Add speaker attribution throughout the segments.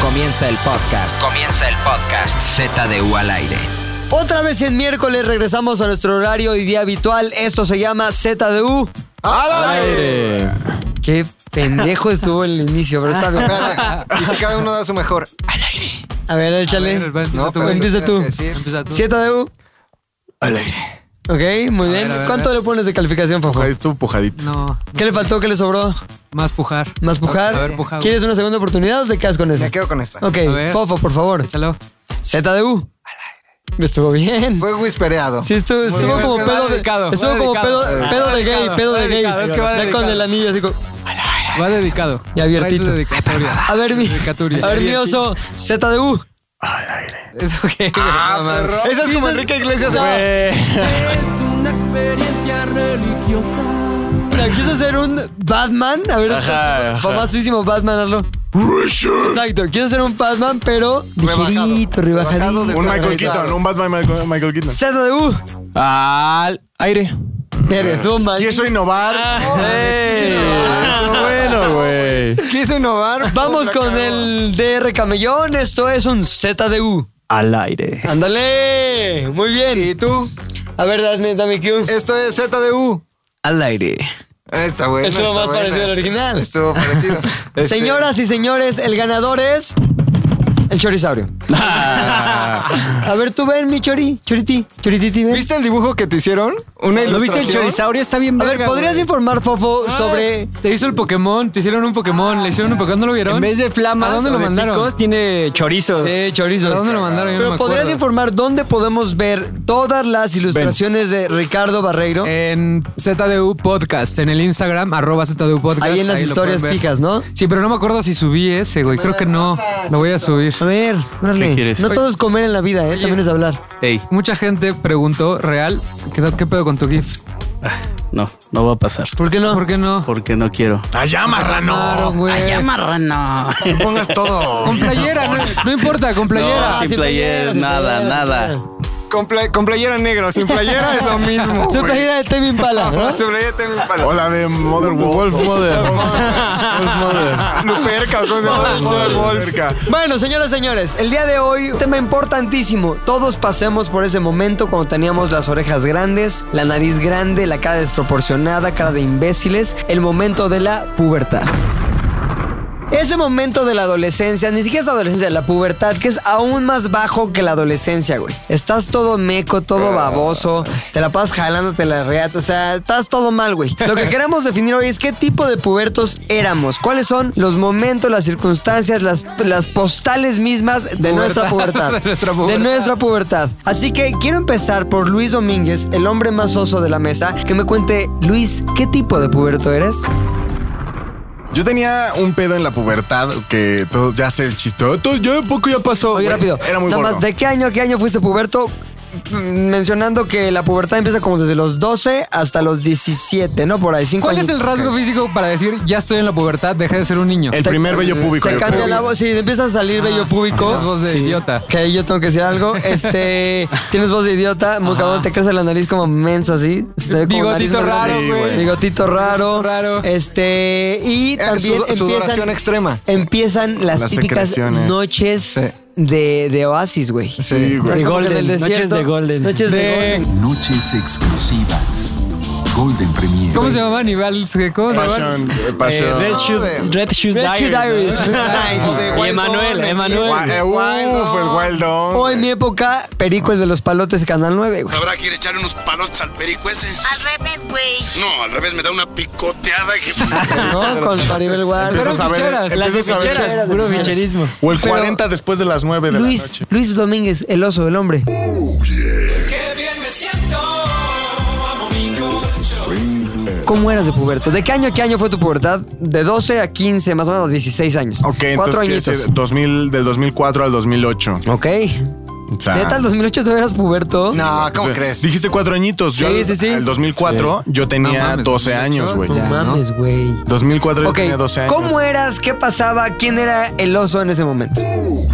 Speaker 1: Comienza el podcast. Comienza el podcast. Z de U al aire.
Speaker 2: Otra vez en miércoles regresamos a nuestro horario y día habitual. Esto se llama ZDU.
Speaker 3: ¡Al aire!
Speaker 2: Qué pendejo estuvo el inicio, pero está bien.
Speaker 3: Espérate. Y si cada uno da su mejor.
Speaker 2: A ver, échale.
Speaker 4: A ver, va, empieza
Speaker 3: No,
Speaker 4: tú,
Speaker 3: pero
Speaker 4: güey.
Speaker 2: empieza
Speaker 3: tienes
Speaker 2: tú.
Speaker 3: que decir.
Speaker 4: Empieza tú.
Speaker 2: ZDU.
Speaker 5: Al aire.
Speaker 2: Ok, muy bien.
Speaker 4: ver, a ver,
Speaker 2: ¿Cuánto
Speaker 4: a
Speaker 2: le pones de calificación, Fofo?
Speaker 5: Pujadito, pujadito.
Speaker 4: No,
Speaker 2: ¿Qué le faltó? ¿Qué le sobró?
Speaker 4: más pujar.
Speaker 2: ¿Más pujar?
Speaker 4: A ver, puja. güey.
Speaker 2: ¿Quieres una segunda oportunidad o te quedas con esa?
Speaker 3: Me quedo con esta.
Speaker 2: Ok,
Speaker 4: A ver.
Speaker 2: Fofo, por favor.
Speaker 4: Échalo.
Speaker 2: ZDU. Estuvo bien.
Speaker 3: Fue whispereado.
Speaker 2: Sí, estuvo, estuvo
Speaker 4: bien.
Speaker 2: como
Speaker 4: Es que va
Speaker 2: pedo de,
Speaker 4: dedicado, va
Speaker 2: estuvo como pedo,
Speaker 4: dedicado.
Speaker 2: pedo de
Speaker 4: dedicado,
Speaker 2: gay, pedo
Speaker 4: va
Speaker 2: de gay.
Speaker 4: dedicado, es que va
Speaker 2: Ya con
Speaker 4: dedicado.
Speaker 2: el anillo así como...
Speaker 4: Va dedicado.
Speaker 2: Y abiertito.
Speaker 4: Traes tu dedicatoria.
Speaker 2: A ver, mi,
Speaker 4: Dedicatoria.
Speaker 2: a ver, mi oso, ZDU.
Speaker 4: Eso qué, güey.
Speaker 5: Ah,
Speaker 3: Esa es como Enrique Iglesias.
Speaker 2: Mira, ¿quieres hacer un Batman? A ver,
Speaker 5: Ajá, ajá.
Speaker 2: famosísimo Batman, hazlo. Exacto, quieres hacer un Batman, pero
Speaker 3: Rebajado.
Speaker 2: ligerito,
Speaker 3: Rebajado
Speaker 2: rebajadito.
Speaker 3: de-
Speaker 5: Un Michael
Speaker 3: Revisado.
Speaker 5: Keaton, un Batman Michael, Michael Keaton.
Speaker 2: ZDU.
Speaker 5: Al aire.
Speaker 2: Verga, estuvo mal.
Speaker 5: Quiso innovar.
Speaker 2: Ey.
Speaker 5: Estuvo bueno, güey.
Speaker 3: Quiso innovar.
Speaker 2: Vamos
Speaker 3: Otra
Speaker 2: con
Speaker 3: cagó.
Speaker 2: el DR Camellón. Esto es un ZDU.
Speaker 5: Al aire.
Speaker 2: Ándale. Muy
Speaker 3: ¿Y
Speaker 2: bien.
Speaker 3: tú?
Speaker 2: A ver, dame, dame Q.
Speaker 3: Esto es ZDU.
Speaker 2: Al aire.
Speaker 3: Esta, güey.
Speaker 2: Estuvo más parecido al original.
Speaker 3: Estuvo parecido. Este,
Speaker 2: Señoras y señores, el ganador es el chorizaurio. A ver, tú ven, mi chori, choriti, chorititi, ven.
Speaker 3: Ah. ¿Viste el dibujo que te hicieron? Una
Speaker 4: ¿Lo viste el
Speaker 3: ilustración.
Speaker 4: chorizaurio? Está bien
Speaker 2: A ver,
Speaker 4: verga,
Speaker 2: ¿podrías
Speaker 4: güey.
Speaker 2: informar, Fofo,
Speaker 4: Ah,
Speaker 2: sobre...
Speaker 4: Te hizo el Pokémon, te hicieron un Pokémon, le hicieron un Pokémon, ¿no lo vieron?
Speaker 6: En vez de flamas,
Speaker 4: ¿A dónde lo
Speaker 6: o de
Speaker 4: mandaron?
Speaker 6: picos, tiene chorizos.
Speaker 2: Sí, chorizos.
Speaker 4: ¿A dónde lo mandaron? Yo no
Speaker 2: Pero
Speaker 4: me
Speaker 2: podrías
Speaker 4: acuerdo.
Speaker 2: informar dónde podemos ver todas las ilustraciones de Ricardo Barreiro.
Speaker 4: En ZDU Podcast, en el Instagram, arroba ZDU Podcast.
Speaker 2: ahí en las
Speaker 4: lo
Speaker 2: historias
Speaker 4: pueden ver.
Speaker 2: fijas, ¿no?
Speaker 4: Sí, pero no me acuerdo si subí ese, güey. Creo que no. Lo voy a subir.
Speaker 2: A ver, órale.
Speaker 5: ¿Qué quieres?
Speaker 2: No todo es comer en la vida, ¿eh? También es hablar.
Speaker 7: Ey,
Speaker 4: Mucha gente preguntó, real, ¿qué, qué pedo con tu GIF?
Speaker 7: no, no va a pasar.
Speaker 2: ¿Por qué no?
Speaker 4: ¿Por qué no?
Speaker 7: Porque no quiero.
Speaker 5: Allá,
Speaker 4: Claro,
Speaker 5: marrano.
Speaker 4: güey.
Speaker 6: Eh.
Speaker 7: marrano!
Speaker 5: No pongas todo.
Speaker 4: Con playera, no, no importa, con playera.
Speaker 7: No,
Speaker 2: sin
Speaker 7: sin
Speaker 2: playeras,
Speaker 7: player,
Speaker 2: sin
Speaker 7: nada,
Speaker 2: playeras,
Speaker 7: nada.
Speaker 2: sin
Speaker 3: Con, pla- con playera negro. Sin playera es lo mismo.
Speaker 2: Su
Speaker 3: güey.
Speaker 2: playera de Temi Impala, ¿no?
Speaker 3: Sin playera tengo un palo.
Speaker 5: Hola de Mother Wolf.
Speaker 3: Luperca, ¿cómo se llama?
Speaker 5: Mother Wolf.
Speaker 2: Bueno, señoras, señores, el día de hoy, un tema importantísimo. Todos pasemos por ese momento cuando teníamos las orejas grandes, la nariz grande, la cara desproporcionada, cara de imbéciles, el momento de la pubertad. Ese momento de la adolescencia, ni siquiera es adolescencia, la pubertad, que es aún más bajo que la adolescencia, güey. Estás todo meco, todo baboso, te la pasas jalándote la reata, o sea, estás todo mal, güey. Lo que queremos definir hoy es qué tipo de pubertos éramos, cuáles son los momentos, las circunstancias, las, las postales mismas de nuestra pubertad.
Speaker 4: De nuestra
Speaker 2: De
Speaker 4: pubertad.
Speaker 2: nuestra pubertad. Así que quiero empezar por Luis Domínguez, el hombre más oso de la mesa, que me cuente, Luis, ¿qué tipo de puberto eres?
Speaker 5: Yo tenía un pedo en la pubertad que todos ya sé el chiste. "Ah, todo- Ya poco ya pasó.
Speaker 2: Oye,
Speaker 5: Güey,
Speaker 2: rápido.
Speaker 5: Era muy
Speaker 2: Nada
Speaker 5: gordo.
Speaker 2: más, ¿de qué año a qué año fuiste puberto? Mm, Mencionando que la pubertad empieza como desde los 12 hasta los 17, ¿no? Por ahí, 5
Speaker 4: ¿Cuál
Speaker 2: años.
Speaker 4: es el rasgo físico para decir ya estoy en la pubertad, deja de ser un niño?
Speaker 5: El primer bello público.
Speaker 2: Te cambia la voz, sí, te empieza a salir bello
Speaker 4: Ah, Tienes
Speaker 2: público.
Speaker 4: voz de idiota.
Speaker 2: Que yo tengo que decir algo. Este. tienes voz de idiota, muy cabrón, te crece la nariz como menso así. se te ve como nariz
Speaker 4: Bigotito
Speaker 2: más
Speaker 4: raro,
Speaker 2: grande.
Speaker 4: güey. Sí,
Speaker 2: Bigotito raro.
Speaker 4: Bigotito raro.
Speaker 2: Este. Y
Speaker 3: Eh,
Speaker 2: también
Speaker 3: sud-
Speaker 2: empiezan,
Speaker 3: Sudoración extrema.
Speaker 2: empiezan las,
Speaker 5: Las
Speaker 2: típicas
Speaker 5: secreciones.
Speaker 2: noches de, de oasis, güey. Es
Speaker 5: Sí, güey.
Speaker 2: como que en el
Speaker 6: Golden, noches
Speaker 2: desierto.
Speaker 6: de Golden.
Speaker 2: Noches de,
Speaker 4: De-
Speaker 2: Golden.
Speaker 8: Noches exclusivas. Golden Premier.
Speaker 4: ¿Cómo se llamaban Aníbal? ¿Cómo se llamaban?
Speaker 5: Pasión. eh, Pasión.
Speaker 6: Red, Shoes-
Speaker 3: de-
Speaker 6: Red Shoes
Speaker 2: Red Shoe
Speaker 6: Diaries.
Speaker 2: Diaries.
Speaker 6: ¿no?
Speaker 3: O de
Speaker 6: Y
Speaker 3: Wild
Speaker 6: Emanuel,
Speaker 3: Dawn,
Speaker 6: Emanuel.
Speaker 3: Wild-
Speaker 5: Eh,
Speaker 3: Wild Dawn.
Speaker 5: Uf, el Wild Dawn.
Speaker 2: O en mi época, Perico el de los palotes Canal 9, güey.
Speaker 9: Habrá que ir a echarle unos palotes al perico ese.
Speaker 10: Al revés, güey.
Speaker 9: No, al revés, me da una picoteada que...
Speaker 2: ¿No? Con Maribel Guardia.
Speaker 5: Empiezas a ver.
Speaker 6: Las
Speaker 5: empiezas a ver-
Speaker 6: ficheras, puro ficherismo.
Speaker 5: O el
Speaker 2: Pero-
Speaker 5: 40 después de las 9 de la
Speaker 2: Luis,
Speaker 5: noche.
Speaker 2: Luis Domínguez, el oso, el hombre. ¿Cómo eras de puberto? ¿De qué año a qué año fue tu pubertad? De 12 a 15, más o menos 16 años.
Speaker 5: Ok,
Speaker 2: Cuatro
Speaker 5: entonces quiere
Speaker 2: añitos.
Speaker 5: decir 2000, del 2004 al 2008.
Speaker 2: Ok.
Speaker 5: O sea,
Speaker 2: ¿Neta, el 2008 todavía eras puberto?
Speaker 3: No, ¿cómo
Speaker 5: o sea,
Speaker 3: crees?
Speaker 5: Dijiste cuatro añitos. Yo
Speaker 2: Sí,
Speaker 5: al-
Speaker 2: sí, sí.
Speaker 5: El 2004 yo tenía
Speaker 4: No mames,
Speaker 5: 12
Speaker 4: 2008,
Speaker 5: años, güey.
Speaker 2: No
Speaker 4: ya, ¿no?
Speaker 2: mames, güey.
Speaker 5: 2004 yo
Speaker 2: Ok,
Speaker 5: tenía 12 años.
Speaker 2: ¿cómo eras? ¿Qué pasaba? ¿Quién era el oso en ese momento?
Speaker 8: Spring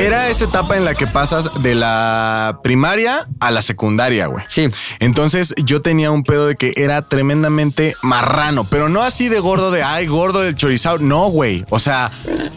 Speaker 5: Era esa etapa en la que pasas de la primaria a la secundaria, güey.
Speaker 2: Sí.
Speaker 5: Entonces yo tenía un pedo de que era tremendamente marrano, pero no así de gordo de ay, gordo del chorizao. No, güey. O sea,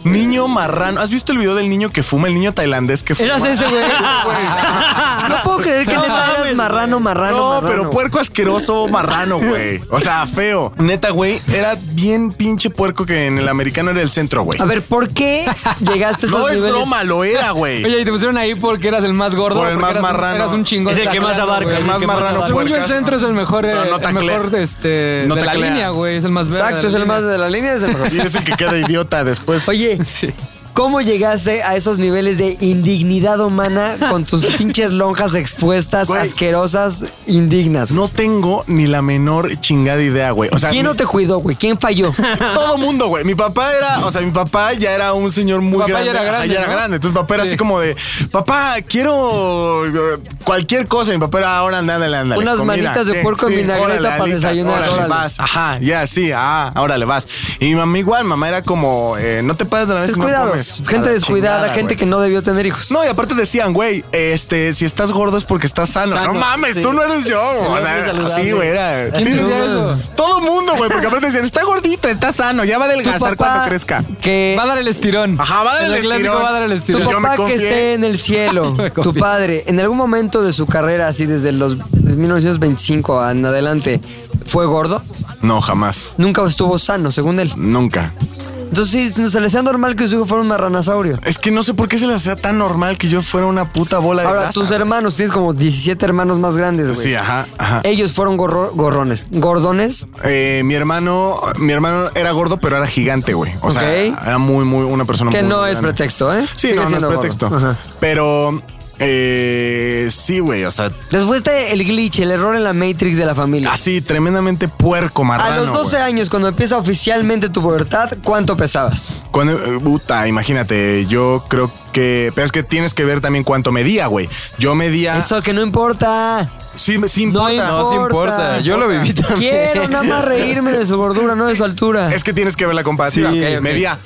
Speaker 5: niño marrano. ¿Has visto el video del niño que fuma, el niño tailandés que fuma?
Speaker 2: Eras ese, güey. No puedo creer que neta eras marrano, marrano.
Speaker 5: No,
Speaker 2: marrano.
Speaker 5: pero puerco asqueroso marrano, güey. O sea, feo. Neta, güey, era bien pinche puerco que en el americano era el centro, güey.
Speaker 2: A ver, ¿por qué llegaste a esos
Speaker 5: No es
Speaker 2: niveles?
Speaker 5: broma, lo era, güey.
Speaker 4: Oye, y te pusieron ahí porque eras el más gordo.
Speaker 5: Por el
Speaker 4: porque
Speaker 5: más
Speaker 4: eras un-
Speaker 5: marrano.
Speaker 4: eras un chingón.
Speaker 6: Es el que más
Speaker 4: tacleando,
Speaker 6: abarca,
Speaker 4: güey.
Speaker 6: es
Speaker 5: El
Speaker 6: el
Speaker 5: más
Speaker 6: que
Speaker 5: marrano
Speaker 6: abarca.
Speaker 5: puerco.
Speaker 4: Según yo, el
Speaker 5: puercas.
Speaker 4: centro es el mejor, eh,
Speaker 5: No, no
Speaker 4: el mejor
Speaker 5: taclea.
Speaker 4: este,
Speaker 5: No
Speaker 4: de la
Speaker 5: taclea.
Speaker 4: línea, güey. Es el más verde.
Speaker 2: Exacto,
Speaker 4: de
Speaker 2: es
Speaker 4: la
Speaker 2: el
Speaker 4: línea.
Speaker 2: más de la línea. Es el mejor.
Speaker 5: Y es el que queda idiota después.
Speaker 2: Oye,
Speaker 4: Sí.
Speaker 2: ¿cómo llegaste a esos niveles de indignidad humana con tus pinches lonjas expuestas,
Speaker 5: Güey.
Speaker 2: asquerosas, indignas?
Speaker 5: no tengo ni la menor chingada idea, güey. O sea,
Speaker 2: ¿Quién no te cuidó, güey? ¿Quién falló?
Speaker 5: Todo mundo, güey. Mi papá era, o sea, mi papá ya era un señor muy
Speaker 4: papá ya
Speaker 5: grande.
Speaker 4: era
Speaker 5: ajá,
Speaker 4: grande,
Speaker 5: ya era
Speaker 4: ¿no?
Speaker 5: grande. Entonces, papá era
Speaker 4: Sí.
Speaker 5: así como de, papá, quiero eh, cualquier cosa. Y Mi papá era, ahora ándale, ándale.
Speaker 2: Unas manitas de
Speaker 5: ¿qué?
Speaker 2: puerco en vinagreta
Speaker 5: órale,
Speaker 2: para
Speaker 5: alitas,
Speaker 2: desayunar,
Speaker 5: Órale,
Speaker 2: órale.
Speaker 5: vas. Ajá, ya, sí, ah, órale, vas. Y mi mamá igual, mamá era como, eh, no te pases de la vez. si no comes.
Speaker 2: Descuidados.
Speaker 5: A la
Speaker 2: Gente descuidada,
Speaker 5: chingada,
Speaker 2: gente
Speaker 5: güey.
Speaker 2: que no debió tener hijos.
Speaker 5: No, y aparte decían, güey, este, si estás gordo es porque estás sano.
Speaker 6: Sano,
Speaker 5: no mames,
Speaker 6: sí.
Speaker 5: tú no eres yo. o
Speaker 6: ve muy
Speaker 5: sea,
Speaker 6: saludable.
Speaker 5: así, güey, era.
Speaker 4: ¿Quién
Speaker 5: Tienes-
Speaker 4: decía eso?
Speaker 5: Todo mundo, güey, porque aparte decían, está gordito, está sano, ya va a
Speaker 2: Tu
Speaker 5: adelgazar cuando
Speaker 2: papá
Speaker 5: crezca.
Speaker 2: Que
Speaker 4: Va a dar el estirón.
Speaker 5: Ajá, va a dar
Speaker 4: En
Speaker 5: el
Speaker 4: clásico
Speaker 5: estirón.
Speaker 4: va a dar el
Speaker 2: tu
Speaker 4: estirón.
Speaker 5: Yo me
Speaker 2: papá que
Speaker 5: confié.
Speaker 2: esté en el cielo,
Speaker 4: me
Speaker 2: tu
Speaker 4: confié.
Speaker 2: padre, en algún momento de su carrera, así desde los 1925 en adelante, ¿fue gordo?
Speaker 5: No, jamás.
Speaker 2: Nunca estuvo sano, según él.
Speaker 5: Nunca.
Speaker 2: Entonces, sí, se le sea normal que su hijo fuera un marranasaurio.
Speaker 5: Es que no sé por qué se les hacía tan normal que yo fuera una puta bola de
Speaker 2: Ahora,
Speaker 5: grasa.
Speaker 2: tus hermanos, tienes como 17 hermanos más grandes, güey.
Speaker 5: Sí, ah. ajá, ajá.
Speaker 2: Ellos fueron gorro- gorrones. ¿Gordones?
Speaker 5: Eh, mi hermano, mi hermano era gordo, pero era gigante, güey. O sea,
Speaker 2: Ok.
Speaker 5: era muy, muy, una persona
Speaker 2: Que
Speaker 5: muy
Speaker 2: no es
Speaker 5: grande.
Speaker 2: pretexto, ¿eh?
Speaker 5: Sí,
Speaker 2: Sigue
Speaker 5: no, no es
Speaker 2: siendo gordo.
Speaker 5: pretexto.
Speaker 2: Ajá.
Speaker 5: Pero, eh, sí, güey, o sea,
Speaker 2: Después de este, el glitch, el error en la Matrix de la familia.
Speaker 5: así, tremendamente puerco,
Speaker 2: A
Speaker 5: marrano.
Speaker 2: los 12
Speaker 5: güey.
Speaker 2: años, cuando empieza oficialmente tu pubertad, ¿cuánto pesabas?
Speaker 5: Cuando, eh, puta, imagínate, yo creo que... Pero es que tienes que ver también cuánto medía, güey. Yo medía...
Speaker 2: Eso que no importa.
Speaker 5: Sí, sí
Speaker 2: No
Speaker 5: importa.
Speaker 4: No se
Speaker 2: importa.
Speaker 4: importa. Yo lo viví también.
Speaker 2: Quiero nada más reírme de su gordura, no de su altura.
Speaker 5: Es que tienes que ver la comparativa.
Speaker 4: Sí. Ok, ok.
Speaker 5: Medía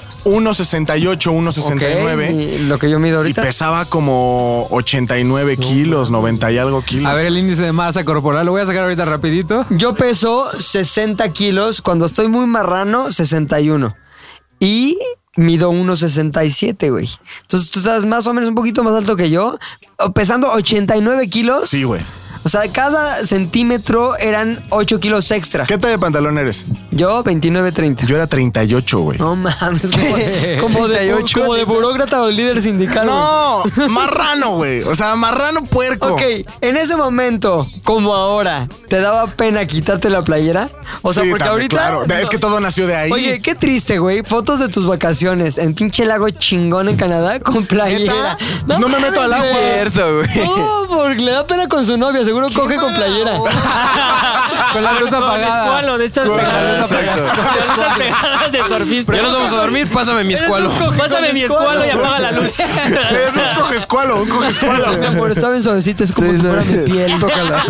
Speaker 5: 1.68, 1.69
Speaker 2: Ok, y lo que yo mido
Speaker 5: y
Speaker 2: ahorita.
Speaker 5: pesaba como 89 kilos, 90 y algo kilos.
Speaker 4: A ver el índice de masa corporal. Lo voy a sacar ahorita rapidito.
Speaker 2: Yo peso 60 kilos. Cuando estoy muy marrano, 61. Y mido 1,67, güey. Entonces tú estás más o menos un poquito más alto que yo. o Pesando 89 kilos.
Speaker 5: Sí, güey.
Speaker 2: O sea, cada centímetro eran 8 kilos extra.
Speaker 5: ¿Qué talla de pantalón eres?
Speaker 2: Yo, 29, 30.
Speaker 5: Yo era 38, güey.
Speaker 2: No mames, como, como de, bu-
Speaker 4: 38.
Speaker 2: como de burócrata o líder sindical. güey.
Speaker 5: No, marrano, güey. O sea, marrano puerco.
Speaker 2: Ok, en ese momento, como ahora, ¿te daba pena quitarte la playera? O sea,
Speaker 5: Sí,
Speaker 2: porque
Speaker 5: también,
Speaker 2: ahorita.
Speaker 5: claro. Es que todo nació de ahí.
Speaker 2: Oye, qué triste, güey. Fotos de tus vacaciones en pinche lago chingón en Canadá con playera.
Speaker 5: ¿Neta? No me meto al
Speaker 2: mames,
Speaker 5: agua.
Speaker 2: güey.
Speaker 4: Cierto, güey.
Speaker 2: No, porque le da pena con su novia. Seguro coge con playera.
Speaker 4: Con la luz
Speaker 6: Con
Speaker 4: apagada.
Speaker 6: escualo de estas pegadas.
Speaker 5: Exacto.
Speaker 6: Con estas pegadas de surfista.
Speaker 10: Ya nos vamos a dormir, pásame mi escualo.
Speaker 6: Pásame mi escualo y apaga la luz.
Speaker 5: Es un cojescualo, un
Speaker 2: Mi
Speaker 5: cojescualo.
Speaker 2: amor, está bien suavecita, es como si fuera mi piel.
Speaker 11: Tócala.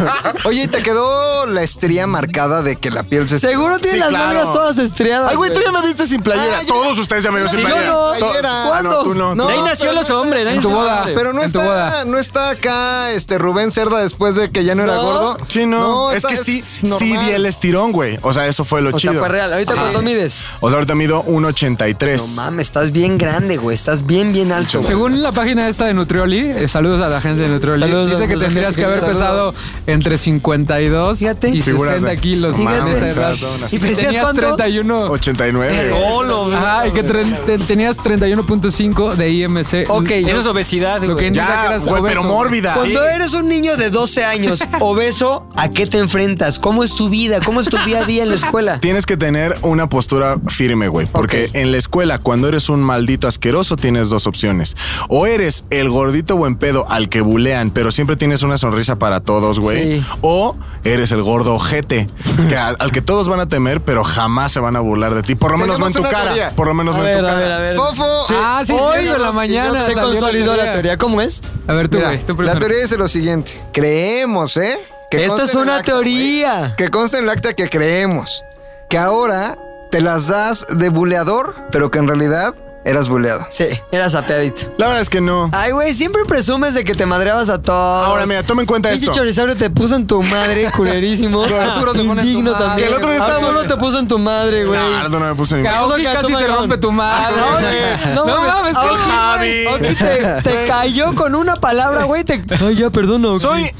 Speaker 11: Oye, ¿y te quedó la estría marcada de que la piel se está
Speaker 2: Seguro tiene
Speaker 5: Sí,
Speaker 2: las
Speaker 5: claro.
Speaker 2: novias todas estriadas.
Speaker 5: Ay, güey, tú ya me viste sin playera.
Speaker 11: Ah, yo-
Speaker 5: Todos ustedes ya me vieron sin
Speaker 2: Sí, yo
Speaker 5: playera.
Speaker 2: no.
Speaker 5: To-
Speaker 11: Playera.
Speaker 5: Ah, no, tú no.
Speaker 11: No,
Speaker 6: De ahí nació
Speaker 11: pero
Speaker 6: los
Speaker 11: no está-
Speaker 6: hombres. de ahí
Speaker 4: En tu
Speaker 6: nació los
Speaker 4: boda.
Speaker 6: hombres.
Speaker 11: Pero no
Speaker 4: En tu boda.
Speaker 11: está, no está acá este Rubén Cerda después de que ya no, era
Speaker 2: No.
Speaker 11: gordo.
Speaker 5: Sí, no. es
Speaker 11: está-
Speaker 5: que sí, sí
Speaker 11: normal.
Speaker 5: di el estirón, güey. O sea, eso fue lo
Speaker 2: O sea,
Speaker 5: chido.
Speaker 2: fue real. Ahorita
Speaker 5: Ajá.
Speaker 2: cuánto mides.
Speaker 5: O sea, ahorita mido 1.83.
Speaker 2: No mames, estás bien grande, güey. Estás bien, bien alto. güey.
Speaker 4: Según la página esta de Nutrioli, eh, saludos a la gente de Nutrioli,
Speaker 2: Saludos,
Speaker 4: dice que
Speaker 2: saludos,
Speaker 4: tendrías que haber
Speaker 2: saludos.
Speaker 4: pesado entre 52
Speaker 2: Fíjate.
Speaker 4: y
Speaker 5: Figuras
Speaker 4: 60
Speaker 5: de-
Speaker 4: kilos.
Speaker 5: No
Speaker 4: en
Speaker 5: mames,
Speaker 4: esa edad.
Speaker 5: exacto, una-
Speaker 2: ¿Y
Speaker 4: Si
Speaker 2: pesías
Speaker 4: tenías
Speaker 2: cuánto?
Speaker 4: 31.
Speaker 5: 89. güey.
Speaker 6: Olo, güey.
Speaker 4: Ajá, y que tren- te- tenías 31.5 de IMC.
Speaker 2: Ok,
Speaker 6: Eso es obesidad,
Speaker 4: Lo que
Speaker 6: güey.
Speaker 4: indica que
Speaker 5: Ya,
Speaker 4: eras
Speaker 5: güey,
Speaker 4: obeso,
Speaker 5: pero
Speaker 4: güey.
Speaker 5: mórbida.
Speaker 2: Cuando eres un niño de 12 años obeso, ¿a qué te enfrentas? ¿Cómo es tu vida? ¿Cómo es tu día a día en la escuela?
Speaker 5: Tienes que tener una postura firme, güey. Porque en la escuela, cuando eres un maldito asqueroso, tienes dos opciones. O eres el gordito buen pedo al que bulean, pero siempre tienes una sonrisa para todos, güey.
Speaker 2: Sí.
Speaker 5: O eres el gordo ojete, que al, al que todos van a temer, pero jamás se van a burlar de ti. Por lo menos
Speaker 11: Tenemos
Speaker 5: no en tu
Speaker 11: una
Speaker 5: cara.
Speaker 11: teoría.
Speaker 5: Por lo menos no en tu cara.
Speaker 11: Fofo.
Speaker 4: Ah, sí,
Speaker 11: hoy
Speaker 4: hoy de la
Speaker 11: los
Speaker 4: mañana.
Speaker 11: idiotas
Speaker 2: Se
Speaker 4: salió
Speaker 2: consolidó la teoría. ¿Cómo es?
Speaker 4: A ver, tú,
Speaker 11: Mira,
Speaker 4: güey, tú
Speaker 11: la
Speaker 4: primero.
Speaker 11: teoría dice lo siguiente. Creemos, ¿eh? Que
Speaker 2: Esto
Speaker 11: consta
Speaker 2: es
Speaker 11: en el
Speaker 2: una
Speaker 11: acta,
Speaker 2: teoría.
Speaker 11: güey. Que consta en el acta que creemos. Que ahora te las das de buleador, pero que en realidad Eras buleado.
Speaker 2: Sí, eras apeadito.
Speaker 5: La verdad es que no.
Speaker 2: Ay, güey, siempre presumes de que te madreabas a todos.
Speaker 5: Ahora, mira, toma en cuenta
Speaker 2: Pinche
Speaker 5: esto.
Speaker 2: chorizaurio te puso en tu madre, culerísimo.
Speaker 4: Arturo te pone en tu
Speaker 2: Indigno
Speaker 4: madre.
Speaker 2: también.
Speaker 5: Que el otro día estábamos-
Speaker 2: Arturo te puso en tu madre, güey. Ah,
Speaker 5: No, Ardo no me puso ni
Speaker 4: Aoki
Speaker 2: Aoki
Speaker 4: casi
Speaker 2: Catuma
Speaker 4: te
Speaker 2: León.
Speaker 4: rompe tu madre.
Speaker 2: Aoki,
Speaker 4: No mames,
Speaker 2: Aoki,
Speaker 4: Aoki,
Speaker 5: Javi.
Speaker 2: Aoki te, te cayó con una palabra, güey. Te... Ay, ya, perdón, Aoki.
Speaker 5: Soy,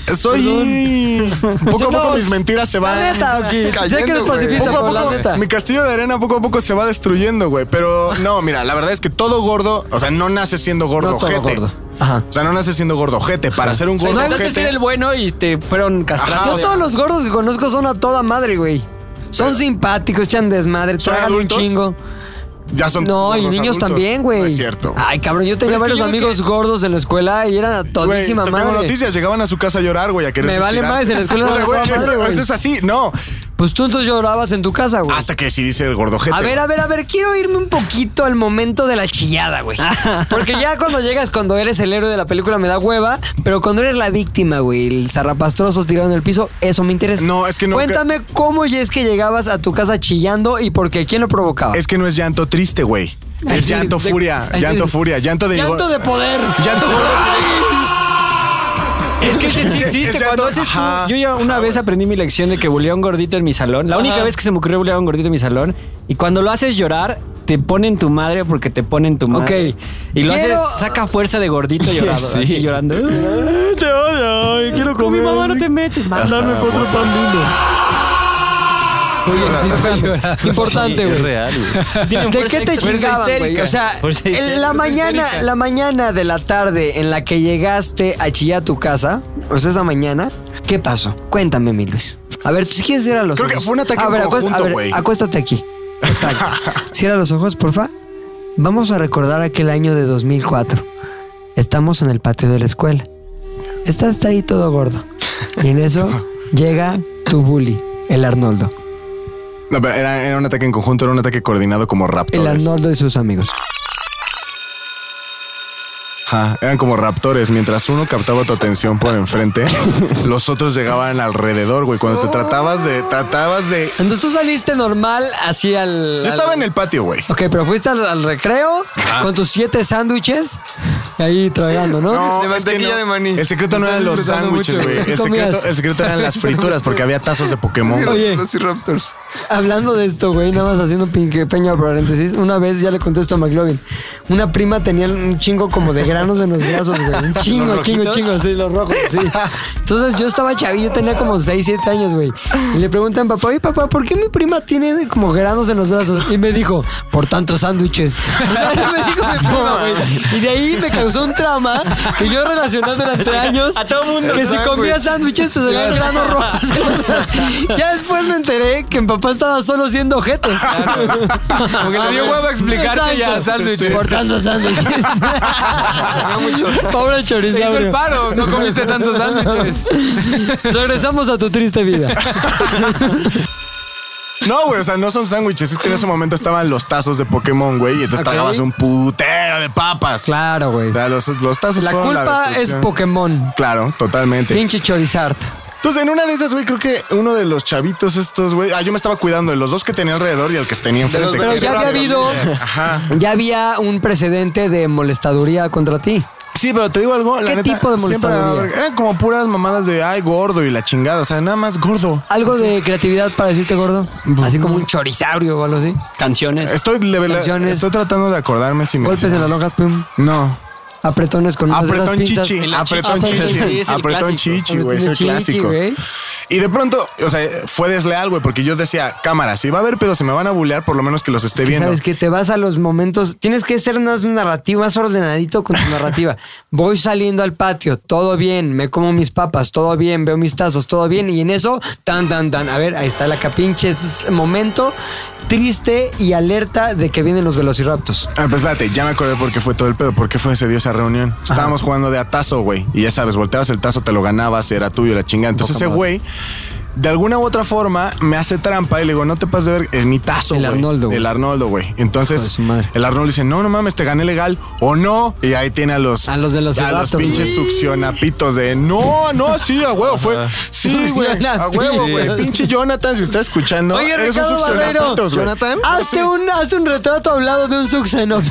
Speaker 5: soy. Poco a
Speaker 2: No.
Speaker 5: poco mis mentiras se van.
Speaker 2: La neta, Aoki. sé que eres
Speaker 11: Cayendo, güey.
Speaker 2: pacifista,
Speaker 5: Poco a
Speaker 2: pero la
Speaker 5: poco,
Speaker 2: neta.
Speaker 5: mi castillo de arena poco a poco se va destruyendo, güey. Pero no, mira, la verdad es que todo gordo, o sea, no nace siendo gordo
Speaker 2: No todo
Speaker 5: ojete.
Speaker 2: gordo. Ajá.
Speaker 5: O sea, no nace siendo gordo ojete. Para ser un
Speaker 10: O sea,
Speaker 5: gordo
Speaker 10: Intentaste ser
Speaker 5: ojete.
Speaker 10: el bueno y te fueron
Speaker 5: Ajá,
Speaker 10: castrados.
Speaker 2: Yo todos los gordos que conozco son a toda madre, güey. Son simpáticos, echan desmadre,
Speaker 5: ¿Son
Speaker 2: tragan un
Speaker 5: adultos?
Speaker 2: chingo.
Speaker 5: Ya son
Speaker 2: No, y
Speaker 5: gordos
Speaker 2: niños
Speaker 5: adultos.
Speaker 2: también, güey. Ah,
Speaker 5: No es cierto.
Speaker 2: Ay, cabrón, yo
Speaker 10: Pero
Speaker 2: tenía
Speaker 10: es que
Speaker 2: varios
Speaker 10: yo creo
Speaker 2: amigos gordos en la escuela y eran a
Speaker 5: Güey, te
Speaker 2: todísima
Speaker 5: tengo
Speaker 2: madre.
Speaker 5: noticias, llegaban a su casa a llorar, güey, a querer
Speaker 2: Me vale
Speaker 5: suicidarse.
Speaker 2: madres, en la escuela
Speaker 5: O sea,
Speaker 2: no
Speaker 5: güey,
Speaker 2: me vale,
Speaker 5: eso-
Speaker 2: güey.
Speaker 5: eso es así, no.
Speaker 2: Pues tú entonces llorabas en tu casa, güey.
Speaker 5: Hasta que sí dice el gordo ojete.
Speaker 2: A ver, a ver, a ver, quiero irme un poquito al momento de la chillada, güey. Porque ya cuando llegas, cuando eres el héroe de la película, me da hueva. Pero cuando eres la víctima, güey, el zarrapastroso tirado en el piso, eso me interesa.
Speaker 5: No, es que no-
Speaker 2: Cuéntame cómo y es que llegabas a tu casa chillando y por qué. ¿Quién lo provocaba?
Speaker 5: Es que no es llanto triste, güey.
Speaker 2: Ay,
Speaker 5: Es
Speaker 2: sí,
Speaker 5: llanto
Speaker 2: de-
Speaker 5: furia,
Speaker 2: ay, sí,
Speaker 5: llanto
Speaker 2: de-
Speaker 5: furia, llanto de
Speaker 2: Llanto de poder.
Speaker 5: Llanto gordo.
Speaker 6: Es que ese sí existe.
Speaker 5: Es ya
Speaker 6: Cuando
Speaker 5: todo-
Speaker 6: haces tú-
Speaker 5: ajá,
Speaker 6: Yo ya una vez aprendí mi lección de que bulía a un gordito en mi salón. La única vez que se me ocurrió bullear a un gordito en mi salón. Y cuando lo haces llorar, te ponen tu madre porque te ponen tu madre.
Speaker 2: Ok.
Speaker 6: Y lo
Speaker 2: Quiero-
Speaker 6: haces, saca fuerza de gordito llorado.
Speaker 10: Sí.
Speaker 6: así, llorando. "Ay, Te odio, ay, quiero comer. Mi mamá no te metes. Mándame otro pan duro.
Speaker 2: Importante, güey. ¿De qué te chingaban, güey? O sea,
Speaker 6: Fuerza
Speaker 2: en
Speaker 6: histérica.
Speaker 2: la mañana,
Speaker 6: histérica.
Speaker 2: la mañana de la tarde en la que llegaste a chillar a tu casa, o sea, esa mañana, ¿qué pasó? Cuéntame, mi Luis. A ver, ¿tú sí quieres cerrar los
Speaker 5: Creo
Speaker 2: ojos?
Speaker 5: que fue un ataque
Speaker 2: a
Speaker 5: en
Speaker 2: ver, acués-
Speaker 5: conjunto,
Speaker 2: a ver,
Speaker 5: güey.
Speaker 2: acuéstate aquí. Exacto. Cierra los ojos, porfa. Vamos a recordar aquel año de 2004. Estamos en el patio de la escuela. Estás ahí todo gordo. Y en eso llega tu bully, el Arnoldo.
Speaker 5: No, pero era, era un ataque en conjunto, era un ataque coordinado como
Speaker 2: El
Speaker 5: raptores.
Speaker 2: Arnoldo y sus amigos.
Speaker 5: Ajá, eran como raptores. Mientras uno captaba tu atención por enfrente, los otros llegaban alrededor, güey. Cuando te tratabas de. Tratabas de.
Speaker 2: Entonces tú saliste normal así al.
Speaker 5: Yo estaba en el patio, güey.
Speaker 2: Ok, pero fuiste al, al recreo con tus siete sándwiches ahí tragando, ¿no?
Speaker 5: No,
Speaker 11: De
Speaker 5: es que
Speaker 11: mantequilla
Speaker 5: no.
Speaker 11: de maní.
Speaker 5: El secreto no eran los
Speaker 11: disfrutando
Speaker 5: sándwiches,
Speaker 11: mucho.
Speaker 5: güey. El
Speaker 2: ¿Qué
Speaker 5: secreto,
Speaker 2: comías?
Speaker 5: el secreto eran las frituras, porque había tazos de Pokémon. güey.
Speaker 2: Oye.
Speaker 11: Los Raptors.
Speaker 2: Hablando de esto, güey, nada más haciendo pin- pequeño paréntesis, una vez ya le contesto a McLovin, una prima tenía un chingo como de granos en los brazos, güey, un chingo, chingo, chingo, sí, los rojos, sí. Entonces yo estaba chavillo, tenía como 6, 7 años, güey, y le preguntan, papá, oye, papá, ¿por qué mi prima tiene como granos en los brazos? Y me dijo, por tantos sándwiches. O sea, eso me dijo mi prima, güey. Y de ahí me causó un trauma que yo relacionando durante años
Speaker 6: A todo mundo.
Speaker 2: que si comía sándwiches te salían granos rojos. ya después me enteré que mi papá estaba solo siendo ojete.
Speaker 4: Porque le dio huevo a explicarte ya sándwiches.
Speaker 2: Cortando sándwiches. Pobre
Speaker 4: Te hizo el
Speaker 2: chorizabrio.
Speaker 4: paro, no comiste tantos sándwiches.
Speaker 2: Regresamos a tu triste vida.
Speaker 5: No, güey, o sea, no son sándwiches. Es que en ese momento estaban los tazos de Pokémon, güey. Y entonces
Speaker 2: Ok.
Speaker 5: tragabas un putero de papas.
Speaker 2: Claro, güey.
Speaker 5: O sea, los, los tazos
Speaker 2: La
Speaker 5: fueron
Speaker 2: culpa es
Speaker 5: destrucción.
Speaker 2: Pokémon.
Speaker 5: Claro, totalmente.
Speaker 2: Pinche chorizard.
Speaker 5: Entonces, en una de esas, güey, creo que uno de los chavitos estos, güey. Ah, yo me estaba cuidando de los dos que tenía alrededor y el que tenía enfrente.
Speaker 2: Pero
Speaker 5: que
Speaker 2: ya
Speaker 5: era-
Speaker 2: había habido,
Speaker 5: Ajá.
Speaker 2: ya había un precedente de molestaduría contra ti.
Speaker 5: Sí, pero te digo algo. la
Speaker 2: ¿Qué
Speaker 5: neta,
Speaker 2: tipo de
Speaker 5: siempre era-
Speaker 2: molestaduría?
Speaker 5: Eran como puras mamadas de ay, gordo y la chingada. O sea, nada más gordo.
Speaker 2: ¿Algo de creatividad para decirte gordo?
Speaker 5: Pues
Speaker 2: Así como un chorizaurio o algo así.
Speaker 6: Canciones.
Speaker 5: Estoy, de verdad-
Speaker 2: Canciones.
Speaker 5: estoy tratando de acordarme si me.
Speaker 2: Golpes en las lonjas, pum.
Speaker 5: No.
Speaker 2: Apretones con unas de esas
Speaker 5: Pues Apretón
Speaker 2: pinzas.
Speaker 5: chichi.
Speaker 6: En la
Speaker 5: Apretón
Speaker 2: chichi. Ah, sí,
Speaker 5: chichi.
Speaker 6: es el
Speaker 5: Apretón
Speaker 6: clásico.
Speaker 5: chichi, güey. Es el
Speaker 2: Chichi,
Speaker 5: clásico.
Speaker 2: güey.
Speaker 5: Y de pronto, o sea, fue desleal, güey, porque yo decía, cámara, si va a haber pedos, se me van a bulear, por lo menos que los esté
Speaker 2: Que
Speaker 5: viendo.
Speaker 2: Sabes que te vas a los momentos, tienes que ser más narrativa, más ordenadito con tu narrativa. Voy saliendo al patio, todo bien, me como mis papas, todo bien, veo mis tazos, todo bien, y en eso, tan, tan, tan. A ver, ahí está la capinche, es momento triste y alerta de que vienen los velociraptos.
Speaker 5: Ah, pero espérate, ya me acordé por qué fue todo el pedo, por qué fue ese día esa reunión. Estábamos jugando de atazo, güey. Y ya sabes, volteabas el tazo, te lo ganabas, era tuyo, la chingada. Entonces ese güey de alguna u otra forma me hace trampa y le digo, no te pases de ver, es mi tazo.
Speaker 2: El
Speaker 5: güey.
Speaker 2: Arnoldo, güey.
Speaker 5: El Arnoldo, güey.
Speaker 2: Hijo de
Speaker 5: Entonces,
Speaker 2: su madre.
Speaker 5: el Arnoldo dice, no, no mames, te gané legal o no. Y ahí tiene a los.
Speaker 2: A los de los
Speaker 5: A los
Speaker 2: cebatos,
Speaker 5: pinches
Speaker 2: güey.
Speaker 5: succionapitos de, no, no, sí, a huevo, fue. Sí, güey, a huevo, güey. Pinche Jonathan, si está escuchando,
Speaker 2: Oye,
Speaker 5: eres un
Speaker 2: Ricardo Barrero.
Speaker 5: succionapitos, güey.
Speaker 11: Jonathan.
Speaker 2: Hace un, hace un retrato hablado de un succiono-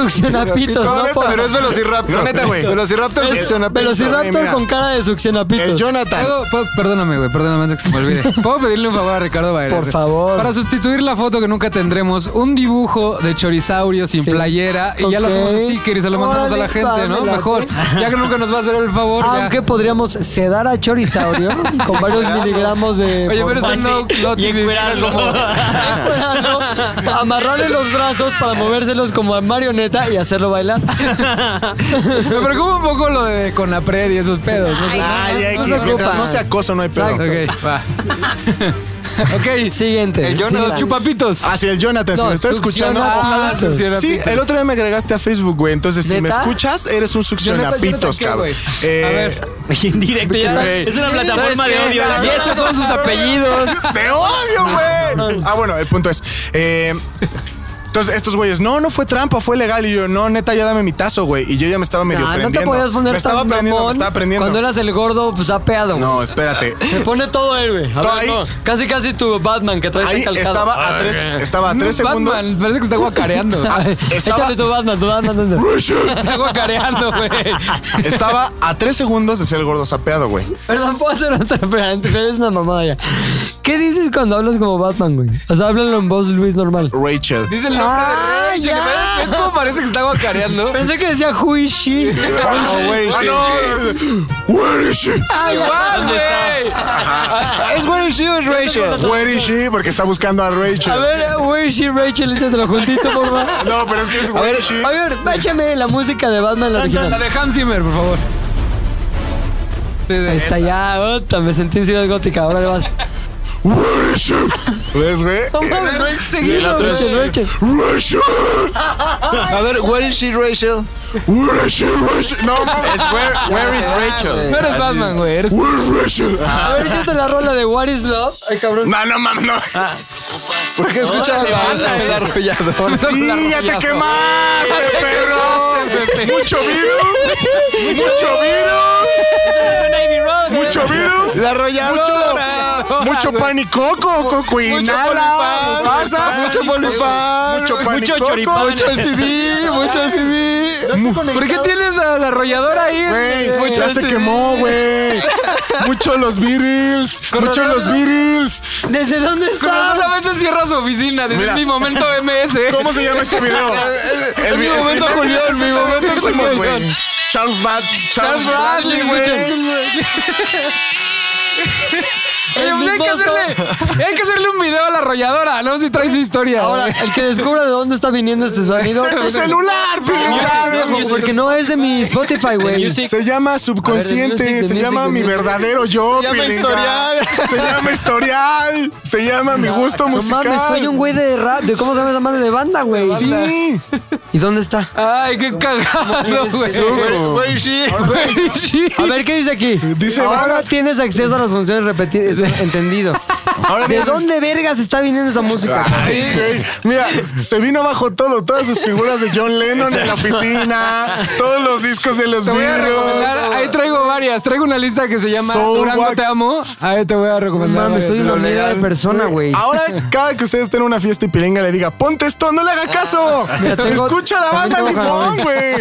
Speaker 2: succionapitos,
Speaker 11: No,
Speaker 2: ¿no?
Speaker 11: neta,
Speaker 2: Por-
Speaker 11: pero es Velociraptor.
Speaker 5: No, neta, güey.
Speaker 11: Velociraptor
Speaker 5: Es-
Speaker 11: succionapito.
Speaker 5: Güey,
Speaker 2: Velociraptor
Speaker 5: eh, mira.
Speaker 2: con cara de succionapitos.
Speaker 5: El Jonathan.
Speaker 4: ¿Puedo- puedo- perdóname, güey, perdóname antes que se me olvide. ¿Puedo pedirle un favor a Ricardo Baer?
Speaker 2: Por favor.
Speaker 4: Para sustituir la foto que nunca tendremos, un dibujo de chorisaurio sin
Speaker 2: Sí.
Speaker 4: playera y ya
Speaker 2: Ok.
Speaker 4: lo hacemos sticker y se lo mandamos
Speaker 2: Órale,
Speaker 4: a la gente,
Speaker 2: va, me
Speaker 4: ¿no?
Speaker 2: late.
Speaker 4: Mejor. Ya que nunca nos va a hacer el favor. ya.
Speaker 2: Aunque podríamos sedar a Chorisaurio con varios miligramos de.
Speaker 4: Oye, pero eso
Speaker 2: Ay,
Speaker 4: no,
Speaker 2: sí.
Speaker 4: no
Speaker 6: Y
Speaker 4: tiene-
Speaker 6: encuerarlo.
Speaker 4: como-
Speaker 2: Encuerarlo, pa- Amarrarle los brazos para movérselos como a marioneta y hacerlo bailar.
Speaker 4: Me preocupa un poco lo de Conapred y esos pedos. ¿no?
Speaker 5: Ay,
Speaker 4: No
Speaker 5: X,
Speaker 4: se
Speaker 5: mientras
Speaker 4: ocupa.
Speaker 5: no sea acoso, no hay pedo.
Speaker 2: Exacto.
Speaker 4: Ok, va. ok,
Speaker 2: Siguiente.
Speaker 11: El Jonathan.
Speaker 4: los chupapitos.
Speaker 5: Hacia Ah, el Jonathan, si
Speaker 2: No,
Speaker 5: me está escuchando,
Speaker 2: succiona-
Speaker 5: ojalá.
Speaker 2: Ah, succiona
Speaker 5: Sí,
Speaker 4: pitos.
Speaker 5: el otro día me agregaste a Facebook, güey. Entonces, si me
Speaker 2: ¿Neta?
Speaker 5: escuchas, eres un
Speaker 4: Jonathan,
Speaker 5: succionapitos,
Speaker 4: ¿qué,
Speaker 5: cabrón.
Speaker 4: güey?
Speaker 5: Eh,
Speaker 4: A ver.
Speaker 6: En directo ya.
Speaker 5: Güey.
Speaker 6: Es una plataforma de
Speaker 4: ¿Sabes qué?
Speaker 6: odio.
Speaker 4: Y estos son sus apellidos.
Speaker 5: ¡Te odio, güey! Ah, bueno, el punto es. eh, entonces, estos güeyes, no, no fue trampa, fue legal. Y yo, no, neta, ya dame mi tazo, güey. Y yo ya me estaba medio
Speaker 2: Nah, Ah, no
Speaker 5: prendiendo.
Speaker 2: te podías poner
Speaker 5: me estaba
Speaker 2: tan
Speaker 5: prendiendo, me
Speaker 2: mamón
Speaker 5: estaba prendiendo.
Speaker 2: Cuando eras el gordo pues, apeado.
Speaker 5: No, espérate.
Speaker 2: Se pone todo héroe. A ver,
Speaker 5: Ahí-
Speaker 2: no. Casi, casi tu Batman que traes
Speaker 5: Ahí
Speaker 2: calcado.
Speaker 5: estaba
Speaker 6: Ah,
Speaker 5: a tres, estaba a
Speaker 4: No
Speaker 5: tres
Speaker 4: es Batman,
Speaker 5: segundos.
Speaker 4: parece que está guacareando.
Speaker 5: estaba-
Speaker 2: Échale tu Batman, tu Batman. ¿dónde?
Speaker 4: está guacareando, güey.
Speaker 5: Estaba a tres segundos de ser el gordo sapeado, güey.
Speaker 2: Perdón, puedo hacer otra pregunta, pero es una mamada ya. ¿Qué dices cuando hablas como Batman, güey? O sea, háblalo en voz Luis normal.
Speaker 5: Rachel.
Speaker 4: Dice el nombre
Speaker 2: Ah,
Speaker 4: de Rachel.
Speaker 2: ya.
Speaker 4: ¿ves? ¿Ves cómo parece que está guacareando?
Speaker 2: Pensé que decía Huishi.
Speaker 5: Ah, where is she? Where is she?
Speaker 4: Ah, igual, güey.
Speaker 5: Es where is she o es Rachel. Where is she? Porque está buscando a Rachel.
Speaker 2: A ver, Huishi, Rachel, échatelo juntito, por favor.
Speaker 5: No, pero es que es where is she.
Speaker 2: A ver, échame la música de Batman la
Speaker 4: La
Speaker 2: original.
Speaker 4: de Hans Zimmer, por favor. Sí, de-
Speaker 2: Ahí está ya, otra, me sentí en Ciudad Gótica, ahora le vas.
Speaker 5: Where is she? ¿Ves, güey?
Speaker 2: No mames, no he
Speaker 4: Y el
Speaker 2: seguido,
Speaker 4: otro es-
Speaker 2: Rachel, Rachel.
Speaker 5: Rachel.
Speaker 11: A ver, where is she, Rachel?
Speaker 5: Where is she? Rachel. No, mames.
Speaker 10: Where, where is Rachel?
Speaker 4: No eres Batman, güey. Eres
Speaker 5: Where is Rachel?
Speaker 2: A ver, échate la rola de What is Love. Ay, cabrón.
Speaker 5: No, no mames, no.
Speaker 11: Porque escucha la, la arrolladora.
Speaker 5: Y ya te quemaste, este. perro. Mucho virus. Mucho virus. Mucho virus.
Speaker 11: La arrolladora.
Speaker 5: ¿eh? Mucho panicoco, coco y nada. Mufasa, Mucho polipán. Mucho panicoco. Mucho
Speaker 11: CD, mucho CD.
Speaker 4: ¿Por qué tienes a la arrolladora ahí?
Speaker 5: Güey,
Speaker 4: Eh,
Speaker 5: mucho ya se quemó, güey. Mucho los Beatles.
Speaker 4: Con
Speaker 5: Mucho
Speaker 4: razón.
Speaker 5: los Beatles.
Speaker 2: ¿Desde dónde
Speaker 4: Con razón a
Speaker 2: está?
Speaker 4: veces cierra su oficina. Desde
Speaker 5: Mira.
Speaker 4: mi momento MS.
Speaker 5: ¿Cómo se llama este video? Es mi momento, Julián. Mi momento hicimos, güey. Charles Bat. Charles Bradley, güey.
Speaker 4: Oye, pues hay que hacerle, hay que hacerle un video a la arrolladora, ¿no? Si trae su historia.
Speaker 2: Ahora, el que descubra de dónde está viniendo este sonido.
Speaker 5: ¡De tu celular,
Speaker 2: Claro,
Speaker 5: Filipe!
Speaker 2: Porque no es de mi Spotify, güey.
Speaker 5: Se llama subconsciente,
Speaker 2: A ver, de music,
Speaker 5: se
Speaker 2: de
Speaker 5: llama
Speaker 2: music,
Speaker 5: mi
Speaker 2: de music.
Speaker 5: verdadero yo.
Speaker 11: Se llama
Speaker 5: Pilinga.
Speaker 11: historial.
Speaker 5: Se llama historial. Se llama mi gusto
Speaker 2: No
Speaker 5: musical.
Speaker 2: mames, soy un güey de rap. ¿De cómo se llama esa madre de banda, güey?
Speaker 5: Sí.
Speaker 2: ¿Y dónde está?
Speaker 4: Ay, qué cagado, güey.
Speaker 11: Where is she?
Speaker 2: A ver, ¿qué dice aquí?
Speaker 5: Dice,
Speaker 2: Ahora
Speaker 5: "Ahora-
Speaker 2: tienes acceso a las funciones repetidas. Entendido. ¿De dónde vergas está viniendo esa música?
Speaker 5: Ay, güey. Mira, se vino abajo todo, todas sus figuras de John Lennon en la oficina, todos los discos de los
Speaker 4: Te voy a recomendar, ahí
Speaker 5: Beatles.
Speaker 4: traigo varias. Traigo una lista que se llama
Speaker 5: Soul
Speaker 4: Durango
Speaker 5: Wax.
Speaker 4: Te Amo. Ahí te voy a recomendar.
Speaker 2: Mames,
Speaker 4: varias.
Speaker 2: soy una mierda de
Speaker 5: legal.
Speaker 2: persona, güey.
Speaker 5: Ahora, cada que ustedes estén en una fiesta y Pilinga le diga, ponte esto, no le haga caso.
Speaker 2: Ah, Mira, tengo-
Speaker 5: Escucha la banda
Speaker 2: también tengo
Speaker 5: limón,
Speaker 2: jabón.
Speaker 5: güey.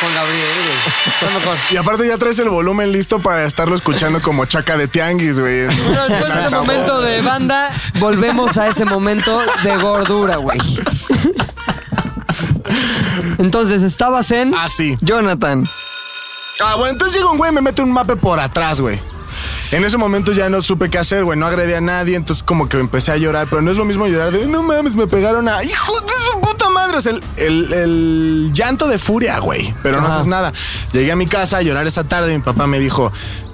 Speaker 2: Con Gabriel, güey.
Speaker 5: Y aparte ya traes el volumen listo para estarlo escuchando como chaca de tianguis, güey.
Speaker 2: Bueno, después de ese momento de banda, volvemos a ese momento de gordura, güey. Entonces, estabas en.
Speaker 5: Así.
Speaker 11: Jonathan.
Speaker 5: Ah, bueno, entonces llega un güey y me mete un mape por atrás, güey. En ese momento ya no supe qué hacer, güey. No agredí a nadie, entonces como que empecé a llorar. Pero no es lo mismo llorar de, no mames, me pegaron a... ¡Hijo de su puta madre! O sea, el, el- el llanto de furia, güey. Pero no haces nada. Llegué a mi casa a llorar esa tarde y mi papá me dijo,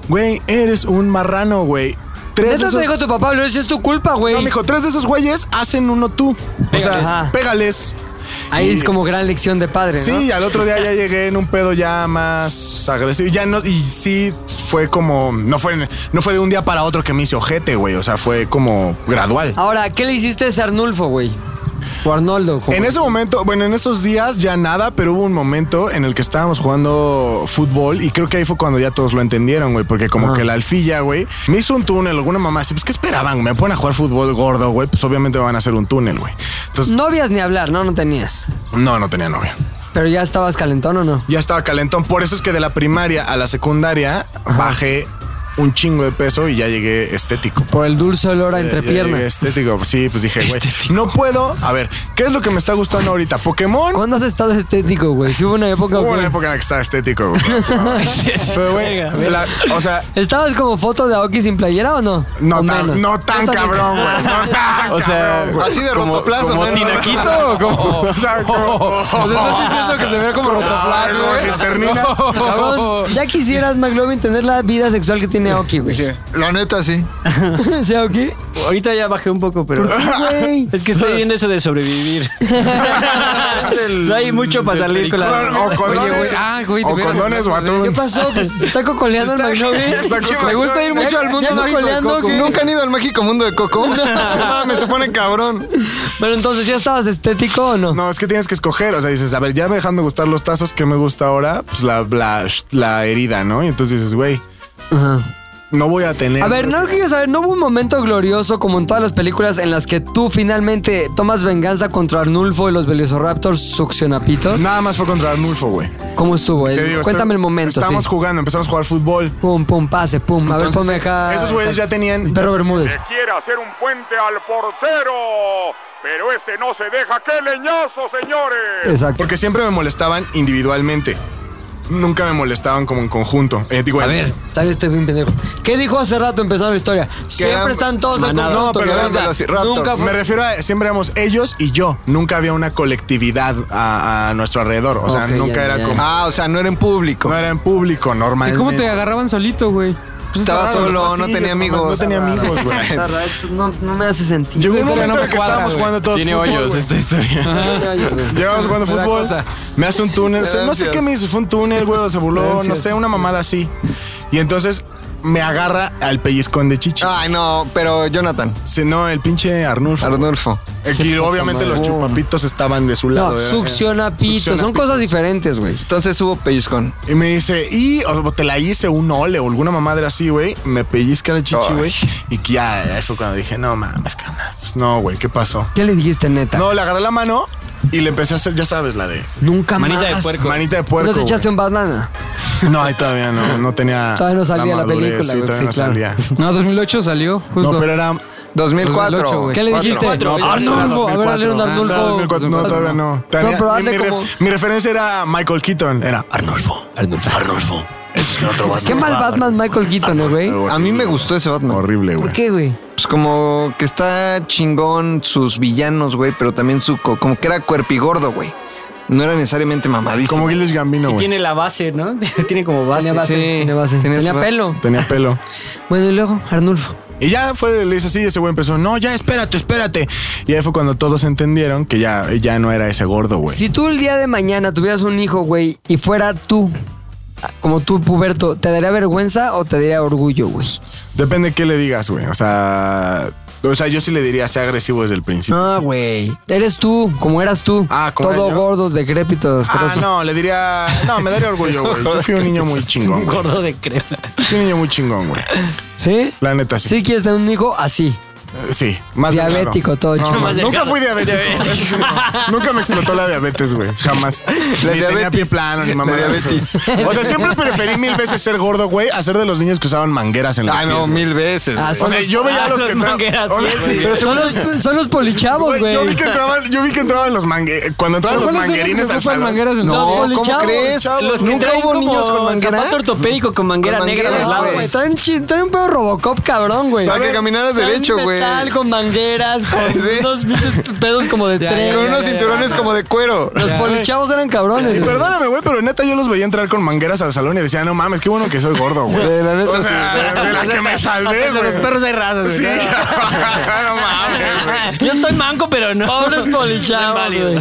Speaker 5: güey, eres un marrano, güey. Tres de
Speaker 2: Eso te
Speaker 5: esos-
Speaker 2: dijo tu papá, pero eso es tu culpa, güey.
Speaker 5: No, mijo, tres de esos güeyes hacen uno tú. O sea,
Speaker 2: Ajá.
Speaker 5: pégales.
Speaker 2: Ahí
Speaker 5: Y-
Speaker 2: es como gran lección de padre, ¿no?
Speaker 5: Sí, al otro día ya llegué en un pedo ya más agresivo. Y Ya no, y sí fue como. No fue, no fue de un día para otro que me hice ojete, güey. O sea, fue como gradual.
Speaker 2: Ahora, ¿qué le hiciste a ese Arnulfo, güey? O Arnoldo. como-
Speaker 5: En ese momento, bueno, en esos días ya nada, pero hubo un momento en el que estábamos jugando fútbol y creo que ahí fue cuando ya todos lo entendieron, güey, porque como
Speaker 2: Ajá.
Speaker 5: que la alfilla, güey, me hizo un túnel, alguna mamá así, pues ¿qué esperaban? Me ponen a jugar fútbol gordo, güey, pues obviamente me van a hacer un túnel, güey. Entonces,
Speaker 2: Novias ni hablar, ¿no? No tenías.
Speaker 5: no, no tenía novia.
Speaker 2: Pero ya estabas calentón o no.
Speaker 5: Ya estaba calentón, por eso es que de la primaria a la secundaria bajé un chingo de peso y ya llegué estético.
Speaker 2: Por el dulce olor a
Speaker 5: Ya llegué
Speaker 2: entrepierna.
Speaker 5: Estético, sí, pues dije, güey, no puedo. A ver, ¿qué es lo que me está gustando ahorita? ¿Pokémon?
Speaker 2: ¿Cuándo has estado estético, güey? Si hubo una época.
Speaker 5: Hubo una
Speaker 2: güey.
Speaker 5: época en la que estaba estético, güey. Pero, güey, la- o sea,
Speaker 2: ¿Estabas como foto de Aoki sin playera o no?
Speaker 5: no
Speaker 2: ¿O
Speaker 5: tan,
Speaker 2: menos?
Speaker 5: no tan cabrón, güey. No tan
Speaker 10: O sea,
Speaker 5: cabrón, güey.
Speaker 11: Así de
Speaker 10: Como-
Speaker 11: rotoplazo,
Speaker 10: como
Speaker 11: ¿no?
Speaker 10: tinaquito o como.
Speaker 5: O sea, como-
Speaker 4: O sea, estás diciendo que se ve como
Speaker 5: Ah,
Speaker 4: rotoplas,
Speaker 5: no,
Speaker 4: güey.
Speaker 5: cisternina.
Speaker 2: Cabrón, ya quisieras, McLovin, tener la vida sexual que tiene Aoki, güey.
Speaker 11: Sí, La neta, sí.
Speaker 2: ¿Sí, Aoki?
Speaker 6: Ahorita ya bajé un poco, pero. Es que estoy viendo eso de sobrevivir. no hay mucho para salir con la.
Speaker 5: O condones,
Speaker 4: güey, ah, güey, te
Speaker 5: o
Speaker 4: hubiera-
Speaker 5: condones,
Speaker 2: ¿Qué
Speaker 5: guatón.
Speaker 2: pasó? Que se está cocoleando el McLovin.
Speaker 5: Está
Speaker 4: Me
Speaker 5: con-
Speaker 4: gusta ir mucho al mundo
Speaker 2: Ya
Speaker 4: mágico de
Speaker 2: coleando,
Speaker 4: Coco.
Speaker 2: ¿qué?
Speaker 11: ¿Nunca han ido al México Mundo de Coco?
Speaker 5: Mames, se pone cabrón.
Speaker 2: Pero entonces, ¿ya estabas estético o no?
Speaker 5: No, es que tienes que escoger. O sea, dices, a ver, ya me dejan de gustar los tazos, ¿qué me gusta ahora? Pues la, la, la herida, ¿no? Y entonces dices, güey,
Speaker 2: Ajá.
Speaker 5: no voy a tener.
Speaker 2: A ver, no lo quiero saber, ¿no hubo un momento glorioso como en todas las películas en las que tú finalmente tomas venganza contra Arnulfo y los Velociraptors succionapitos?
Speaker 5: Nada más fue contra Arnulfo, güey.
Speaker 2: ¿Cómo estuvo?
Speaker 5: Te
Speaker 2: El-
Speaker 5: digo,
Speaker 2: Cuéntame
Speaker 5: está-
Speaker 2: el momento,
Speaker 5: Estamos
Speaker 2: sí.
Speaker 5: jugando, empezamos a jugar fútbol.
Speaker 2: Pum, pum, pase, pum. A ver,
Speaker 5: Entonces,
Speaker 2: ponme acá.
Speaker 5: Esos güeyes ya tenían.
Speaker 2: Perro Bermúdez.
Speaker 12: quiere hacer un puente al portero. Pero este no se deja. ¡Qué leñazo,
Speaker 5: Eh,
Speaker 12: señores!
Speaker 2: Exacto.
Speaker 5: Porque siempre me molestaban individualmente. Nunca me molestaban como en conjunto. Eh, digo,
Speaker 2: A
Speaker 5: en-
Speaker 2: ver, está bien, estoy bien pendejo. ¿Qué dijo hace rato empezando la historia? Siempre
Speaker 11: eran
Speaker 2: están todos en
Speaker 6: manada.
Speaker 2: conjunto.
Speaker 11: No, pero
Speaker 2: que
Speaker 11: eran
Speaker 2: venga.
Speaker 11: velociraptors.
Speaker 2: Nunca fue.
Speaker 5: Me refiero a siempre éramos ellos y yo. Nunca había una colectividad a, a nuestro alrededor. O sea,
Speaker 2: Ok,
Speaker 5: nunca
Speaker 2: ya,
Speaker 5: era
Speaker 2: ya,
Speaker 5: como.
Speaker 11: Ah, o sea, no era en público.
Speaker 5: No era en público,
Speaker 4: ¿Y
Speaker 5: normalmente.
Speaker 4: cómo te agarraban solito, güey?
Speaker 11: Estaba
Speaker 5: Claro,
Speaker 11: solo,
Speaker 5: los
Speaker 11: no
Speaker 5: pasillos,
Speaker 11: tenía amigos.
Speaker 5: No tenía amigos, güey.
Speaker 2: Está raro, esto No, no me hace sentido.
Speaker 5: Llegó un
Speaker 4: Pero
Speaker 5: momento
Speaker 4: no me
Speaker 5: en el que
Speaker 4: cuadra,
Speaker 5: estábamos
Speaker 4: güey.
Speaker 5: jugando todos
Speaker 10: Tiene
Speaker 5: fútbol,
Speaker 10: hoyos
Speaker 5: güey.
Speaker 10: esta historia.
Speaker 5: Llegábamos jugando
Speaker 4: Me da
Speaker 5: fútbol.
Speaker 4: cosa.
Speaker 5: Me hace un túnel.
Speaker 11: Me da
Speaker 5: no sé
Speaker 11: ansias.
Speaker 5: qué me hizo. Fue un túnel, güey. o Se burló. No sé, una mamada así. Y entonces me agarra al pellizcón de chichi.
Speaker 11: Ay, no, pero Jonathan,
Speaker 5: Sí, no, el pinche Arnulfo.
Speaker 11: Arnulfo.
Speaker 5: Y obviamente los chupapitos estaban de su lado. ¿eh?
Speaker 2: No,
Speaker 5: era-
Speaker 2: succiona pitos. Son
Speaker 5: Succionapitos.
Speaker 2: cosas diferentes, güey.
Speaker 11: Entonces hubo pellizcón.
Speaker 5: Y me dice, y o te la hice un ole o alguna mamadre así, güey. Me pellizca la chichi, güey. Y que ya, ahí fue cuando dije, no mames, carnal. Pues no, güey, ¿qué pasó?
Speaker 2: ¿Qué le dijiste, neta?
Speaker 5: No, le agarré la mano y le empecé a hacer, ya sabes, la de
Speaker 2: Nunca
Speaker 6: Manita
Speaker 2: más.
Speaker 6: de puerco.
Speaker 5: manita de puerco.
Speaker 2: ¿No te echaste un banana?
Speaker 5: güey. No, ahí todavía no, no tenía.
Speaker 2: Todavía no salía la
Speaker 5: madurez,
Speaker 2: película,
Speaker 5: Sí,
Speaker 2: güey,
Speaker 5: todavía
Speaker 2: sí,
Speaker 5: no
Speaker 2: claro.
Speaker 5: salía.
Speaker 4: No, 2008 salió, justo.
Speaker 5: No, pues, pero era.
Speaker 11: 2004.
Speaker 4: 2008, güey.
Speaker 2: ¿Qué le
Speaker 11: Cuatro.
Speaker 2: dijiste?
Speaker 6: Cuatro,
Speaker 2: Ah,
Speaker 6: güey.
Speaker 2: Arnulfo. A ver, hazle un
Speaker 4: Ah,
Speaker 2: Arnulfo.
Speaker 5: No, 2004, no, todavía no. Tenía-
Speaker 2: No, pero
Speaker 5: mi, mi
Speaker 2: hazle
Speaker 5: ref-
Speaker 2: como...
Speaker 5: mi referencia era Michael Keaton. Era Arnulfo. Arnulfo. Arnulfo. Ese es otro
Speaker 2: Qué mal Batman Michael Keaton, ¿eh,
Speaker 5: Ah,
Speaker 2: güey.
Speaker 11: A mí me gustó ese Batman.
Speaker 5: Horrible, güey.
Speaker 2: ¿Por qué, güey?
Speaker 11: Pues como que está chingón sus villanos, güey, pero también su... co- Como que era cuerpigordo, güey. No era necesariamente mamadísimo.
Speaker 5: Como Gilles Gambino, güey.
Speaker 6: Tiene la base, ¿no? Tiene como
Speaker 2: Tenía
Speaker 6: base.
Speaker 2: base,
Speaker 11: sí.
Speaker 2: tenía base.
Speaker 11: Tenía
Speaker 2: Tenía
Speaker 11: su base.
Speaker 2: pelo.
Speaker 5: Tenía pelo.
Speaker 2: Bueno, y luego, Arnulfo.
Speaker 5: Y ya fue, le hice así, y ese güey empezó, no, ya espérate, espérate. Y ahí fue cuando todos entendieron que ya, ya no era ese gordo, güey.
Speaker 2: Si tú el día de mañana tuvieras un hijo, güey, y fuera tú, como tú, puberto, ¿te daría vergüenza o te daría orgullo, güey?
Speaker 5: Depende qué le digas, güey. O sea, o sea, yo sí le diría, sea agresivo desde el principio.
Speaker 2: Ah, güey. Eres tú, como eras tú.
Speaker 5: Ah, ¿como
Speaker 2: Todo
Speaker 5: era yo?
Speaker 2: gordo, decrépito,
Speaker 5: Ah,
Speaker 2: asqueroso.
Speaker 5: no, le diría, no, me daría orgullo, güey. Yo fui un niño muy chingón, güey.
Speaker 6: Gordo de crema.
Speaker 5: Fui un niño muy chingón, güey.
Speaker 2: ¿Sí?
Speaker 5: La neta, sí.
Speaker 2: ¿Sí quieres tener un hijo así?
Speaker 5: Eh, Sí, más
Speaker 2: Diabético,
Speaker 5: delgado.
Speaker 2: todo
Speaker 5: No,
Speaker 2: chido.
Speaker 5: más
Speaker 6: Más
Speaker 5: Nunca
Speaker 6: delgado.
Speaker 5: fui diabético. eso sí, no. Nunca me explotó la diabetes, güey. Jamás. ni tenía
Speaker 11: diabetes.
Speaker 5: pie plano, ni mamá
Speaker 11: La diabetes.
Speaker 5: O sea, siempre preferí mil veces ser gordo, güey, a ser de los niños que usaban mangueras en la
Speaker 11: Ah, no, mil veces.
Speaker 2: Ah,
Speaker 11: güey.
Speaker 5: O
Speaker 2: son
Speaker 5: sea,
Speaker 2: los-
Speaker 5: yo veía a los que
Speaker 6: los
Speaker 5: entraban.
Speaker 6: mangueras,
Speaker 5: o sea,
Speaker 6: sí,
Speaker 5: güey,
Speaker 6: sí.
Speaker 5: pero
Speaker 2: son, los, son los polichavos,
Speaker 5: güey,
Speaker 2: güey.
Speaker 5: yo vi que entraban, yo vi que entraban los mangue, cuando entraban los
Speaker 4: ¿Cuáles son los que
Speaker 5: manguerines al
Speaker 4: ocupan
Speaker 5: salón.
Speaker 4: mangueras en
Speaker 11: No,
Speaker 4: todo?
Speaker 2: Los
Speaker 11: ¿cómo
Speaker 2: chavos,
Speaker 11: crees?
Speaker 6: Los que
Speaker 11: Nunca
Speaker 6: traen
Speaker 11: hubo
Speaker 6: como
Speaker 11: niños con manguera. ¿eh?
Speaker 6: zapato ortopédico con manguera
Speaker 11: Con
Speaker 6: negra
Speaker 11: manguera,
Speaker 6: al lado.
Speaker 11: güey.
Speaker 2: Güey, Traen, chi- traen un pedo Robocop, cabrón, güey.
Speaker 11: Para que caminaras derecho, güey.
Speaker 2: hospital con mangueras, con unos pinches pedos como de tren.
Speaker 3: Con unos cinturones como de cuero.
Speaker 2: Los polichavos eran
Speaker 5: Y
Speaker 2: cabrones. güey.
Speaker 5: perdóname, güey, pero neta yo los veía entrar con mangueras al salón y decía, no mames, qué bueno que soy gordo, güey.
Speaker 3: De la neta,
Speaker 5: O sea,
Speaker 3: sí.
Speaker 5: de la que me salvé,
Speaker 7: De
Speaker 5: güey.
Speaker 7: los perros hay razas, güey.
Speaker 5: Sí. No
Speaker 7: Yo estoy manco, pero no.
Speaker 2: Pobres polichavos. güey.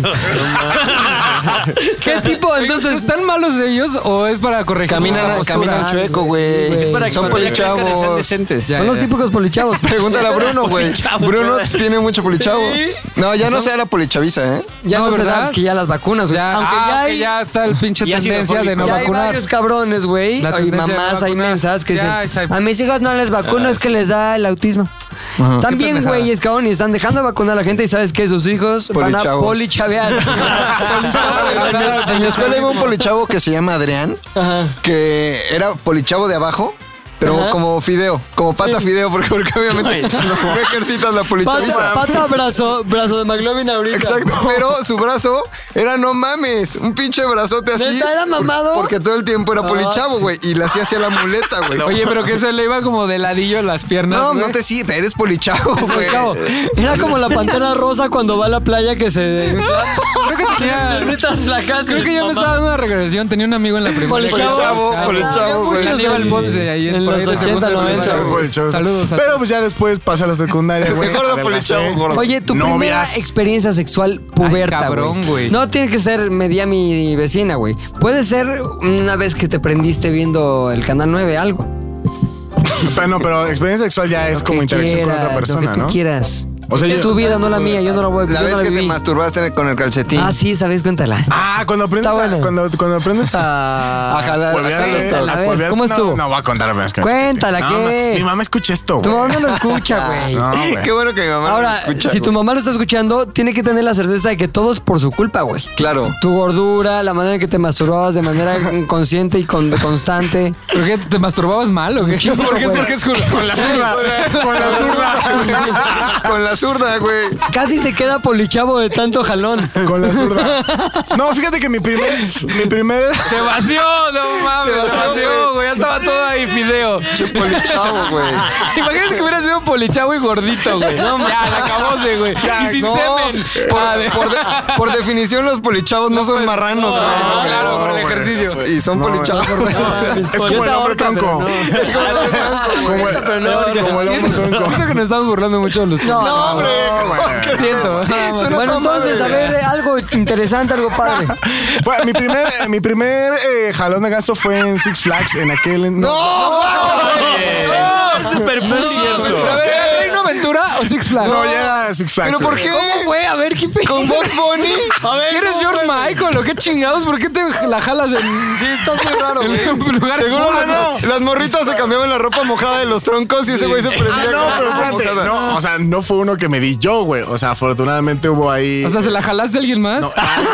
Speaker 2: ¿Qué tipo? Pues, Entonces,
Speaker 4: ¿Están malos ellos o es para corregir? la
Speaker 11: Caminan,
Speaker 4: postura?
Speaker 11: caminan chueco, güey.
Speaker 6: para que
Speaker 11: Son
Speaker 6: cuando ya crezcan sean
Speaker 11: polichavos.
Speaker 6: decentes.
Speaker 4: Son los típicos polichavos.
Speaker 11: Pregúntale a Bruno, güey.
Speaker 7: Polichavos,
Speaker 11: Bruno
Speaker 7: ¿verdad?
Speaker 11: tiene mucho polichavo. No, ya no sea la polichaviza, ¿eh?
Speaker 2: ya
Speaker 4: No,
Speaker 2: no, se
Speaker 4: ¿verdad?
Speaker 2: da, es que ya las vacunas, güey.
Speaker 4: Ya,
Speaker 2: Aunque
Speaker 4: ah,
Speaker 2: ya
Speaker 4: ok,
Speaker 2: hay,
Speaker 4: ya está el pinche
Speaker 7: Ya ha sido
Speaker 4: tendencia de no
Speaker 2: ya hay
Speaker 4: vacunar.
Speaker 2: varios cabrones, güey.
Speaker 4: La
Speaker 2: Hay
Speaker 4: tendencia de
Speaker 2: mamás, hay
Speaker 4: vacunar.
Speaker 2: mensas que
Speaker 4: Ya,
Speaker 2: dicen,
Speaker 4: esa-
Speaker 2: a mis hijos no les vacuno, es que les da el autismo. Están
Speaker 4: Qué
Speaker 2: bien,
Speaker 4: pendejada.
Speaker 2: güey, cabrón, y están dejando de vacunar a la gente y sabes que sus hijos van a
Speaker 11: Polichavos.
Speaker 2: polichavear.
Speaker 11: En mi- en mi escuela iba un polichavo que se llama Adrián,
Speaker 2: Ajá.
Speaker 11: que era polichavo de abajo. Pero
Speaker 2: Ajá.
Speaker 11: como fideo, como pata fideo, porque, porque obviamente no ejercitas la polichaviza.
Speaker 2: Pata, pata, brazo, brazo de McLovin ahorita.
Speaker 11: Exacto, pero su brazo era no mames, un pinche brazote así.
Speaker 2: ¿Neta era mamado?
Speaker 11: Porque todo el tiempo era polichavo, güey, y le hacía hacia la muleta, güey.
Speaker 4: Oye, pero que se le iba como de ladillo a las piernas.
Speaker 11: No,
Speaker 4: güey.
Speaker 11: no te sí, eres polichavo, güey.
Speaker 2: Cabo, Era como la pantera rosa cuando va a la playa que se.
Speaker 4: Creo que tenía.
Speaker 2: Netas la casa.
Speaker 4: Creo que yo me estaba dando una regresión. Tenía un amigo en la primaria.
Speaker 2: Polichavo,
Speaker 11: Polichavo,
Speaker 4: Ah,
Speaker 11: polichavo, güey.
Speaker 4: Muchos
Speaker 2: Caníbal
Speaker 4: en-
Speaker 2: Ponce, ahí en-
Speaker 4: en
Speaker 2: por
Speaker 4: los
Speaker 2: ahí de
Speaker 4: 80,
Speaker 2: segundo lugar.
Speaker 4: 90.
Speaker 5: mames.
Speaker 4: Saludos a
Speaker 5: Pero
Speaker 4: todos.
Speaker 5: pues ya después pasé a la secundaria, güey.
Speaker 11: Gordo
Speaker 5: Adelgacé.
Speaker 11: polichavo, gordo.
Speaker 2: Oye, tu primera
Speaker 5: Novias.
Speaker 2: experiencia sexual puberta,
Speaker 4: Ay, cabrón, güey.
Speaker 2: No tiene que ser me di a mi vecina, güey. Puede ser una vez que te prendiste viendo el Canal 9 algo.
Speaker 5: Pero No, pero experiencia sexual ya es como
Speaker 2: Que
Speaker 5: interacción con
Speaker 2: quieras,
Speaker 5: otra
Speaker 2: Lo
Speaker 5: persona,
Speaker 2: que tú
Speaker 5: ¿no?
Speaker 2: quieras.
Speaker 5: O sea,
Speaker 2: es
Speaker 5: yo-
Speaker 2: tu vida, no la mía. Yo no la voy a
Speaker 11: La
Speaker 2: yo
Speaker 11: vez
Speaker 2: no
Speaker 11: que te
Speaker 2: viví.
Speaker 11: masturbaste con el calcetín.
Speaker 2: Ah, sí, sabes, cuéntala.
Speaker 5: Ah, cuando aprendes,
Speaker 2: Está
Speaker 5: a-
Speaker 2: bueno.
Speaker 5: cuando, cuando aprendes a...
Speaker 11: A jalar-
Speaker 5: polvear
Speaker 11: a jalar
Speaker 5: los-
Speaker 2: esto. A ver,
Speaker 5: polvear-
Speaker 2: ¿cómo
Speaker 5: no,
Speaker 2: estuvo?
Speaker 5: No, voy a contar apenas que-
Speaker 2: Cuéntala,
Speaker 5: No,
Speaker 2: ¿qué?
Speaker 5: ma- Mi mamá escucha esto,
Speaker 2: Tu mamá
Speaker 5: güey.
Speaker 2: no lo escucha, güey.
Speaker 5: No, güey.
Speaker 11: Qué bueno que mi mamá
Speaker 2: Ahora,
Speaker 11: no me escucha,
Speaker 2: si tu
Speaker 11: güey.
Speaker 2: mamá lo está escuchando, tiene que tener la certeza de que todo es por su culpa, güey.
Speaker 11: Claro.
Speaker 2: Tu gordura, la manera en que te masturbabas de manera inconsciente y con- constante.
Speaker 4: ¿Por qué te masturbabas mal o qué?
Speaker 2: Muchísimo,
Speaker 4: Porque es
Speaker 2: güey.
Speaker 4: porque es con, con la zurda.
Speaker 11: Con la zurda. Con la zurda, güey.
Speaker 2: Casi se queda polichavo de tanto jalón.
Speaker 5: Con la zurda. No, fíjate que mi primer... Mi primer...
Speaker 4: Se vació, no mames, se
Speaker 11: Se
Speaker 4: vació,
Speaker 11: vació,
Speaker 4: güey. Ya estaba todo ahí fideo.
Speaker 11: Che polichavo, güey.
Speaker 4: Imagínate que hubiera sido polichavo y gordito, güey. No, ya, la acabose, güey. Y sin
Speaker 11: no,
Speaker 4: semen.
Speaker 11: Por,
Speaker 4: Ah, de-
Speaker 11: por de- por definición, los polichavos no, son marranos,
Speaker 4: no,
Speaker 11: güey.
Speaker 4: Ah, claro, por el ejercicio.
Speaker 11: Y son polichavos.
Speaker 5: Es como el hombre tronco. Es como el hombre tronco. Como el- Como el hombre
Speaker 4: Siento
Speaker 5: tronco.
Speaker 4: siento que nos estamos burlando mucho de los
Speaker 2: No,
Speaker 11: hombre.
Speaker 5: güey.
Speaker 4: Siento. nada más.
Speaker 11: Suena
Speaker 2: Bueno,
Speaker 11: tan padre,
Speaker 2: entonces, a
Speaker 11: güey.
Speaker 2: ver, eh, algo interesante, algo padre.
Speaker 5: Fue- mi primer, eh, mi primer eh, jalón de gasto fue en Six Flags en aquel.
Speaker 11: ¡No!
Speaker 7: Super
Speaker 4: Pero a ver, ¿era Reino Aventura o Six Flags?
Speaker 5: No, ya era Six Flags.
Speaker 11: ¿Pero por
Speaker 5: güey.
Speaker 11: qué?
Speaker 2: Güey, a ver, ¿qué pe-
Speaker 11: ¿Con Vox Bunny?
Speaker 4: ¿Eres George Michael o qué chingados? ¿Por qué te la jalas en. Sí, estás muy raro. En lugar
Speaker 11: Seguro las, las morritas se cambiaban la ropa mojada de los troncos y ese güey se prendía.
Speaker 5: Ah,
Speaker 11: con
Speaker 5: no,
Speaker 11: la
Speaker 5: pero
Speaker 11: ropa
Speaker 5: espérate.
Speaker 11: mojada.
Speaker 5: No, o sea, no fue uno que me di yo, güey. O sea, afortunadamente hubo ahí.
Speaker 4: O sea, ¿se la jalaste a alguien más?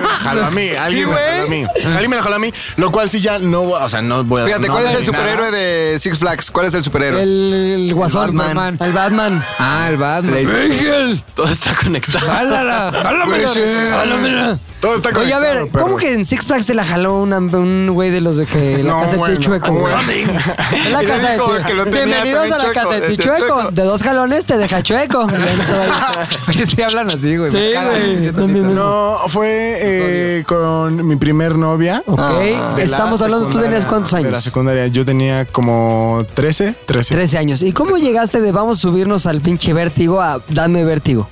Speaker 5: No, alguien me la jaló a mí. Alguien me la
Speaker 4: güey.
Speaker 5: jaló a mí. Alguien me la jaló a mí. Lo cual sí ya no, voy- o sea, no voy a.
Speaker 11: Fíjate,
Speaker 5: no
Speaker 11: ¿cuál es
Speaker 5: doy
Speaker 11: el
Speaker 5: nada.
Speaker 11: superhéroe de Six Flags? ¿Cuál es el superhéroe?
Speaker 4: El, el guasón,
Speaker 11: Batman.
Speaker 4: Batman.
Speaker 2: El Batman.
Speaker 4: Ah, el Batman.
Speaker 11: Le dice-
Speaker 4: ¡Ángel!
Speaker 7: Todo está conectado.
Speaker 4: ¡Jálala!
Speaker 11: Rachel.
Speaker 4: ¡Jálamela! ¡Jálamela!
Speaker 5: Todo está
Speaker 2: Oye, a
Speaker 5: conectado,
Speaker 2: ver,
Speaker 5: pero-
Speaker 2: ¿cómo que en Six Flags se la jaló una- un güey de los de que la
Speaker 5: No,
Speaker 2: casa de
Speaker 5: bueno, Ah,
Speaker 2: Tichueco?
Speaker 5: bueno.
Speaker 2: Es la
Speaker 11: Y le
Speaker 2: casa de
Speaker 11: dijo que lo
Speaker 2: Tichueco.
Speaker 11: tenía
Speaker 2: Bienvenidos
Speaker 11: también
Speaker 2: a la
Speaker 11: chueco,
Speaker 2: casa de
Speaker 11: de
Speaker 2: Tichueco.
Speaker 11: chueco.
Speaker 2: De dos jalones te deja chueco. Y ahí se va.
Speaker 4: Oye, sí hablan así, güey.
Speaker 2: Sí,
Speaker 4: Me cagan,
Speaker 2: güey.
Speaker 4: pinche
Speaker 2: No entiendo.
Speaker 4: tonita.
Speaker 5: No, fue eh, con mi primer novia.
Speaker 2: Ok,
Speaker 11: Ah,
Speaker 5: de la
Speaker 2: estamos hablando, ¿tú tenías
Speaker 5: secundaria-
Speaker 2: cuántos
Speaker 5: De la
Speaker 2: años?
Speaker 5: secundaria. Yo tenía como 13. 13.
Speaker 2: 13 años. ¿Y cómo llegaste de vamos a subirnos al pinche vértigo a dame vértigo?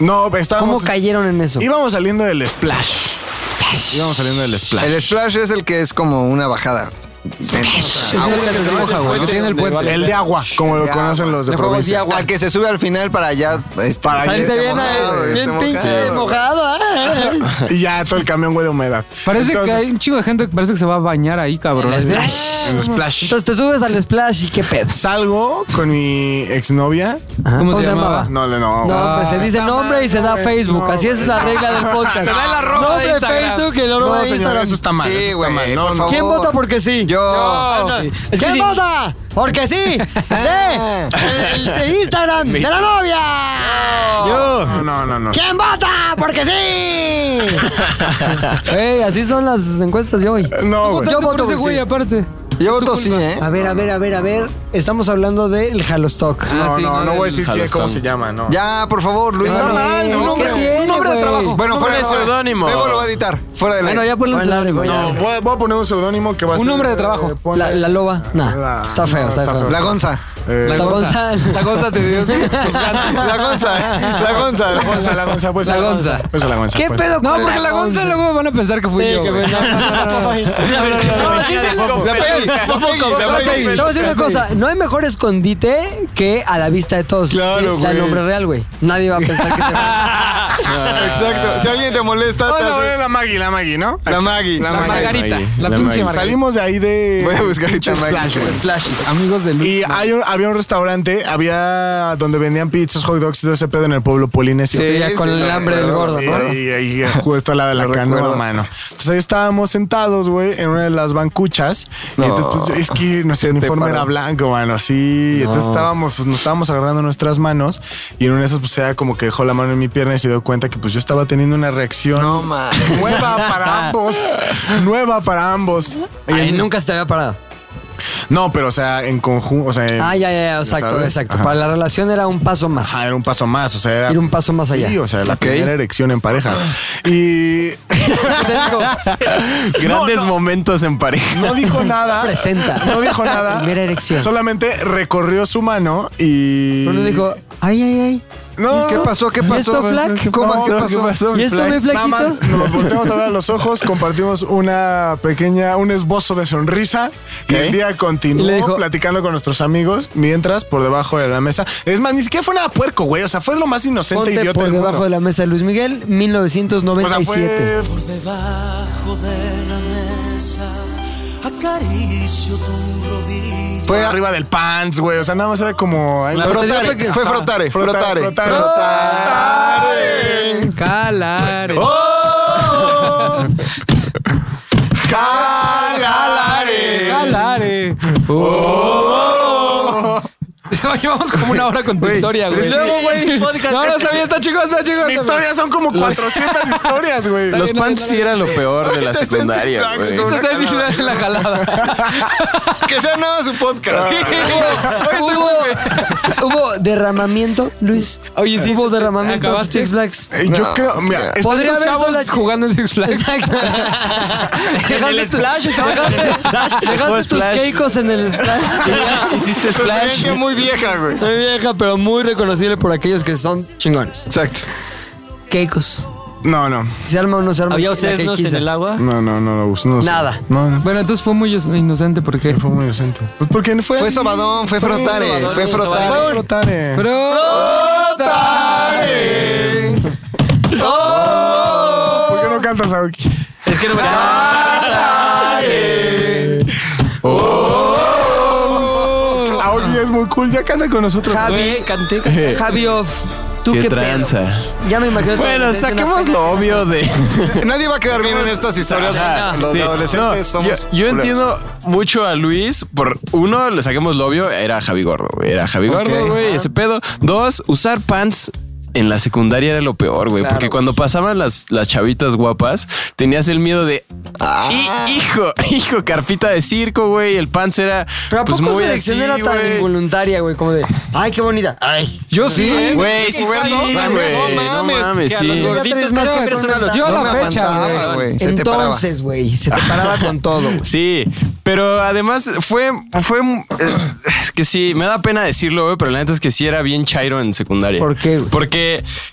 Speaker 5: No,
Speaker 2: ¿Cómo
Speaker 5: estábamos.
Speaker 2: cayeron en eso?
Speaker 5: Íbamos saliendo del splash. Íbamos saliendo del splash.
Speaker 11: El splash es el que es como una bajada.
Speaker 4: Es el que te dibuja, güey. No tiene el puente.
Speaker 5: El de agua, como lo
Speaker 11: de
Speaker 5: conocen
Speaker 11: agua.
Speaker 5: los de
Speaker 2: De juegos de
Speaker 5: provincia.
Speaker 2: agua.
Speaker 11: Al que se sube al final para allá. Este,
Speaker 5: Para
Speaker 11: irte
Speaker 2: Saliste bien,
Speaker 11: mojado,
Speaker 2: eh,
Speaker 11: irte
Speaker 2: bien pinche
Speaker 11: mojado.
Speaker 2: mojado. ¿eh?
Speaker 5: Y ya todo el camión huele a humedad.
Speaker 4: Parece
Speaker 5: Entonces,
Speaker 4: que hay un chingo de gente que parece que se va a bañar ahí, cabrón.
Speaker 5: el splash.
Speaker 2: Entonces te subes al splash y qué pedo.
Speaker 5: Salgo con mi exnovia.
Speaker 4: ¿Cómo, se llamaba?
Speaker 5: No, no, no.
Speaker 2: No,
Speaker 4: Ah,
Speaker 2: pues se dice
Speaker 11: está
Speaker 2: nombre y
Speaker 11: mal,
Speaker 2: se da
Speaker 5: güey,
Speaker 2: Facebook.
Speaker 5: no,
Speaker 2: Así es la regla del podcast.
Speaker 4: Se da el arroba de
Speaker 2: Nombre
Speaker 4: Instagram.
Speaker 2: Facebook y el arroba
Speaker 5: No,
Speaker 2: de
Speaker 5: señor,
Speaker 2: Instagram.
Speaker 5: eso está mal.
Speaker 11: Sí,
Speaker 5: eso está
Speaker 11: güey,
Speaker 5: mal.
Speaker 11: por
Speaker 5: No, no.
Speaker 11: favor.
Speaker 2: ¿Quién vota porque sí? Ah,
Speaker 11: Yo.
Speaker 4: No.
Speaker 2: Es que ¿Quién vota? Porque sí. De, el, el Instagram de la novia. Yo.
Speaker 5: No, no, no.
Speaker 2: ¿Quién vota? Porque sí. Ey, así son las encuestas de hoy.
Speaker 5: No, Ah,
Speaker 4: güey.
Speaker 2: Yo
Speaker 4: Votaste por
Speaker 2: voto
Speaker 4: ese
Speaker 2: por
Speaker 4: güey,
Speaker 2: sí.
Speaker 4: aparte.
Speaker 11: Yo voto sí, ¿eh?
Speaker 2: A ver, a ver, a ver, a ver. Estamos hablando del Ah, Halostock.
Speaker 5: No, no, no voy a decir quién- cómo se llama, no.
Speaker 11: Ya, por favor, Luis.
Speaker 2: Está mal, no,
Speaker 11: hombre.
Speaker 2: ¿qué tiene, güey?
Speaker 11: Bueno, fuera
Speaker 5: de seudónimo.
Speaker 11: Bebo lo va a editar. Fuera de la.
Speaker 2: Bueno, Ah, ya ponle un seudónimo.
Speaker 5: No,
Speaker 2: ya.
Speaker 5: voy a, voy a poner un seudónimo que va
Speaker 4: Un
Speaker 5: a ser.
Speaker 4: nombre de trabajo.
Speaker 5: eh, ponle-
Speaker 2: La, la loba. Nah,
Speaker 5: La-
Speaker 2: está feo,
Speaker 5: no,
Speaker 2: está
Speaker 5: está
Speaker 2: feo.
Speaker 5: feo.
Speaker 11: La Gonza.
Speaker 5: eh,
Speaker 2: La Gonza.
Speaker 4: La cosa te dio. sus- sus ganas.
Speaker 11: La Gonza. La Gonza.
Speaker 5: La Gonza, la Gonza, pues.
Speaker 4: La Gonza.
Speaker 5: Pues la Gonza.
Speaker 2: ¿Qué
Speaker 5: pues.
Speaker 2: pedo con
Speaker 4: No, porque la Gonza luego van a pensar que fui yo. güey.
Speaker 11: La Peggy. La Peggy. La
Speaker 2: Te voy
Speaker 11: Peggy.
Speaker 2: a decir una cosa, no hay mejor escondite que a la vista de todos.
Speaker 11: Claro,
Speaker 2: Da el
Speaker 11: güey.
Speaker 2: nombre real, güey. Nadie va a pensar que te
Speaker 5: Ah.
Speaker 11: Exacto. Si alguien te molesta,
Speaker 5: Vamos
Speaker 11: te
Speaker 5: a
Speaker 11: haces-
Speaker 5: poner la Maggie, la Maggie, ¿no?
Speaker 11: la Maggie.
Speaker 4: La Margarita. La
Speaker 5: La
Speaker 4: pinche
Speaker 5: Maggie.
Speaker 4: Margarita.
Speaker 5: Salimos de ahí de.
Speaker 11: Voy a buscar ahorita
Speaker 5: Pinches
Speaker 11: Maggie.
Speaker 5: flash, güey.
Speaker 4: Amigos de
Speaker 5: Y
Speaker 4: Luis.
Speaker 5: hay un- había un restaurante, había donde vendían pizzas, hot dogs y todo ese pedo en el pueblo polinesio.
Speaker 11: Sí,
Speaker 2: Ya con
Speaker 11: sí,
Speaker 2: el
Speaker 11: lo
Speaker 2: hambre del
Speaker 11: recuerdo,
Speaker 2: gordo,
Speaker 11: sí.
Speaker 2: ¿no?
Speaker 5: Y y ahí justo al lado de la
Speaker 11: Lo
Speaker 5: canoa,
Speaker 11: recuerdo.
Speaker 5: mano. Entonces ahí estábamos sentados, güey, en una de las bancuchas.
Speaker 11: No.
Speaker 5: Y entonces, pues, yo- es que nuestro
Speaker 11: Se te
Speaker 5: uniforme
Speaker 11: paró.
Speaker 5: era blanco, mano, así. Entonces estábamos, pues, nos estábamos agarrando nuestras manos. Y en una de esas, pues, ella como que dejó la mano en mi pierna y se dio cuenta que, pues, yo estaba teniendo una reacción
Speaker 11: No, man.
Speaker 5: nueva para ambos. Nueva para ambos. Y
Speaker 2: Ay,
Speaker 5: en-
Speaker 2: nunca se te había parado.
Speaker 5: No, pero, o sea, en conjunto, o sea... en-
Speaker 2: Ah, ya, ya, ya, exacto,
Speaker 5: Eh, sabes?
Speaker 2: exacto.
Speaker 5: Ajá.
Speaker 2: Para la relación era un paso más.
Speaker 5: Ajá, era un paso más, o sea, era...
Speaker 2: Ir un paso más allá.
Speaker 5: Sí, o sea, la
Speaker 11: Ok.
Speaker 5: primera erección en pareja. Y
Speaker 7: Grandes
Speaker 5: No, no.
Speaker 7: momentos en pareja.
Speaker 5: no dijo nada.
Speaker 2: Presenta.
Speaker 5: No dijo nada.
Speaker 2: Primera erección.
Speaker 5: Solamente recorrió su mano y...
Speaker 2: Pero no dijo, ay, ay, ay.
Speaker 5: No,
Speaker 11: ¿Qué pasó? ¿Qué
Speaker 2: ¿Y
Speaker 11: pasó?
Speaker 2: esto, Flack?
Speaker 11: ¿Cómo? ¿Qué pasó?
Speaker 2: ¿Y esto, mi
Speaker 5: Nada más
Speaker 2: flaquito?
Speaker 5: nos volteamos a ver a los ojos, compartimos una pequeña, un esbozo de sonrisa y el día continuó
Speaker 2: Y le dijo-
Speaker 5: platicando con nuestros amigos mientras por debajo de la mesa. Es más, ni siquiera fue nada puerco, güey. O sea, fue lo más inocente
Speaker 2: Ponte
Speaker 5: idiota
Speaker 2: por
Speaker 5: del mundo.
Speaker 2: debajo de la mesa de Luis Miguel,
Speaker 5: O sea,
Speaker 2: 1997.
Speaker 5: fue
Speaker 11: Fue a-
Speaker 5: arriba del pants, güey. O sea, nada más era como. ahí-
Speaker 11: frotare. Fue frotare. Frotare.
Speaker 5: Frotare.
Speaker 11: Frotare.
Speaker 4: Calare.
Speaker 11: ¡Oh! Calalare.
Speaker 4: Calare. Oye, vamos como una hora con tu historia, güey.
Speaker 7: luego, güey, podcast.
Speaker 4: No, está bien, está chico, está chico.
Speaker 5: Mi historia son como 400 historias, güey.
Speaker 7: Los pants sí era lo peor de la secundaria,
Speaker 11: Flags
Speaker 7: güey.
Speaker 11: con
Speaker 4: Te estás diciendo de la jalada.
Speaker 11: Que sea nada su podcast.
Speaker 2: Hubo, hubo derramamiento, Luis. Oye, sí. Hubo derramamiento.
Speaker 4: acabaste.
Speaker 2: Six Flags.
Speaker 5: Eh, Yo creo, mira, es-
Speaker 2: Podría haber solo
Speaker 4: Chavos jugando en Six Flags.
Speaker 2: Exacto. Dejaste, tu- dejaste, dejaste
Speaker 7: Fue
Speaker 2: tus
Speaker 7: splash.
Speaker 2: keikos en el splash.
Speaker 7: Hiciste splash.
Speaker 11: Gente muy vieja, güey.
Speaker 2: Muy vieja, pero muy reconocible por aquellos que son chingones.
Speaker 11: Exacto.
Speaker 2: Keikos.
Speaker 5: no, no,
Speaker 2: ¿Se arma o no se arma?
Speaker 6: ¿Había
Speaker 2: La
Speaker 6: ustedes
Speaker 2: keikiza.
Speaker 6: en el agua?
Speaker 5: no, no, no lo gusto. No, lo sé.
Speaker 2: Nada.
Speaker 5: No, no.
Speaker 4: Bueno, entonces fue muy inocente porque.
Speaker 5: Fue muy inocente. Pues porque fue.
Speaker 11: Fue sobadón, fue frotare. Fue
Speaker 5: Fue
Speaker 11: frotare.
Speaker 5: frotare.
Speaker 11: Frotare.
Speaker 5: Oh, ¿Por qué no cantas Aoki?
Speaker 7: Es que no me
Speaker 5: Aoki es muy cool, ya canta con nosotros.
Speaker 2: Javi, canté. Javi off. ¿Tú eh, qué,
Speaker 7: Qué
Speaker 2: pedo?
Speaker 7: tranza.
Speaker 2: Ya me imagino.
Speaker 7: Bueno, saquemos lo obvio de.
Speaker 11: Nadie va a quedar bien en estas historias.
Speaker 7: Ajá,
Speaker 11: Los
Speaker 7: sí.
Speaker 11: adolescentes
Speaker 7: No,
Speaker 11: somos.
Speaker 7: Yo, yo
Speaker 11: culeros.
Speaker 7: entiendo mucho a Luis. Por uno, le saquemos lo obvio, era Javi Gordo, güey. Era Javi Gordo, güey, ese pedo. Dos, usar pants. En la secundaria era lo peor, güey, porque cuando pasaban las, las chavitas guapas, tenías el miedo de
Speaker 11: Ah.
Speaker 7: "Hi- hijo, hijo, carpita de circo, güey. El pants era.
Speaker 2: Pero ¿a
Speaker 7: pues,
Speaker 2: poco
Speaker 7: muy
Speaker 2: selección
Speaker 7: así,
Speaker 2: era tan
Speaker 7: güey.
Speaker 2: involuntaria, güey? Como de, ay, qué bonita. Ay.
Speaker 11: Yo sí.
Speaker 7: Güey, sí, sí, güey.
Speaker 11: No
Speaker 7: No
Speaker 11: mames.
Speaker 7: mames,
Speaker 6: que a
Speaker 7: sí.
Speaker 6: los gorditos
Speaker 2: Ya tres
Speaker 6: casi
Speaker 2: meses
Speaker 6: siempre
Speaker 2: con
Speaker 6: son a los-
Speaker 2: tanta-
Speaker 4: Yo a
Speaker 11: No
Speaker 4: la
Speaker 11: me
Speaker 4: fecha,
Speaker 11: aguantaba,
Speaker 4: güey.
Speaker 11: güey. Se te paraba.
Speaker 2: Entonces, güey, se te paraba con todo, güey.
Speaker 7: Sí, pero además fue, fue, eh, es que sí, me da pena decirlo, güey, pero la neta es que sí era bien chairo en secundaria.
Speaker 2: ¿Por qué, güey?
Speaker 7: Porque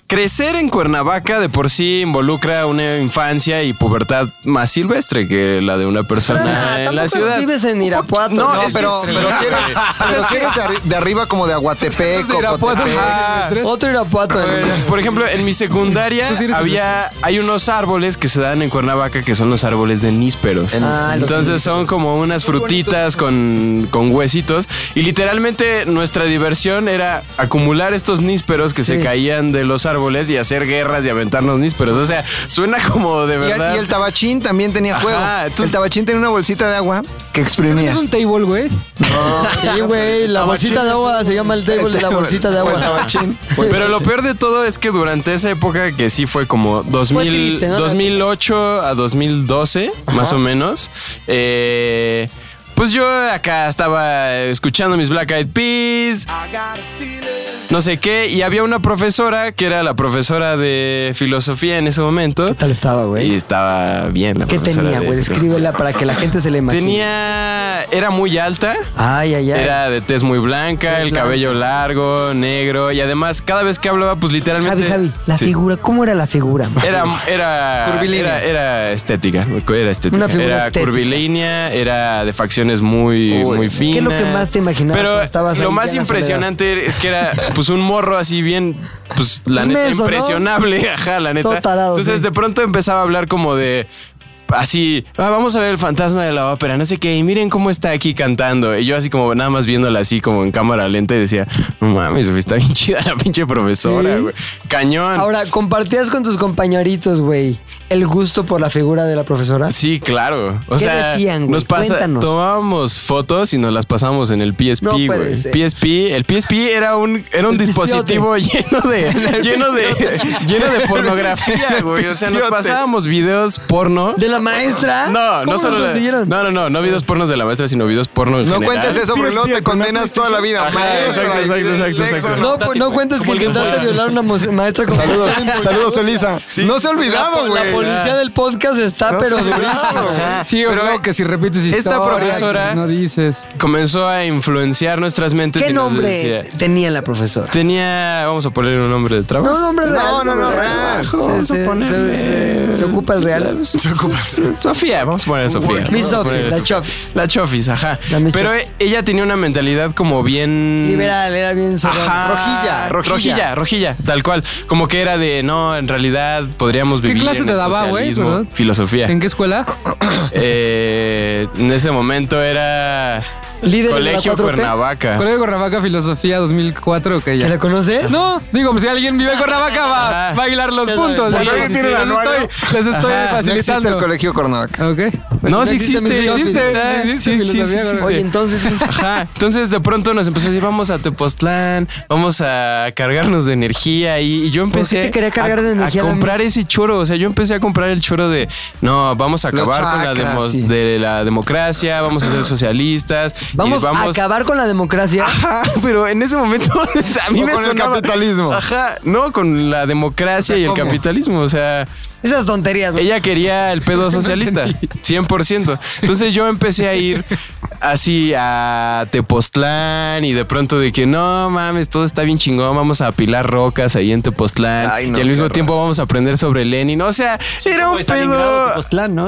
Speaker 7: crecer en Cuernavaca de por sí involucra una infancia y pubertad más silvestre que la de una persona en la ciudad.
Speaker 2: Vives Ah, en Irapuato.
Speaker 7: No,
Speaker 11: No,
Speaker 7: es que
Speaker 11: pero,
Speaker 7: sí,
Speaker 11: pero si eres,
Speaker 7: güey.
Speaker 11: pero si eres de, arri- de arriba como de Aguatepec,
Speaker 4: Irapuato.
Speaker 11: Cocotepec.
Speaker 7: Ah,
Speaker 2: Otro Irapuato. güey.
Speaker 7: Por ejemplo, en mi secundaria
Speaker 4: Tú sí eres
Speaker 7: había hay unos árboles que se dan en Cuernavaca que son los árboles de nísperos.
Speaker 2: Ah, los
Speaker 7: Entonces son como unas frutitas con, con huesitos y literalmente nuestra diversión era acumular estos nísperos que
Speaker 2: Sí.
Speaker 7: se caían de los árboles y hacer guerras y aventarnos nísperos. O sea, suena como de
Speaker 11: Y,
Speaker 7: verdad.
Speaker 11: y el tabachín también tenía
Speaker 7: Ajá,
Speaker 11: juego. El tabachín tenía una bolsita de agua que exprimías.
Speaker 6: ¿Es un table, güey?
Speaker 2: Sí, güey, la bolsita de agua se llama el table de la bolsita de agua.
Speaker 7: Pero lo peor de todo es que durante esa época que sí fue como 2000,
Speaker 2: triste, ¿no?
Speaker 7: 2008 a 2012, más o menos, eh, pues yo acá estaba escuchando mis Black Eyed Peas, no sé qué, y había una profesora que era la profesora de filosofía en ese momento. ¿Qué
Speaker 2: tal estaba, güey?
Speaker 7: Y estaba bien la
Speaker 2: ¿Qué
Speaker 7: profesora
Speaker 2: tenía,
Speaker 7: de
Speaker 2: güey?
Speaker 7: filosofía.
Speaker 2: Escríbela para que la gente se le imagine.
Speaker 7: Tenía. Era muy alta.
Speaker 2: Ay, ay, ay.
Speaker 7: Era de tez muy blanca, el cabello largo, negro. Y además, cada vez que hablaba, pues literalmente.
Speaker 2: Javi, Javi, la
Speaker 7: Sí.
Speaker 2: figura, ¿cómo era la figura? man?
Speaker 7: Era, era, era, era estética. Era estética.
Speaker 2: Una figura
Speaker 7: era
Speaker 2: estética.
Speaker 7: curvilínea, era de facciones muy, muy finas.
Speaker 2: ¿Qué es lo que más te imaginabas cuando
Speaker 7: Pero
Speaker 2: estabas
Speaker 7: lo
Speaker 2: ahí
Speaker 7: más
Speaker 2: en la soledad?
Speaker 7: impresionante es que era pues un morro así bien, pues la
Speaker 2: Pues
Speaker 7: neta,
Speaker 2: menso, ¿no?
Speaker 7: impresionable, ajá, la neta.
Speaker 2: Todo tarado,
Speaker 7: Entonces
Speaker 2: sí.
Speaker 7: de pronto empezaba a hablar como de así, "Ah, vamos a ver el fantasma de la ópera, no sé qué, y miren cómo está aquí cantando. Y yo así como nada más viéndola así como en cámara lenta y decía, no mames, güey, está bien chida la pinche profesora, güey. Cañón.
Speaker 2: Ahora, ¿compartías con tus compañeritos, güey, el gusto por la figura de la profesora?
Speaker 7: Sí, claro. O
Speaker 2: ¿Qué
Speaker 7: sea,
Speaker 2: decían, güey?
Speaker 7: nos pasa,
Speaker 2: Cuéntanos.
Speaker 7: tomábamos fotos y nos las pasamos en el PSP,
Speaker 2: No
Speaker 7: güey.
Speaker 2: puede ser.
Speaker 7: PSP, el PSP era un era un
Speaker 2: El
Speaker 7: dispositivo lleno de
Speaker 2: El
Speaker 7: lleno de
Speaker 2: pispiote.
Speaker 7: lleno de pornografía, güey. O sea, nos
Speaker 2: pispiote.
Speaker 7: pasábamos videos porno
Speaker 2: ¿De la maestra?
Speaker 7: No,
Speaker 2: ¿Cómo
Speaker 7: no solo
Speaker 2: los
Speaker 7: la-
Speaker 2: consiguieron?
Speaker 7: No, no, no, no videos pornos de la maestra, sino videos porno en
Speaker 11: No
Speaker 7: general.
Speaker 11: cuentes eso, porque luego te condenas toda la vida.
Speaker 7: Ajá,
Speaker 11: maestra,
Speaker 7: exacto,
Speaker 11: y
Speaker 7: exacto,
Speaker 11: de
Speaker 7: exacto,
Speaker 11: sexo,
Speaker 7: exacto.
Speaker 2: No,
Speaker 11: Date,
Speaker 2: pues, no
Speaker 11: güey.
Speaker 2: cuentes que intentaste violar a una mos- maestra con
Speaker 11: Saludos, saludos, Elisa. No se ha olvidado,
Speaker 2: La,
Speaker 11: güey.
Speaker 2: policía del podcast está,
Speaker 11: No se
Speaker 2: pero
Speaker 11: ha olvidado,
Speaker 2: durísima.
Speaker 11: güey.
Speaker 4: Sí, pero creo que si repites historia,
Speaker 7: Esta profesora
Speaker 4: no dices.
Speaker 7: comenzó a influenciar nuestras mentes.
Speaker 2: ¿Qué
Speaker 7: y nos
Speaker 2: nombre
Speaker 7: decía-
Speaker 2: tenía la profesora?
Speaker 7: Tenía, vamos a poner un nombre de trabajo.
Speaker 2: No, nombre
Speaker 11: No,
Speaker 2: real.
Speaker 11: no, no,
Speaker 2: nombre
Speaker 11: real.
Speaker 2: Ah, Se, se- se- se- se ocupa el real.
Speaker 7: Se ocupa- Sofía, vamos a poner Sofía.
Speaker 2: Mi
Speaker 7: Vamos a
Speaker 2: Sofi,
Speaker 7: poner
Speaker 2: la
Speaker 7: Sofía.
Speaker 2: Chofis.
Speaker 7: La Chofis, ajá.
Speaker 2: La mi
Speaker 7: Pero e- ella tenía una mentalidad como
Speaker 2: Mm.
Speaker 7: bien.
Speaker 2: Liberal, era bien
Speaker 7: Ajá.
Speaker 2: sobrado.
Speaker 11: Rojilla, rojilla.
Speaker 7: Rojilla, rojilla, tal cual. Como que era de, no, en realidad podríamos
Speaker 4: ¿Qué
Speaker 7: vivir.
Speaker 4: clase
Speaker 7: en
Speaker 4: te
Speaker 7: el
Speaker 4: daba, güey,
Speaker 7: socialismo.
Speaker 4: verdad?
Speaker 7: Filosofía.
Speaker 4: ¿En qué escuela?
Speaker 7: Eh, en ese momento era.
Speaker 2: Líderes de la
Speaker 7: Colegio
Speaker 2: 4T.
Speaker 7: Cuernavaca.
Speaker 4: Colegio Cuernavaca Filosofía 2004, que
Speaker 2: ¿Que
Speaker 4: ya.
Speaker 2: la conoces?
Speaker 4: No, digo, pues si alguien vive en Cuernavaca va a
Speaker 7: Ajá.
Speaker 4: bailar los
Speaker 2: Ya
Speaker 4: puntos.
Speaker 2: sabes.
Speaker 4: digo,
Speaker 2: Pues alguien
Speaker 4: sí,
Speaker 2: tiene
Speaker 4: les
Speaker 2: el anuario.
Speaker 4: estoy, les estoy
Speaker 7: Ajá.
Speaker 11: No existe el
Speaker 4: facilitando.
Speaker 11: colegio Cuernavaca.
Speaker 4: Ok.
Speaker 7: No, sí
Speaker 4: existe, sí
Speaker 7: existe. sí
Speaker 4: existe,
Speaker 7: está,
Speaker 4: sí existe
Speaker 7: sí, sí,
Speaker 4: filosofía,
Speaker 7: sí
Speaker 4: güey.
Speaker 2: Oye,
Speaker 7: existe.
Speaker 2: entonces.
Speaker 7: Ajá. Entonces de pronto nos empezó a decir, vamos a Tepoztlán, vamos a cargarnos de energía. Y, y yo empecé
Speaker 2: qué te quería cargar
Speaker 7: a,
Speaker 2: de energía,
Speaker 7: a comprar ese choro. O sea, yo empecé a comprar el choro de, no, vamos a
Speaker 11: Los
Speaker 7: acabar con la,
Speaker 11: chakras,
Speaker 7: demo-
Speaker 11: sí.
Speaker 7: de la democracia, vamos a ser socialistas. y
Speaker 2: Vamos, a acabar con la democracia.
Speaker 7: Ajá, pero en ese momento a mí
Speaker 11: O
Speaker 7: me
Speaker 11: con el
Speaker 7: sonaba-
Speaker 11: capitalismo.
Speaker 7: Ajá, no, con la democracia y el
Speaker 4: ¿cómo?
Speaker 7: capitalismo. O sea,
Speaker 2: Esas tonterías. ¿no?
Speaker 7: ella quería el pedo socialista, 100%. Entonces yo empecé a ir así a Tepoztlán y de pronto de que no mames, todo está bien chingón, vamos a apilar rocas ahí en Tepoztlán
Speaker 11: Ay, no,
Speaker 7: y al mismo
Speaker 11: qué horror.
Speaker 7: tiempo vamos a aprender sobre Lenin. O sea, era un pedo.
Speaker 6: Tepoztlán, ¿no?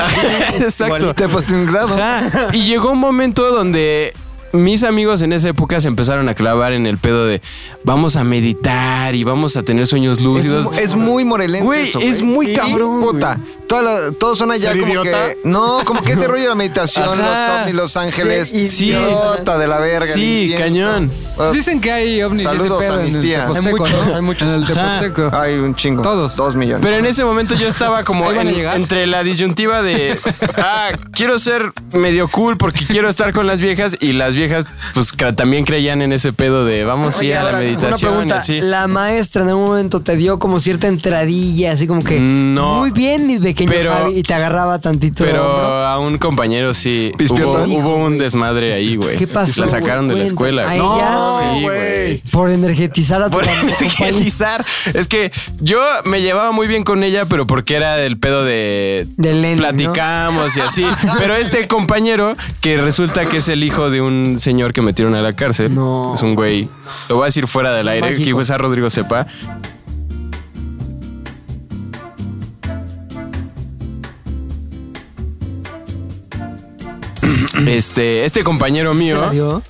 Speaker 7: Exacto.
Speaker 11: Te posté un grado.
Speaker 7: Ajá. Y llegó un momento donde mis amigos en esa época se empezaron a clavar en el pedo de vamos a meditar y vamos a tener sueños
Speaker 11: Es,
Speaker 7: lúcidos.
Speaker 11: mu- es muy morelense.
Speaker 7: Güey,
Speaker 11: eso,
Speaker 7: es muy
Speaker 11: Sí,
Speaker 7: cabrón,
Speaker 11: Puta. Toda la- todos son allá
Speaker 5: ¿Ser
Speaker 11: como
Speaker 5: idiota?
Speaker 11: que. No, como que ese rollo de la meditación,
Speaker 7: Ajá.
Speaker 11: los ovnis, los ángeles.
Speaker 2: Sí,
Speaker 7: sí.
Speaker 11: Idiota de la verga. el
Speaker 7: Sí,
Speaker 11: incienso.
Speaker 7: cañón.
Speaker 11: Ah,
Speaker 4: Dicen que hay ovnis
Speaker 11: Saludos,
Speaker 4: y ese pedo
Speaker 11: amnistía.
Speaker 4: en el
Speaker 11: Hay
Speaker 4: Teposteco, ¿no? Hay muchos. En el
Speaker 7: Ajá.
Speaker 4: Teposteco.
Speaker 11: Hay un chingo.
Speaker 4: Todos.
Speaker 11: Dos millones.
Speaker 7: Pero en ese momento yo estaba como
Speaker 4: Ahí van a
Speaker 7: en-
Speaker 4: llegar.
Speaker 7: entre la disyuntiva de, ah, quiero ser medio cool porque quiero estar con las viejas y las viejas pues cra- también creían en ese pedo de vamos a
Speaker 2: Oye,
Speaker 7: ir a la
Speaker 2: ahora, Una
Speaker 7: meditación.
Speaker 2: pregunta.
Speaker 7: así.
Speaker 2: La maestra en algún momento te dio como cierta entradilla, así como que.
Speaker 7: No.
Speaker 2: Muy bien, mi pequeño
Speaker 7: Pero-
Speaker 2: Javi. Y te agarraba tantito.
Speaker 7: Pero
Speaker 2: ¿no?
Speaker 7: a un compañero sí hubo,
Speaker 11: Pispiota.
Speaker 7: hubo un desmadre ahí, güey.
Speaker 2: ¿Qué pasó,
Speaker 7: La sacaron de
Speaker 2: güey?
Speaker 7: la escuela.
Speaker 2: ¿A
Speaker 7: güey.
Speaker 2: ella?
Speaker 7: sí, güey.
Speaker 2: Por energetizar a tu
Speaker 7: Por
Speaker 2: mamá.
Speaker 7: energizar. Es que yo me llevaba muy bien con ella, pero porque era del pedo de.
Speaker 2: De Lenin,
Speaker 7: Platicamos y así. Pero este compañero, que resulta que es el hijo de un señor que metieron a la cárcel.
Speaker 2: No.
Speaker 7: Es un güey. Lo voy a decir fuera del aire,
Speaker 2: mágico.
Speaker 7: que quizá Rodrigo sepa. Este, este compañero mío.
Speaker 2: ¿no?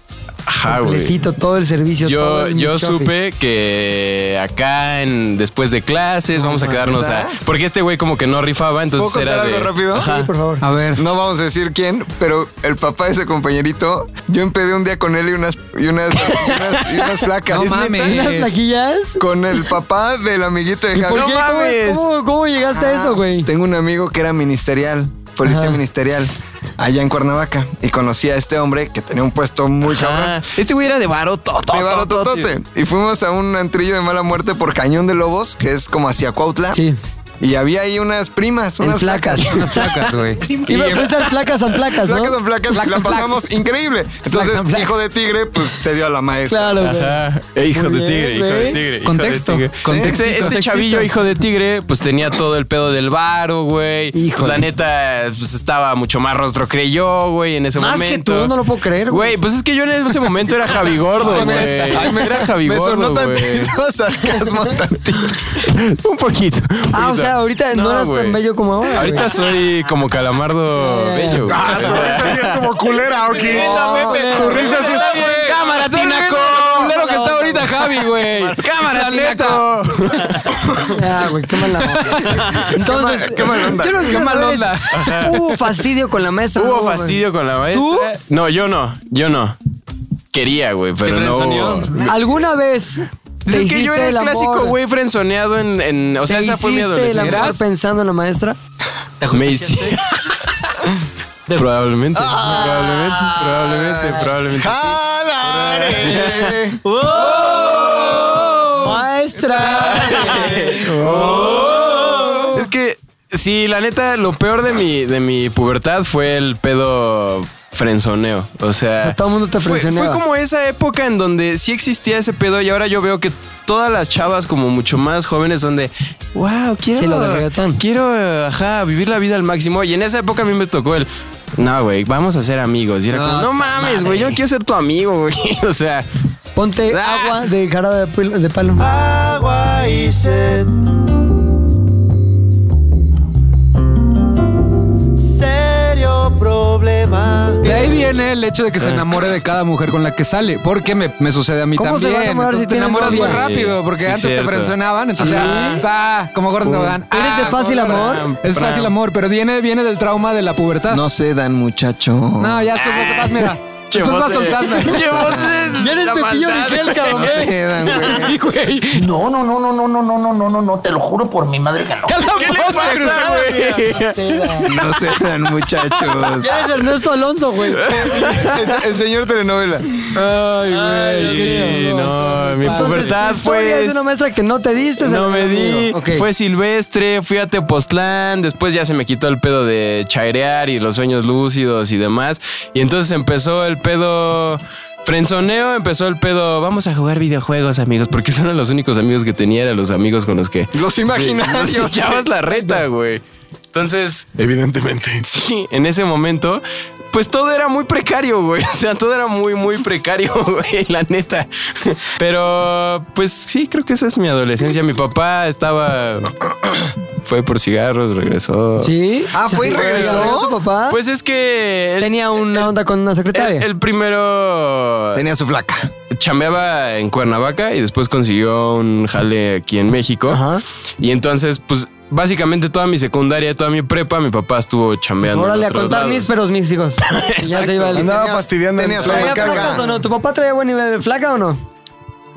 Speaker 7: Ajá, güey.
Speaker 2: Completito, todo el servicio. todo
Speaker 7: Yo,
Speaker 2: el
Speaker 7: yo
Speaker 2: Michoacán.
Speaker 7: supe que acá en después de clases vamos a quedarnos a. Porque este güey como que no rifaba, entonces
Speaker 11: ¿Puedo
Speaker 7: era
Speaker 11: contar
Speaker 7: de.
Speaker 11: algo rápido?
Speaker 7: Ajá.
Speaker 11: A ver. No vamos a decir quién, pero el papá de ese compañerito, yo empecé un día con él y unas, y unas, y unas, y unas placas.
Speaker 2: No
Speaker 11: ¿Es neta?
Speaker 2: mames. ¿Unas plaquillas?
Speaker 11: Con el papá del amiguito de
Speaker 2: ¿Y por
Speaker 11: Javier.
Speaker 2: qué? ¿Cómo- cómo- llegaste a eso, güey?
Speaker 11: Ah, Tengo un amigo que era ministerial, policía
Speaker 2: Ajá.
Speaker 11: ministerial, allá en Cuernavaca. Y conocí a este hombre que tenía un puesto muy cabrón.
Speaker 7: Este güey era de barototote.
Speaker 11: De barototote. Y fuimos a un antrillo de mala muerte por Cañón de Lobos, que es como hacia Cuautla. Sí. Y había ahí unas primas, unas
Speaker 2: placas, unas placas,
Speaker 11: güey.
Speaker 2: Iba a prestar placas son placas, ¿no?
Speaker 11: Placas son placas, y
Speaker 2: Placas
Speaker 11: la
Speaker 2: son placas.
Speaker 11: pasamos increíble. Entonces,
Speaker 2: Placas son
Speaker 11: hijo de tigre, pues se dio a la maestra.
Speaker 2: Claro, güey.
Speaker 7: Ajá. Eh, hijo
Speaker 11: Muy
Speaker 7: de
Speaker 11: bien,
Speaker 7: tigre, hijo de
Speaker 11: güey.
Speaker 7: tigre. hijo de
Speaker 11: Contexto,
Speaker 7: tigre.
Speaker 11: contextito.
Speaker 7: Este, este
Speaker 11: Contextito.
Speaker 7: chavillo, hijo de tigre, pues tenía todo el pedo del varo, güey.
Speaker 2: Híjole.
Speaker 7: La neta, pues estaba mucho más rostro que yo, güey, en ese
Speaker 2: Más que
Speaker 7: momento.
Speaker 2: tú, no lo puedo creer, güey.
Speaker 7: Güey, pues es que yo en ese momento era Javi Gordo,
Speaker 2: Ay,
Speaker 7: güey.
Speaker 2: me- ay, me-
Speaker 7: Era Javi
Speaker 11: me
Speaker 7: Gordo,
Speaker 11: sonó
Speaker 7: güey.
Speaker 11: tantito sarcasmo, tantito.
Speaker 7: Un poquito.
Speaker 2: Ah, o
Speaker 7: poquito.
Speaker 2: sea, ahorita no, eras
Speaker 7: güey.
Speaker 2: tan bello como ahora.
Speaker 7: Ahorita
Speaker 2: güey. Ah,
Speaker 7: soy como calamardo bello. güey.
Speaker 3: Ah, como culera, ¿o qué?
Speaker 4: Tu risa sí está bien.
Speaker 7: Cámara,
Speaker 4: Tinaco. culero que está ahorita Javi, güey. La
Speaker 7: Cámara,
Speaker 4: neta.
Speaker 2: Ya, güey, qué mala onda. Entonces,
Speaker 7: Qué mal- qué mal onda.
Speaker 2: yo lo que
Speaker 4: Qué
Speaker 2: quiero
Speaker 4: mal
Speaker 2: saber
Speaker 4: onda.
Speaker 2: es, Hubo fastidio con la maestra.
Speaker 7: Hubo
Speaker 2: ¿no, Ah, güey?
Speaker 7: fastidio con la maestra.
Speaker 2: ¿Tú?
Speaker 7: No, yo no, yo no. Quería, güey, pero no. hubo.
Speaker 2: ¿Alguna vez? te
Speaker 7: Es que yo
Speaker 2: hiciste
Speaker 7: era el
Speaker 2: amor?
Speaker 7: clásico güey frenzoneado en, en- O sea,
Speaker 2: ¿Te
Speaker 7: esa fue mi
Speaker 2: hiciste el amor
Speaker 7: adolescencia.
Speaker 2: pensando en la maestra?
Speaker 7: Me hice. probablemente,
Speaker 2: Ah.
Speaker 7: probablemente, probablemente, probablemente.
Speaker 2: ¡Maestra!
Speaker 7: Es que, sí, la neta, lo peor de mi, de mi pubertad fue el pedo frenzoneo. O sea,
Speaker 2: Todo el mundo te
Speaker 7: fue,
Speaker 2: frenzoneaba.
Speaker 7: fue como esa época en donde sí existía ese pedo y ahora yo veo que todas las chavas como mucho más jóvenes son de, wow, quiero,
Speaker 2: Sí, lo del reggaetón.
Speaker 7: quiero eh, ajá, vivir la vida al máximo. Y en esa época a mí me tocó el, no, güey, vamos a ser amigos. Y era
Speaker 2: No,
Speaker 7: como, no
Speaker 2: ta
Speaker 7: mames,
Speaker 2: madre".
Speaker 7: güey, yo no quiero ser tu amigo, güey. O sea,
Speaker 2: Ponte
Speaker 7: Ah.
Speaker 2: agua de jarabe de pil- de palo.
Speaker 13: Agua y sed. Serio problema.
Speaker 4: De ahí viene el hecho de que se enamore de cada mujer con la que sale. Porque me, me sucede a mí
Speaker 2: ¿Cómo se
Speaker 4: también.
Speaker 2: va a enamorar
Speaker 4: Entonces,
Speaker 2: si
Speaker 4: te
Speaker 2: tienes
Speaker 4: enamoras muy
Speaker 2: novia?
Speaker 4: rápido. Porque
Speaker 7: Sí,
Speaker 4: antes
Speaker 7: cierto.
Speaker 4: te frenzoneaban. Entonces,
Speaker 7: Ajá.
Speaker 4: pa, como Gordon Tobogán.
Speaker 2: ¿Eres de
Speaker 4: ah,
Speaker 2: fácil
Speaker 4: Gordon.
Speaker 2: amor?
Speaker 4: Es fácil amor, pero viene, viene del trauma de la pubertad. No,
Speaker 11: No se dan, muchacho.
Speaker 4: ya después vas, vas, mira.
Speaker 7: Che,
Speaker 4: Después vas
Speaker 7: bote.
Speaker 4: soltando.
Speaker 7: Che, bote.
Speaker 4: Ya eres
Speaker 7: La
Speaker 4: Pepillo
Speaker 7: maldad.
Speaker 4: Miguel, cabrón.
Speaker 11: No se dan, güey.
Speaker 4: Sí, güey.
Speaker 13: No, no, no, no, no, no, no, no, no, no, no, te lo juro por mi madre que no.
Speaker 4: ¿Qué le pasa,
Speaker 11: No se dan, muchachos.
Speaker 2: Ya eres Ernesto Alonso, güey.
Speaker 11: El, el señor telenovela.
Speaker 7: Ay, güey. no, mi pubertad
Speaker 2: Historia
Speaker 7: fue.
Speaker 2: Es una maestra que no te diste.
Speaker 7: pues. No me di.
Speaker 2: amigo. Ok.
Speaker 7: Fue silvestre, fui a Tepoztlán, después ya se me quitó el pedo de chairear y los sueños lúcidos y demás. Y entonces empezó el pedo. Frenzoneo empezó el pedo. Vamos a jugar videojuegos, amigos, porque son los únicos amigos que tenía, eran los amigos con los que.
Speaker 11: Los
Speaker 7: Sí,
Speaker 11: imaginarios.
Speaker 7: nos echabas la reta, güey. Entonces,
Speaker 5: Evidentemente.
Speaker 7: sí, en ese momento, pues todo era muy precario, güey. O sea, todo era muy, muy precario, güey, la neta. Pero, pues sí, creo que esa es mi adolescencia. Mi papá estaba. Fue por cigarros, regresó.
Speaker 2: ¿Sí?
Speaker 11: Ah, fue y
Speaker 2: ¿Tu
Speaker 11: regresó.
Speaker 2: papá?
Speaker 7: Pues es que. él-
Speaker 2: Tenía una onda con una secretaria.
Speaker 7: él- él primero
Speaker 11: Tenía su flaca.
Speaker 7: chambeaba en Cuernavaca y después consiguió un jale aquí en México.
Speaker 2: Ajá.
Speaker 7: Y entonces, pues básicamente toda mi secundaria, toda mi prepa, mi papá estuvo chambeando. en
Speaker 2: Órale, a
Speaker 7: otros
Speaker 2: contar
Speaker 7: lados.
Speaker 2: mis peros, mis hijos. Y ya se iba el...
Speaker 11: Exacto.
Speaker 5: Andaba
Speaker 11: Tenía-
Speaker 5: fastidiando.
Speaker 11: tenía
Speaker 5: el-
Speaker 11: su
Speaker 2: ¿Traía
Speaker 11: carga.
Speaker 2: flacas o no? ¿Tu papá traía buen nivel de flaca o no?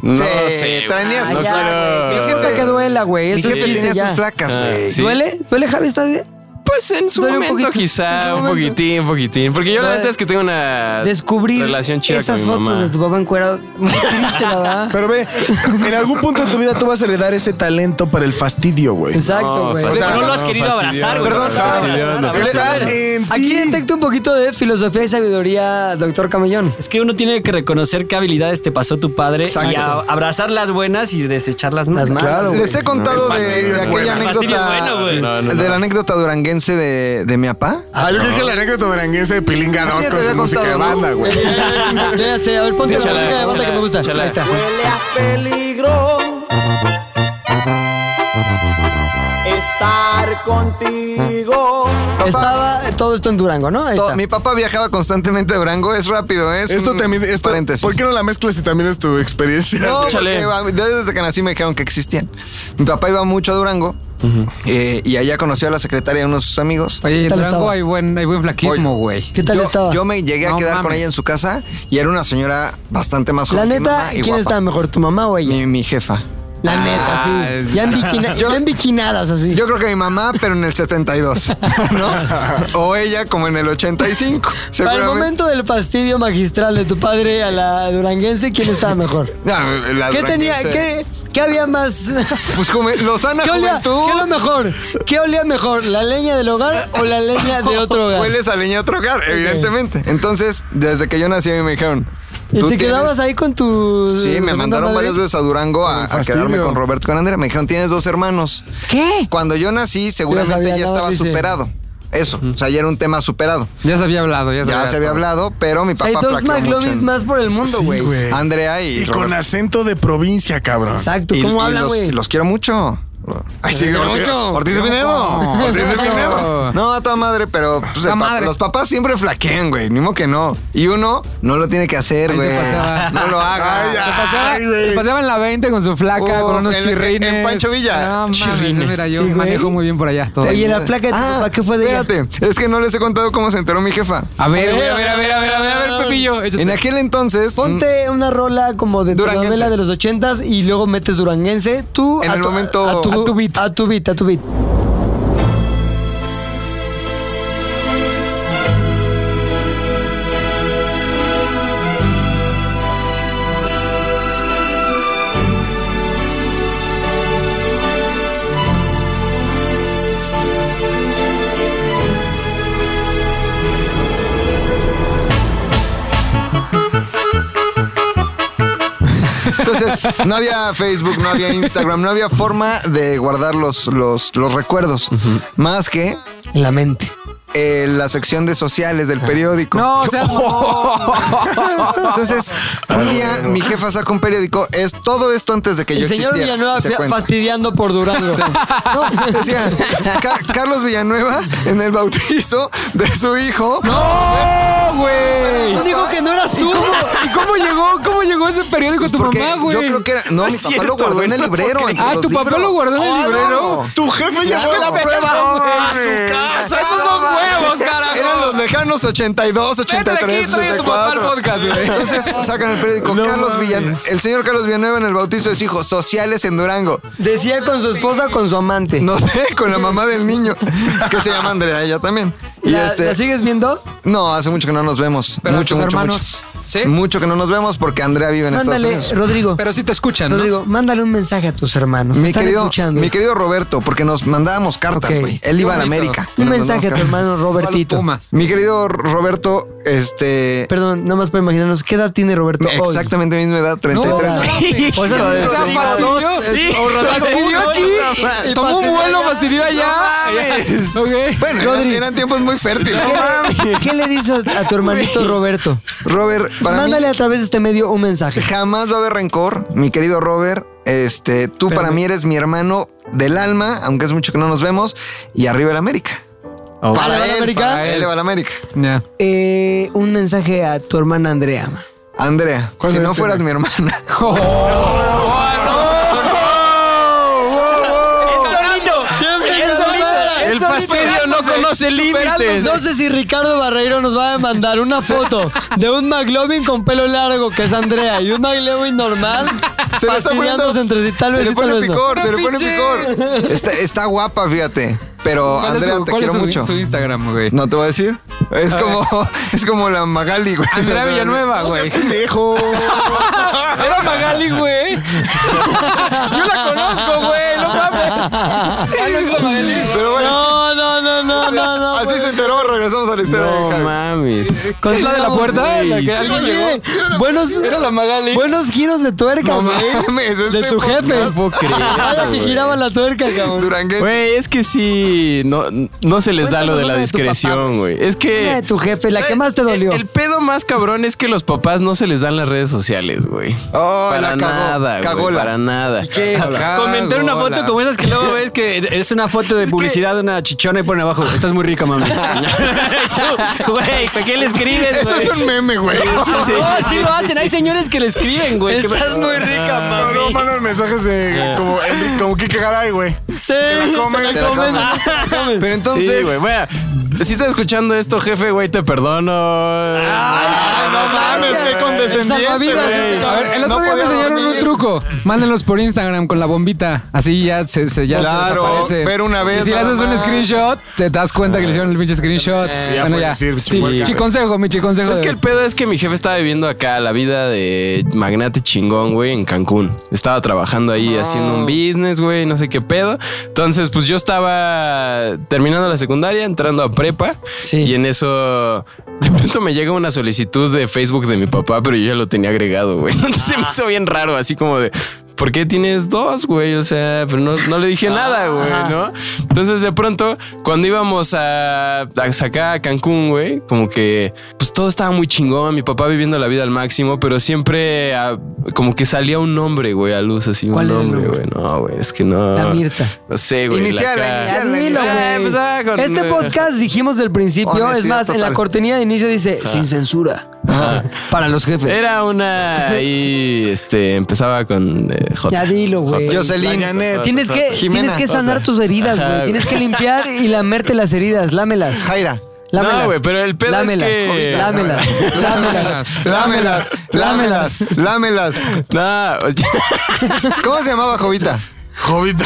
Speaker 7: No
Speaker 11: Sí,
Speaker 7: sé, güey.
Speaker 11: traía
Speaker 7: no
Speaker 11: sus
Speaker 2: ya,
Speaker 7: quiero-
Speaker 2: güey. Mi jefe que duela, güey.
Speaker 11: Mi
Speaker 2: Eso
Speaker 11: jefe
Speaker 2: sí,
Speaker 11: tenía
Speaker 2: ya.
Speaker 11: sus flacas,
Speaker 7: Ah,
Speaker 11: güey.
Speaker 7: sí.
Speaker 2: ¿Duele? ¿Duele, Javi? ¿Estás bien?
Speaker 7: Pues en su
Speaker 2: Duele un
Speaker 7: momento
Speaker 2: poquito. En
Speaker 7: quizá,
Speaker 2: su
Speaker 7: un
Speaker 2: momento.
Speaker 7: poquitín, un poquitín. Porque yo la
Speaker 2: Duele.
Speaker 7: neta es que tengo una
Speaker 2: Descubrir
Speaker 7: Ah, relación chida
Speaker 2: esas
Speaker 7: con mi
Speaker 2: fotos
Speaker 7: mamá.
Speaker 2: de tu papá encuerado. Muy triste, la verdad.
Speaker 5: Pero ve, en algún punto de tu vida tú vas a heredar ese talento para el fastidio, güey.
Speaker 2: Exacto, güey.
Speaker 7: No,
Speaker 11: O sea,
Speaker 7: fastidioso,
Speaker 11: no lo
Speaker 6: has querido
Speaker 7: fastidioso,
Speaker 6: abrazar, güey.
Speaker 11: Perdón,
Speaker 7: fastidioso,
Speaker 6: Javi.
Speaker 7: fastidioso.
Speaker 5: Está en
Speaker 2: Aquí
Speaker 5: ti.
Speaker 2: detecto un poquito de filosofía y sabiduría, doctor Camellón.
Speaker 6: Es que uno tiene que reconocer qué habilidades te pasó tu padre y
Speaker 11: Exacto.
Speaker 6: a- abrazar las buenas y desechar las malas.
Speaker 5: Claro, güey.
Speaker 11: Les he contado de, de
Speaker 7: Fastidio,
Speaker 11: aquella
Speaker 7: bueno.
Speaker 11: anécdota.
Speaker 6: Fastidio, bueno, güey.
Speaker 7: No,
Speaker 11: De
Speaker 7: no, no.
Speaker 11: la anécdota duranguense de, de mi papá.
Speaker 5: Ah, yo creo que la anécdota duranguense de Pilinga
Speaker 11: Ya te
Speaker 5: Dos con
Speaker 11: había
Speaker 5: su música de
Speaker 11: contado, ¿no?
Speaker 5: banda, güey.
Speaker 2: Yo ya sé, a ver, ponte
Speaker 7: Échala,
Speaker 2: la música de banda
Speaker 7: échala,
Speaker 2: que me gusta.
Speaker 7: échala.
Speaker 2: Ahí está.
Speaker 13: Huele a peligro.
Speaker 14: estar contigo.
Speaker 2: Estaba todo esto en Durango, ¿no? Ahí
Speaker 11: To-
Speaker 2: está.
Speaker 11: mi papá viajaba constantemente a Durango, es rápido, ¿eh? es
Speaker 5: Esto
Speaker 11: un
Speaker 5: también- esto-
Speaker 11: paréntesis.
Speaker 5: ¿por qué no la mezclas si también es tu experiencia?
Speaker 11: No, porque
Speaker 5: Échale.
Speaker 11: a mí- yo desde que nací me dijeron que existían. Mi papá iba mucho a Durango eh, y allá conoció a la secretaria de uno de sus amigos.
Speaker 4: Oye, en Durango hay buen, hay buen flaquismo, güey.
Speaker 2: ¿Qué tal
Speaker 11: yo,
Speaker 2: estaba?
Speaker 11: Yo me llegué a
Speaker 4: No
Speaker 11: quedar con
Speaker 4: mames.
Speaker 11: ella en su casa y era una señora bastante más
Speaker 2: La
Speaker 11: joven que mi
Speaker 2: neta,
Speaker 11: mamá y
Speaker 2: ¿quién
Speaker 11: guapa.
Speaker 2: estaba mejor, tu mamá o ella?
Speaker 11: Mi, mi jefa.
Speaker 2: La neta, sí. Ya en bikini-
Speaker 11: Yo-
Speaker 2: ya en biquinadas así.
Speaker 11: Yo creo que mi mamá, pero en el 72, ¿no? O ella como en el 85,
Speaker 2: Para el
Speaker 11: seguramente.
Speaker 2: momento del fastidio magistral de tu padre a la duranguense, ¿quién estaba mejor?
Speaker 11: No, la
Speaker 2: ¿Qué tenía?
Speaker 11: duranguense.
Speaker 2: ¿Qué, qué había más?
Speaker 11: Pues como Lozana
Speaker 2: ¿Qué olía, ¿Qué
Speaker 11: Juventud.
Speaker 2: olía mejor? ¿Qué olía mejor? ¿La leña del hogar o la leña de otro hogar?
Speaker 11: Hueles a leña a otro hogar, evidentemente. Entonces, desde que yo nací a mí me dijeron.
Speaker 2: ¿Y
Speaker 11: "Tú
Speaker 2: te
Speaker 11: tienes-"
Speaker 2: quedabas ahí con tu.
Speaker 11: Sí, me
Speaker 2: segunda
Speaker 11: mandaron
Speaker 2: madre?
Speaker 11: varias veces a Durango a, a quedarme con Roberto con Andrea. Me dijeron, tienes dos hermanos.
Speaker 2: ¿Qué?
Speaker 11: Cuando yo nací, seguramente ya
Speaker 4: sabía, nada más
Speaker 11: estaba
Speaker 4: dice.
Speaker 11: superado. Eso, o sea, ya era un tema superado.
Speaker 4: Ya se había hablado, ya se
Speaker 11: Ya
Speaker 4: había,
Speaker 11: se había hablado, pero mi
Speaker 2: O sea, hay
Speaker 11: papá
Speaker 2: dos
Speaker 11: flaqueó mucho.
Speaker 2: McLovins
Speaker 11: en-
Speaker 2: más por el mundo, güey.
Speaker 11: Andrea y,
Speaker 5: Y con
Speaker 11: Roberto.
Speaker 5: acento de provincia, cabrón.
Speaker 2: Exacto,
Speaker 11: Y-
Speaker 2: ¿cómo
Speaker 11: y
Speaker 2: hablan,
Speaker 11: los-
Speaker 2: güey?
Speaker 11: Los, quiero mucho. Ay, sí,
Speaker 4: quiero
Speaker 11: Ortiz,
Speaker 4: mucho.
Speaker 11: Ortiz de
Speaker 4: Quiero
Speaker 11: Pinedo.
Speaker 4: mucho.
Speaker 11: Ortiz de
Speaker 4: Quiero
Speaker 11: Pinedo.
Speaker 4: mucho.
Speaker 11: No, a toda madre, pero pues,
Speaker 4: Toda
Speaker 11: el pa-
Speaker 4: madre.
Speaker 11: los papás siempre flaquean, güey. Ni modo que no. Y uno no lo tiene que hacer,
Speaker 4: Ahí se
Speaker 11: güey.
Speaker 4: pasaba.
Speaker 11: No lo haga.
Speaker 4: Se pasaba, se pasaba en la 20 con su flaca,
Speaker 11: Uf,
Speaker 4: con unos
Speaker 11: en-
Speaker 4: chirrines.
Speaker 11: en Pancho Villa.
Speaker 4: No mames,
Speaker 11: Chirrines.
Speaker 4: mira, yo
Speaker 2: Sí, güey.
Speaker 4: manejo muy bien por allá todo.
Speaker 2: Oye, la placa de tu papá, ¿qué fue de ella?
Speaker 11: Ah, Espérate, es que no les he contado cómo se enteró mi jefa.
Speaker 4: A ver, güey, a ver, a ver, a ver, a ver, a ver, Pepillo, échate.
Speaker 11: En aquel entonces,
Speaker 2: Ponte una rola como de
Speaker 11: Mm. Duranguense.
Speaker 2: telenovela de los ochentas y luego metes duranguense. Tú
Speaker 11: En
Speaker 2: a
Speaker 11: el
Speaker 2: tu,
Speaker 11: momento-
Speaker 2: a tu,
Speaker 11: a tu
Speaker 2: beat. A tu beat, a tu beat.
Speaker 11: Entonces, no había Facebook, no había Instagram, no había forma de guardar los, los, los recuerdos. Más que
Speaker 2: En la mente.
Speaker 11: eh, la sección de sociales
Speaker 5: Ah.
Speaker 11: del periódico.
Speaker 4: No, o sea,
Speaker 11: Entonces, un día mi jefa saca un periódico. Es todo esto antes de que
Speaker 2: El
Speaker 11: yo
Speaker 2: señor
Speaker 11: existiera,
Speaker 2: Villanueva
Speaker 11: se
Speaker 2: fia-
Speaker 11: cuenta.
Speaker 2: fastidiando por Durango.
Speaker 11: No, decía, Ca- Carlos Villanueva en el bautizo de su hijo.
Speaker 4: ¡No, güey!
Speaker 2: No digo que no eras
Speaker 4: ¿Y
Speaker 2: tú.
Speaker 4: cómo, y cómo llegó, cómo llegó ese periódico a tu
Speaker 11: Porque
Speaker 4: mamá, güey?
Speaker 11: yo creo que era. No, mi papá
Speaker 5: cierto,
Speaker 11: lo guardó
Speaker 5: güey,
Speaker 11: en el
Speaker 5: no puedo
Speaker 11: librero.
Speaker 5: creer.
Speaker 11: entre
Speaker 4: Ah,
Speaker 11: los
Speaker 4: tu papá lo
Speaker 11: libros.
Speaker 4: guardó en el
Speaker 11: Ah,
Speaker 4: librero.
Speaker 11: no.
Speaker 5: Tu jefe
Speaker 11: Claro.
Speaker 5: llevó la prueba a
Speaker 4: Mames.
Speaker 5: su casa.
Speaker 4: Esos son huevos, carajo.
Speaker 11: Eran los lejanos 82,
Speaker 4: Vete de aquí,
Speaker 11: 83,
Speaker 4: trae a tu papá al
Speaker 11: 84.
Speaker 4: podcast, güey.
Speaker 11: Entonces sacan el periódico Carlos Villanueva, el señor Carlos Villanueva en el bautizo de su hijo, sociales en Durango.
Speaker 2: Decía con su esposa, con su amante.
Speaker 11: No sé, con la mamá del niño, que se llama Andrea, ella también. Y
Speaker 2: ¿La,
Speaker 11: este,
Speaker 2: la sigues viendo?
Speaker 11: no, hace mucho que no nos vemos.
Speaker 4: Pero
Speaker 11: mucho,
Speaker 4: tus
Speaker 11: mucho,
Speaker 4: hermanos,
Speaker 11: mucho.
Speaker 4: ¿sí?
Speaker 11: Mucho que no nos vemos porque Andrea vive en
Speaker 2: Mándale,
Speaker 11: Estados Unidos.
Speaker 2: Rodrigo.
Speaker 4: Pero sí te escuchan, ¿no?
Speaker 2: Rodrigo, mándale un mensaje a tus hermanos.
Speaker 11: Mi
Speaker 2: Están
Speaker 11: querido,
Speaker 2: escuchando.
Speaker 11: mi querido Roberto, porque nos mandábamos cartas,
Speaker 2: Ok.
Speaker 11: güey. Él iba a la
Speaker 4: bonito.
Speaker 11: América.
Speaker 2: un
Speaker 11: Nos
Speaker 2: mensaje a tu
Speaker 11: mandábamos cartas.
Speaker 2: hermano Robertito.
Speaker 4: Pumas.
Speaker 11: Mi querido Roberto, este...
Speaker 2: Perdón, nada más para imaginarnos, ¿qué edad tiene Roberto hoy?
Speaker 11: Exactamente mi misma edad, 33
Speaker 4: No,
Speaker 11: años.
Speaker 2: O sea,
Speaker 4: O sea, fastidió. Fastidió aquí, tomó un vuelo, fastidió allá. Ok.
Speaker 11: Bueno, eran, eran tiempos muy fértiles.
Speaker 2: ¿Qué le dices a tu hermanito Roberto?
Speaker 11: Robert, para
Speaker 2: Mándale
Speaker 11: mí
Speaker 2: a través de este medio un mensaje.
Speaker 11: jamás va a haber rencor, mi querido Robert. Este, tú para mí eres mi hermano del alma, aunque es mucho que no nos vemos, y arriba el América.
Speaker 2: ¿Ah, le va
Speaker 11: Para
Speaker 2: al
Speaker 11: él,
Speaker 2: América?
Speaker 11: para él le va al América.
Speaker 4: Ya.
Speaker 2: Eh, un mensaje a tu hermana Andrea.
Speaker 11: Andrea, si no fueras mi hermana.
Speaker 4: Él solito, él
Speaker 7: El
Speaker 4: solito.
Speaker 7: fastidio no conoce límites.
Speaker 2: eh. No sé si Ricardo Barreiro nos va a mandar una foto de un McLovin con pelo largo, que es Andrea, y un McLovin normal,
Speaker 11: Se le está
Speaker 2: fastidiándose
Speaker 11: poniendo-
Speaker 2: entre sí, tal
Speaker 11: se
Speaker 2: vez
Speaker 11: le
Speaker 2: sí, tal
Speaker 11: pone
Speaker 2: vez no.
Speaker 11: picor, se le pone picor. Está, está guapa, fíjate. Pero
Speaker 4: ¿Cuál es
Speaker 11: Andrea,
Speaker 4: su-
Speaker 11: te
Speaker 4: cuál es
Speaker 11: quiero
Speaker 4: su-
Speaker 11: mucho.
Speaker 4: su Instagram, güey?
Speaker 11: No te voy a decir. Es como, es como la Magali, güey.
Speaker 4: Andrea Villanueva, güey. Era Magali, güey. Yo la conozco, güey. No mames. Ah, no, es la Magali.
Speaker 11: Pero bueno,
Speaker 2: No, no, no, no, no, no.
Speaker 11: así
Speaker 2: güey.
Speaker 11: se enteró, regresamos al estero.
Speaker 6: No mames.
Speaker 2: este
Speaker 7: mames.
Speaker 4: ¿Es la de la puerta?
Speaker 7: Güey.
Speaker 4: ¿La que alguien llegó?
Speaker 2: Buenos,
Speaker 4: Era la Magali.
Speaker 2: buenos giros de tuerca,
Speaker 4: No
Speaker 2: güey.
Speaker 4: mames,
Speaker 2: de
Speaker 4: este
Speaker 2: su jefe.
Speaker 4: podcast. No puedo creer,
Speaker 2: Vaya que
Speaker 7: güey.
Speaker 2: giraba la tuerca, cabrón.
Speaker 7: Güey, es que sí, no, no se les da lo de
Speaker 2: Cuéntanos una
Speaker 7: la
Speaker 2: de tu
Speaker 7: discreción, güey. Es
Speaker 2: Una de
Speaker 7: que
Speaker 2: tu jefe,
Speaker 6: Eh,
Speaker 2: la que más te dolió.
Speaker 7: el pedo más cabrón es que los papás no se les dan las redes sociales, güey. para
Speaker 11: Oh, la cagó,
Speaker 7: nada, güey.
Speaker 11: cagola.
Speaker 7: Para nada.
Speaker 6: Comentar una foto como esas que luego ves que es una foto de publicidad de una chichona y ponen abajo, estás muy rica, mami. Güey, ¿para qué le escribes,
Speaker 3: Eso es
Speaker 6: güey?
Speaker 3: un meme, güey.
Speaker 6: Sí, sí, sí, sí lo hacen. Hay señores que le escriben, güey. que- Ah,
Speaker 3: No, no, mandan mensajes de
Speaker 11: Ah.
Speaker 3: como, el- como que cagar, güey.
Speaker 6: Sí,
Speaker 3: comen,
Speaker 7: te la
Speaker 3: comen.
Speaker 7: comen.
Speaker 11: Pero
Speaker 7: Sí, güey. Bueno, si estás escuchando esto, jefe, güey, te perdono.
Speaker 6: Ah,
Speaker 3: no mames, qué condescendiente, güey.
Speaker 4: A ver, el
Speaker 3: No
Speaker 4: otro día me
Speaker 3: podía
Speaker 4: enseñaron
Speaker 3: dormir.
Speaker 4: un truco. Mándenlos por Instagram con la bombita. Así ya se, se- ya se
Speaker 3: Claro,
Speaker 4: desaparece.
Speaker 3: pero una vez
Speaker 4: Y si le
Speaker 3: nada
Speaker 4: haces un
Speaker 3: más.
Speaker 4: screenshot, te das cuenta que le hicieron el pinche screenshot.
Speaker 7: ya
Speaker 4: bueno,
Speaker 7: puedes
Speaker 4: ya.
Speaker 7: decir,
Speaker 4: sí,
Speaker 7: chimuelo,
Speaker 4: chi
Speaker 7: güey.
Speaker 4: consejo, mi chi consejo.
Speaker 7: Es que el pedo es que mi jefe estaba viviendo acá la vida de magnate chingón, güey, en Cancún. Estaba trabajando ahí haciendo un business, güey, no sé qué pedo. Entonces, pues yo estaba terminando la secundaria, entrando a prepa. Sí. Y en eso, de pronto me llega una solicitud de Facebook de mi papá, pero yo ya lo tenía agregado, güey. Entonces se me hizo bien raro, así como de. ¿Por qué tienes dos, güey? O sea, pero no, no le dije nada, güey, ¿no? Entonces, de pronto, cuando íbamos a, a sacar a Cancún, güey, como que pues todo estaba muy chingón, mi papá viviendo la vida al máximo, pero siempre ah, como que salía un nombre, güey, a luz, así
Speaker 2: ¿Cuál
Speaker 7: un
Speaker 2: era el
Speaker 7: nombre,
Speaker 2: nombre?
Speaker 7: güey. No, güey, es que no.
Speaker 2: La Mirta.
Speaker 7: No sé, güey.
Speaker 11: Inicial,
Speaker 7: la
Speaker 2: Ya
Speaker 7: cara.
Speaker 2: dilo,
Speaker 7: Ah,
Speaker 2: güey.
Speaker 7: pues, ah, con-
Speaker 2: este podcast dijimos del principio,
Speaker 3: Oh,
Speaker 7: Honestidad
Speaker 2: es más, en la
Speaker 7: total.
Speaker 2: cortinilla de inicio dice sin censura.
Speaker 6: Ah.
Speaker 7: Ajá.
Speaker 2: Para los jefes.
Speaker 7: Era una ahí, este, empezaba con eh, J.
Speaker 2: Ya dilo, güey.
Speaker 7: J.
Speaker 11: Jocelyn.
Speaker 7: Janet.
Speaker 2: Tienes que,
Speaker 11: Jimena.
Speaker 2: tienes que sanar tus heridas,
Speaker 7: Ajá,
Speaker 2: güey.
Speaker 7: güey.
Speaker 2: Tienes que limpiar y lamerte las heridas. Lámelas.
Speaker 11: Jaira.
Speaker 2: Lámelas.
Speaker 7: No, güey, pero el pedo
Speaker 2: Lámelas.
Speaker 7: es que...
Speaker 2: Lámelas. Lámelas.
Speaker 11: Lámelas, lámelas, lámelas.
Speaker 7: No,
Speaker 11: ¿Cómo se llamaba Jovita?
Speaker 5: Jovita.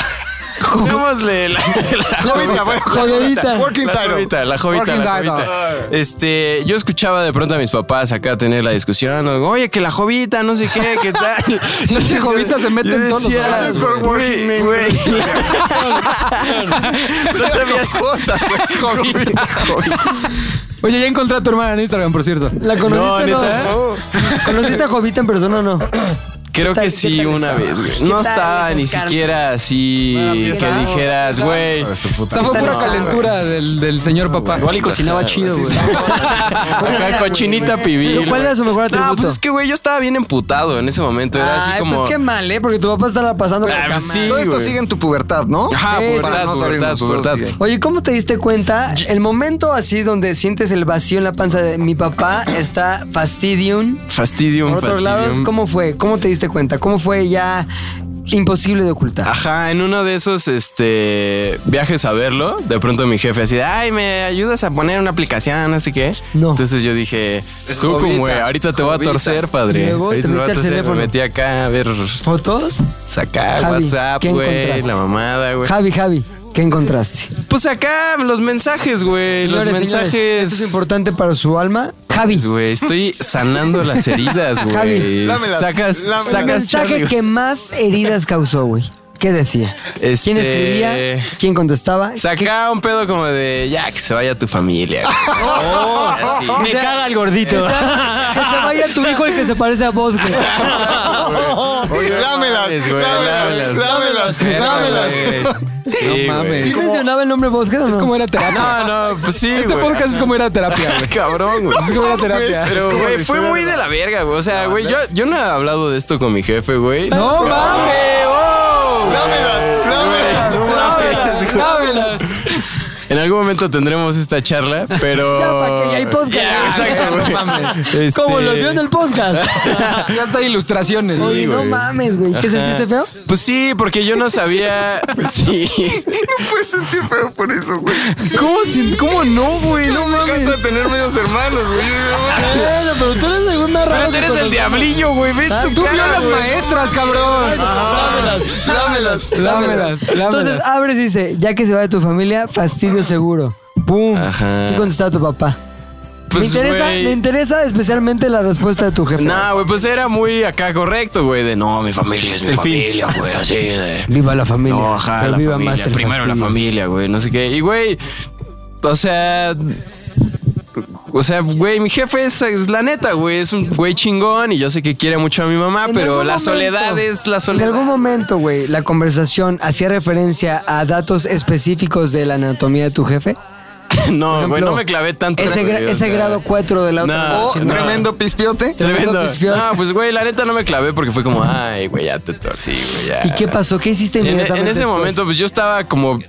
Speaker 7: Juguémosle la, la
Speaker 11: Jovita, bueno,
Speaker 2: Jodidita.
Speaker 11: Working
Speaker 7: La
Speaker 11: title.
Speaker 7: jovita, la jovita,
Speaker 4: Working
Speaker 7: la
Speaker 4: title.
Speaker 7: jovita. Este, yo escuchaba de pronto a mis papás acá tener la discusión. Oye, que la jovita, no sé qué, qué tal.
Speaker 4: Pinche jovita se mete
Speaker 7: Yo
Speaker 4: en todos los
Speaker 7: decía,
Speaker 4: órganos,
Speaker 7: güey, güey, güey. No sabía si-
Speaker 4: Jovita. Oye, ya encontré a tu hermana en Instagram, por cierto.
Speaker 2: ¿La
Speaker 7: No,
Speaker 2: conociste?
Speaker 7: neta.
Speaker 2: No, ¿Conociste a Jovita en persona o no?
Speaker 7: Creo
Speaker 2: tal-
Speaker 7: que
Speaker 2: qué
Speaker 7: sí
Speaker 2: tal
Speaker 7: una
Speaker 2: estaba?
Speaker 7: vez, güey.
Speaker 2: ¿Qué
Speaker 7: No
Speaker 2: tal
Speaker 7: estaba
Speaker 2: esas
Speaker 7: ni
Speaker 2: cartas?
Speaker 7: siquiera así que dijeras, güey.
Speaker 4: O sea, fue pura calentura del, del señor papá.
Speaker 6: Igual y cocinaba chido, güey.
Speaker 7: Acá cochinita pibil.
Speaker 2: ¿Pero cuál era su mejor
Speaker 7: güey. No,
Speaker 2: atributo?
Speaker 7: pues es que, güey, yo estaba bien emputado en ese momento. Era así
Speaker 2: Ay,
Speaker 7: como.
Speaker 2: pues qué mal, ¿eh? Porque tu papá estará pasando por
Speaker 7: Ah,
Speaker 2: acá.
Speaker 7: sí,
Speaker 11: Todo esto
Speaker 7: güey.
Speaker 11: sigue en tu pubertad, ¿no?
Speaker 7: Ajá,
Speaker 2: Sí,
Speaker 7: pubertad,
Speaker 11: para no
Speaker 7: pubertad,
Speaker 11: salirnos, todo
Speaker 7: pubertad.
Speaker 11: sigue.
Speaker 2: Oye, ¿cómo te diste cuenta? El momento así donde sientes el vacío en la panza de mi papá está fastidium.
Speaker 7: Fastidium,
Speaker 2: Por otros lados,
Speaker 7: fastidium.
Speaker 2: ¿cómo fue? ¿Cómo te diste cuenta? ¿Cómo fue ya imposible de ocultar?
Speaker 7: Ajá, en uno de esos este, viajes a verlo, de pronto mi jefe así, de, ay, ¿me ayudas a poner una aplicación? Así que...
Speaker 2: No.
Speaker 7: Entonces yo dije, Sucum, güey, ahorita te voy a
Speaker 11: jovita".
Speaker 7: torcer, padre.
Speaker 2: Y luego
Speaker 7: ahorita
Speaker 2: te
Speaker 7: voy a
Speaker 2: metí al
Speaker 7: torcer. Me
Speaker 2: teléfono.
Speaker 7: metí acá a ver,
Speaker 2: ¿Fotos?
Speaker 7: sacar
Speaker 2: Javi,
Speaker 7: WhatsApp,
Speaker 2: ¿qué
Speaker 7: güey,
Speaker 2: encontraste?
Speaker 7: la mamada, güey.
Speaker 2: Javi, Javi, ¿qué encontraste?
Speaker 7: Pues acá los mensajes, güey, los
Speaker 2: Señores,
Speaker 7: mensajes...
Speaker 2: señores, esto es importante para su alma. Javi,
Speaker 7: Güey, estoy sanando las heridas,
Speaker 2: Javi,
Speaker 7: güey.
Speaker 11: lámelas,
Speaker 7: Sacas,
Speaker 11: lámelas.
Speaker 2: el
Speaker 7: sacas Charlie,
Speaker 2: mensaje que más heridas causó, güey. ¿Qué decía?
Speaker 7: Este-
Speaker 2: ¿Quién escribía? ¿Quién contestaba?
Speaker 7: Saca un pedo como de ya que se vaya tu familia. güey". Así.
Speaker 6: Me caga el gordito.
Speaker 2: Que se vaya tu hijo el que se parece a vos, güey.
Speaker 11: Lámelas,
Speaker 7: mames, güey,
Speaker 11: lámelas, lámelas, lámelas.
Speaker 7: Lámelas. Sí,
Speaker 4: No mames.
Speaker 7: güey.
Speaker 2: ¿Sí mencionaba el nombre Bosque o no?
Speaker 4: Es como era terapia.
Speaker 7: No, no, pues sí.
Speaker 4: este
Speaker 7: güey.
Speaker 4: podcast es como era terapia, güey.
Speaker 7: Cabrón, güey.
Speaker 4: Es como era terapia.
Speaker 7: Pero, güey, fue muy de la verga, güey. O sea, güey, yo, yo no he hablado de esto con mi jefe, güey.
Speaker 4: ¡No mames!
Speaker 7: ¡Oh! güey.
Speaker 11: Lámelas, lámelas.
Speaker 7: No mames, güey. En algún momento tendremos esta charla, pero.
Speaker 2: Ya, pa' que ya hay podcast.
Speaker 7: Ya, exacto,
Speaker 4: No
Speaker 7: güey.
Speaker 4: mames.
Speaker 7: Este-
Speaker 2: Como lo vio en el podcast.
Speaker 4: Ya hasta hay ilustraciones. güey.
Speaker 2: Oye, no
Speaker 7: güey.
Speaker 2: mames, güey. ¿Qué
Speaker 7: Ajá.
Speaker 2: sentiste feo?
Speaker 7: Pues sí, porque yo no sabía. Sí.
Speaker 11: Me sentí feo por eso, güey.
Speaker 7: ¿Cómo, sin- ¿Cómo no, güey? No mames.
Speaker 11: Encanta tener medios hermanos, güey.
Speaker 4: Bueno, pero tú eres el güey más raro
Speaker 7: Pero tú
Speaker 4: que
Speaker 7: eres el
Speaker 4: conozco.
Speaker 7: diablillo, güey. Ve
Speaker 4: Ah,
Speaker 7: tu
Speaker 4: Tú
Speaker 7: cara,
Speaker 4: violas
Speaker 7: güey.
Speaker 4: maestras, cabrón.
Speaker 11: Lámelas,
Speaker 4: Lámelas,
Speaker 2: Entonces
Speaker 4: lámelas.
Speaker 2: abres y dice, ya que se va de tu familia, fastidio seguro. ¡Pum!
Speaker 7: Ajá.
Speaker 2: ¿Qué contestaba tu papá? me,
Speaker 7: Pues,
Speaker 2: interesa,
Speaker 7: güey.
Speaker 2: me interesa especialmente la respuesta de tu jefe.
Speaker 7: Nah, güey, pues era muy acá correcto, güey. De no, mi familia es mi familia, güey. Así de.
Speaker 2: Viva la familia.
Speaker 7: No, ajá,
Speaker 2: pero
Speaker 7: la
Speaker 2: viva
Speaker 7: familia.
Speaker 2: más el
Speaker 7: Primero la
Speaker 2: fastidio.
Speaker 7: familia, güey. No sé qué. Y, güey, o sea. O sea, güey, mi jefe es, es la neta, güey, es un güey chingón y yo sé que quiere mucho a mi mamá,
Speaker 2: En
Speaker 7: Ah, pero
Speaker 2: algún
Speaker 7: la
Speaker 2: momento,
Speaker 7: soledad es la soledad.
Speaker 2: En algún momento, güey, la conversación hacía referencia a datos específicos de la anatomía de tu jefe. Por
Speaker 7: No, güey,
Speaker 2: ejemplo,
Speaker 7: no me clavé tanto.
Speaker 2: Ese, gra-
Speaker 7: güey, o
Speaker 2: ese
Speaker 7: sea,
Speaker 2: grado 4 de la otra.
Speaker 7: no,
Speaker 2: noche,
Speaker 7: no.
Speaker 2: ¿no?
Speaker 11: Oh, pispiote.
Speaker 7: Tremendo.
Speaker 2: pispiote.
Speaker 7: No, pues güey, la neta no me clavé porque fue como, ay, güey, ya te torcí, güey, ya.
Speaker 2: ¿Y qué pasó? ¿Qué hiciste
Speaker 7: En, e- en
Speaker 2: inmediatamente
Speaker 7: ese
Speaker 2: después?
Speaker 7: momento, pues yo estaba como.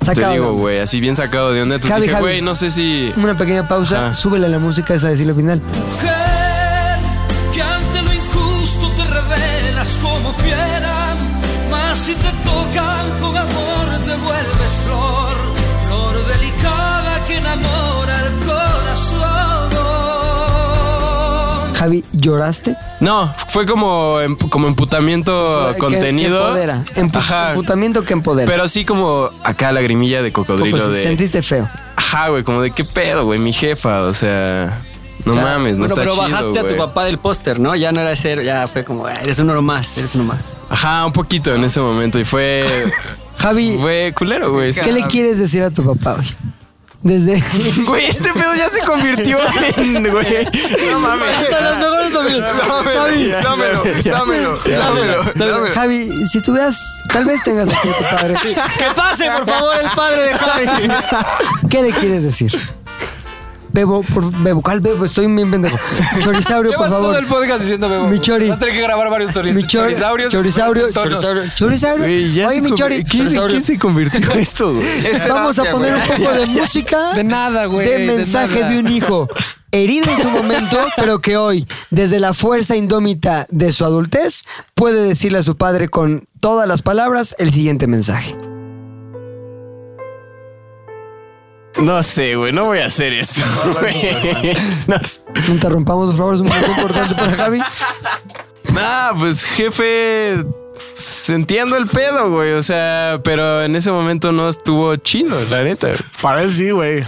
Speaker 2: Sacado.
Speaker 7: Te digo, güey, así bien sacado de onda. Entonces
Speaker 2: Javi,
Speaker 7: dije,
Speaker 2: Javi.
Speaker 7: güey, no sé si.
Speaker 2: Una pequeña pausa, súbele la música esa de Silvia Pinal.
Speaker 1: que ante lo injusto te revelas como fiera, mas si te tocan con amor te vuelves flor, flor delicada que enamora el corazón.
Speaker 2: Javi, ¿lloraste?
Speaker 7: No, fue como, em- como emputamiento
Speaker 2: Que-
Speaker 7: Oh, contenido.
Speaker 2: Que empodera. Empu- Emputamiento que empodera.
Speaker 7: Pero sí como acá lagrimilla de cocodrilo
Speaker 2: Pues,
Speaker 7: de.
Speaker 2: Sentiste feo.
Speaker 7: Ajá, güey, como de qué pedo, güey, mi jefa, o sea, no
Speaker 4: Claro.
Speaker 7: mames,
Speaker 4: Bueno,
Speaker 7: no está
Speaker 4: pero
Speaker 7: chido,
Speaker 4: bajaste a
Speaker 7: güey.
Speaker 4: tu papá del póster, ¿no? Ya no era ser, ya fue como, "Ah, eres uno más, eres uno más.
Speaker 7: Ajá, un poquito en ese momento y fue
Speaker 2: Javi,
Speaker 7: fue culero, güey. ah.
Speaker 2: ¿Qué le quieres decir a tu papá hoy? Desde.
Speaker 7: Güey, este pedo ya se convirtió en, güey. No mames.
Speaker 2: Javi.
Speaker 11: Dámelo, dámelo, dámelo, dámelo.
Speaker 2: Javi, si tú veas, tal vez tengas aquí a tu padre.
Speaker 4: ¡Que pase, por favor, el padre de Javi!
Speaker 2: ¿Qué le quieres decir? Bebo, por, bebo, ¿cuál bebo? Estoy bien pendejo. Chorisaurio, por
Speaker 15: Llevas todo el
Speaker 2: favor.
Speaker 15: podcast diciendo bebo.
Speaker 2: Mi chori.
Speaker 15: Vas a tener que grabar varios stories.
Speaker 2: Mi chori-
Speaker 15: chorizaurios.
Speaker 2: chorisaurio,
Speaker 15: tonos.
Speaker 2: chorisaurio, chorisaurio. Oye, mi chori. Chorisaurio.
Speaker 7: se convirtió esto, güey?
Speaker 2: Vamos a
Speaker 15: terapia,
Speaker 2: poner un
Speaker 15: güey.
Speaker 2: poco de música.
Speaker 15: De nada, güey.
Speaker 2: de mensaje de,
Speaker 15: nada.
Speaker 2: un hijo herido en su momento, pero que hoy, desde la fuerza indómita de su adultez, puede decirle a su padre con todas las palabras el siguiente mensaje.
Speaker 7: No sé, güey, no voy a hacer esto. güey. No sé.
Speaker 2: No Interrumpamos, por favor, es muy importante para Javi.
Speaker 7: Nah, pues jefe, s- entiendo el pedo, güey. O sea, pero en ese momento no estuvo chido, la neta.
Speaker 5: Para él sí, güey.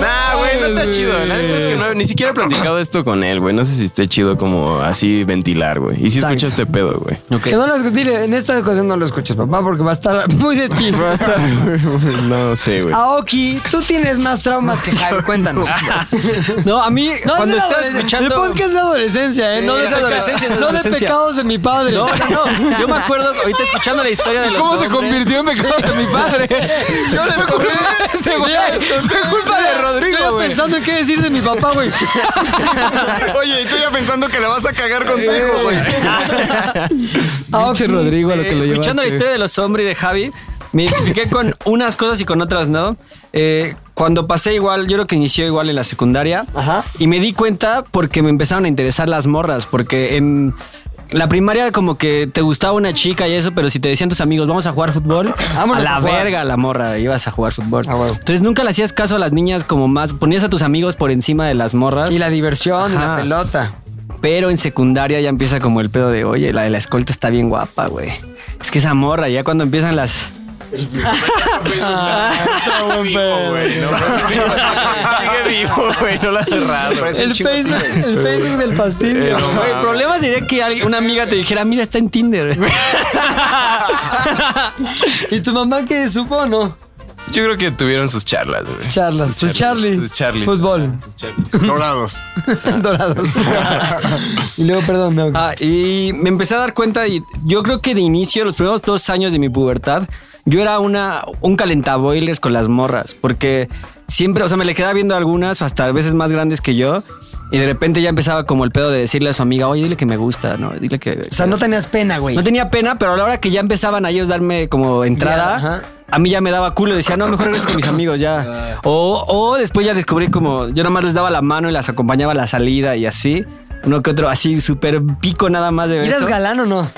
Speaker 7: nah, güey, no está chido. La neta es que no, ni siquiera he platicado esto con él, güey. No sé si esté chido como así ventilar, güey. Y si escucha este pedo, güey.
Speaker 2: Que no lo escu- dile, en esta ocasión no lo escuches, papá, porque va a estar muy de ti.
Speaker 7: Va a estar. No sé,
Speaker 2: Pues.
Speaker 7: güey.
Speaker 2: Aoki, tú tienes más traumas que Javi, cuéntanos.
Speaker 4: No, a mí,
Speaker 2: No,
Speaker 4: cuando
Speaker 2: es de
Speaker 4: estaba
Speaker 2: adolesc-
Speaker 4: escuchando...
Speaker 2: El podcast de adolescencia, ¿eh? no, de
Speaker 4: es adolescencia, es
Speaker 2: no de
Speaker 4: adolescencia.
Speaker 2: pecados de mi padre.
Speaker 4: No, no, no. Yo me acuerdo ahorita escuchando la historia de los
Speaker 15: ¿Cómo se
Speaker 4: hombres.
Speaker 15: convirtió en pecados de mi padre?
Speaker 4: Yo le
Speaker 15: Fue culpa de este güey. Fue culpa de Rodrigo,
Speaker 2: Estaba
Speaker 15: güey.
Speaker 2: pensando en qué decir de mi papá, güey.
Speaker 11: Oye, y tú ya pensando que la vas a cagar contigo, güey.
Speaker 4: Ah,
Speaker 2: Aoki,
Speaker 15: Rodrigo a lo que lo
Speaker 4: eh, Escuchando la
Speaker 15: llevaste.
Speaker 4: historia de los hombres y de Javi, me identifiqué con unas cosas y con otras no. Eh, cuando pasé igual, yo creo que inició igual en la secundaria. Y me di cuenta porque me empezaron a interesar las morras, porque en... La primaria como que te gustaba una chica y eso, pero si te decían tus amigos, vamos a jugar fútbol,
Speaker 2: Vámonos
Speaker 4: a la
Speaker 2: a jugar.
Speaker 4: verga la morra, ibas a jugar fútbol.
Speaker 15: Ah,
Speaker 4: Entonces nunca le hacías caso a las niñas como más, ponías a tus amigos por encima de las morras.
Speaker 2: Y la diversión, y la
Speaker 4: Ajá.
Speaker 2: pelota.
Speaker 4: Pero en secundaria ya empieza como el pedo de, oye, la de la escolta está bien guapa, güey. Es que esa morra, ya cuando empiezan las...
Speaker 7: Sigue vivo, güey. No lo ha cerrado.
Speaker 4: El Facebook,
Speaker 2: el Facebook del pastillo.
Speaker 7: Eh, no mames.
Speaker 4: el problema sería que alguien- una amiga te dijera, mira, está en Tinder.
Speaker 2: ¿Y tu mamá qué supo o no?
Speaker 7: Yo creo que tuvieron sus charlas, güey.
Speaker 2: Charlas, sus charlies.
Speaker 7: Sus charlies.
Speaker 2: Fútbol.
Speaker 7: Sus charlies.
Speaker 5: Dorados.
Speaker 2: Dorados. y luego, perdón, no.
Speaker 4: Ah, y me empecé a dar cuenta y yo creo que de inicio, los primeros dos años de mi pubertad, yo era una, un calentaboilers con las morras, porque siempre, o sea, me le quedaba viendo algunas, o hasta a veces más grandes que yo, y de repente ya empezaba como el pedo de decirle a su amiga, oye, dile que me gusta, ¿no? Dile que...
Speaker 2: O sea, no tenías pena, güey.
Speaker 4: No tenía pena, pero a la hora que ya empezaban a ellos darme como entrada, a mí ya me daba culo. Decía, no, mejor regreso con mis amigos
Speaker 2: Ah.
Speaker 4: ya. O, o después ya descubrí como yo nomás les daba la mano y las acompañaba a la salida y así. Uno que otro, así súper pico nada más de
Speaker 2: ¿Y ¿Eras
Speaker 4: beso.
Speaker 2: galán o no?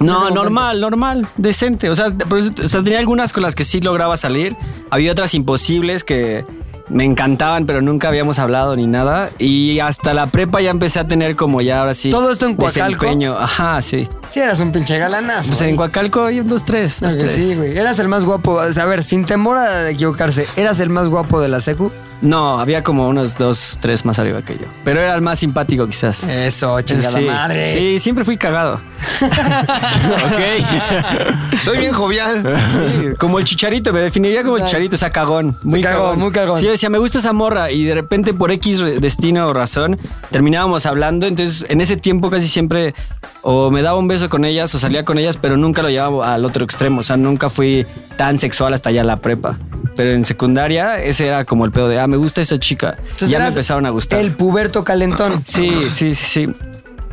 Speaker 4: No, normal, normal, decente. O sea, de- pero, o sea, tenía algunas con las que sí lograba salir. Había otras imposibles que me encantaban, pero nunca habíamos hablado ni nada. Y hasta la prepa ya empecé a tener como ya ahora sí.
Speaker 2: Todo esto en Coacalco.
Speaker 4: desempeño. Ajá, sí.
Speaker 2: Sí, eras un pinche galanazo.
Speaker 4: Pues en Coacalco hay un, dos, tres.
Speaker 2: Claro
Speaker 4: dos,
Speaker 2: que
Speaker 4: tres.
Speaker 2: sí, güey. Eras el más guapo. O sea, a ver, sin temor a equivocarse, ¿eras el más guapo de la secu?
Speaker 4: No, había como unos dos,
Speaker 2: Eh,
Speaker 4: tres más arriba que yo. Pero era el más simpático, quizás.
Speaker 2: Eso,
Speaker 4: Sí. Sí, siempre fui cagado. ok.
Speaker 11: Soy bien jovial.
Speaker 4: como el chicharito, me definiría como el chicharito, o sea, cagón. Muy
Speaker 2: Cagón,
Speaker 4: cagón,
Speaker 2: muy cagón.
Speaker 4: Sí, yo decía, me gusta esa morra. Y de repente, por X re- destino o razón, terminábamos hablando. Entonces, en ese tiempo casi siempre o me daba un beso con ellas o salía con ellas, pero nunca lo llevaba al otro extremo. O sea, nunca fui tan sexual hasta ya la prepa. Pero en secundaria, ese era como el pedo de, ah, me gusta esa chica.
Speaker 2: Entonces
Speaker 4: ya me
Speaker 2: eras
Speaker 4: empezaron a gustar.
Speaker 2: El puberto calentón.
Speaker 4: Sí, sí, sí, sí.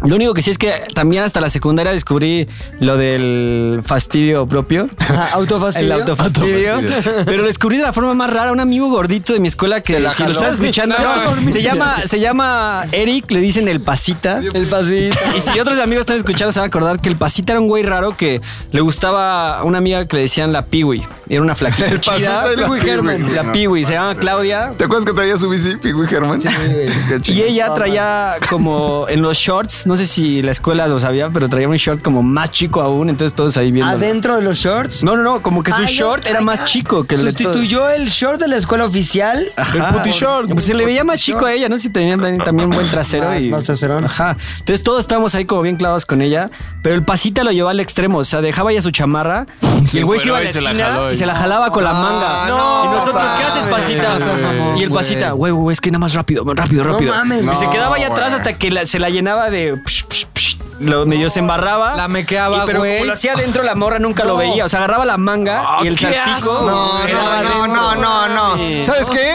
Speaker 4: Lo único que sí es que también hasta la secundaria descubrí lo del fastidio propio.
Speaker 2: Ajá, autofastidio.
Speaker 4: El autofastidio.
Speaker 2: Autofastidio.
Speaker 4: Pero lo descubrí de la forma más rara. Un amigo gordito de mi escuela que
Speaker 2: Te la
Speaker 4: si lo
Speaker 2: jaló.
Speaker 4: estás escuchando,
Speaker 2: No,
Speaker 4: no,
Speaker 2: no,
Speaker 4: se,
Speaker 2: mira.
Speaker 4: llama, se llama Eric, le dicen el pasita.
Speaker 2: El pasito.
Speaker 4: Y si otros amigos están escuchando, se van a acordar que el pasita era un güey raro que le gustaba a una amiga que le decían la piwi. Era una flaquita
Speaker 11: El
Speaker 4: chida.
Speaker 11: Pasita y la Piwi.
Speaker 4: La
Speaker 11: No,
Speaker 4: piwi. Se llama Claudia.
Speaker 11: ¿Te acuerdas que traía su bici, Pigui Germán? Qué
Speaker 4: Y
Speaker 11: chido.
Speaker 4: ella traía como en los shorts, no sé si la escuela lo sabía, pero traía un short como más chico aún, entonces todos ahí viendo.
Speaker 2: ¿Adentro de los shorts?
Speaker 4: No, no, no, como que su
Speaker 2: Ah, ya,
Speaker 4: short era
Speaker 2: ya.
Speaker 4: más chico que el de
Speaker 2: Sustituyó el short de la escuela oficial.
Speaker 4: Ajá. Pues se le veía más chico a ella, ¿no? Si tenía también, también buen trasero.
Speaker 2: Más-
Speaker 4: y,
Speaker 2: Ah, más traserón.
Speaker 4: Ajá. Entonces todos estábamos ahí como bien clavados con ella, pero el pasita lo llevó al extremo. O sea, dejaba ya su chamarra y
Speaker 7: Se
Speaker 4: el güey se iba a la
Speaker 7: encueró y se la
Speaker 4: esquina
Speaker 7: jaló,
Speaker 4: y
Speaker 7: y-
Speaker 4: se la jalaba con la
Speaker 2: Ah,
Speaker 4: manga.
Speaker 11: no,
Speaker 4: y nosotros, ¿qué haces,
Speaker 11: mames,
Speaker 4: pasita?
Speaker 11: no seas mamón,
Speaker 4: y el
Speaker 11: güey.
Speaker 4: pasita, güey, güey, es que nada más rápido, rápido,
Speaker 11: No
Speaker 4: rápido.
Speaker 11: mames,
Speaker 4: y se
Speaker 11: no,
Speaker 4: quedaba ahí atrás
Speaker 11: güey.
Speaker 4: hasta que la- se la llenaba de. psh, psh, psh, lo medio se embarraba.
Speaker 16: La mequeaba,
Speaker 4: Y- Pero como
Speaker 16: güey.
Speaker 4: lo hacía adentro, la morra nunca lo
Speaker 16: No.
Speaker 4: veía. O sea, agarraba la manga y el
Speaker 16: qué
Speaker 4: salpico.
Speaker 16: asco,
Speaker 11: Ah, No,
Speaker 4: era
Speaker 11: no, no,
Speaker 4: adentro.
Speaker 11: no, no, no.
Speaker 4: Sí.
Speaker 11: ¿Sabes qué?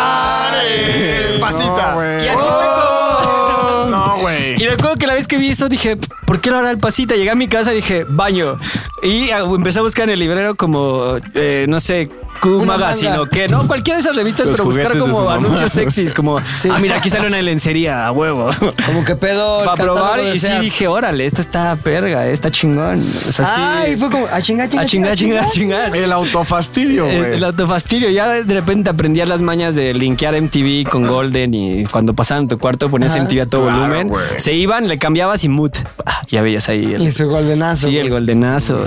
Speaker 11: Jalaré. Pasita.
Speaker 4: Y así fue
Speaker 11: Oh.
Speaker 4: como- Y recuerdo que la vez que vi eso dije, ¿por qué lo hará el pasita? Llegué a mi casa y dije, baño. Y ah, empecé a buscar en el librero como, eh, no sé, Q
Speaker 2: Una
Speaker 4: Magazine
Speaker 2: manga.
Speaker 4: o qué, ¿no? Cualquiera de esas revistas,
Speaker 7: Los
Speaker 4: pero buscar
Speaker 7: juguetes de su
Speaker 4: como
Speaker 7: mamá.
Speaker 4: anuncios sexys, como, ah, mira, aquí sale una lencería, a huevo.
Speaker 2: Como que pedo. el
Speaker 4: Para probar
Speaker 2: catálogo de
Speaker 4: y sí
Speaker 2: Sears.
Speaker 4: dije, órale, esto está perga, eh, está chingón. O sea, sí. Ah,
Speaker 2: Ay, fue como. A chinga, chinga.
Speaker 4: A chingar, chingar, chingar.
Speaker 5: Oh, El autofastidio,
Speaker 11: Eh,
Speaker 4: El,
Speaker 5: güey.
Speaker 4: el autofastidio. Ya de repente aprendías las mañas de linkear MTV con Golden y cuando pasaban tu cuarto ponías
Speaker 2: Ajá.
Speaker 4: MTV a todo
Speaker 2: Claro,
Speaker 4: volumen.
Speaker 2: güey.
Speaker 4: Se iban, le cambiabas y mut. Ah, ya veías ahí
Speaker 2: Y
Speaker 4: el,
Speaker 2: su goldenazo.
Speaker 4: sí, el goldenazo.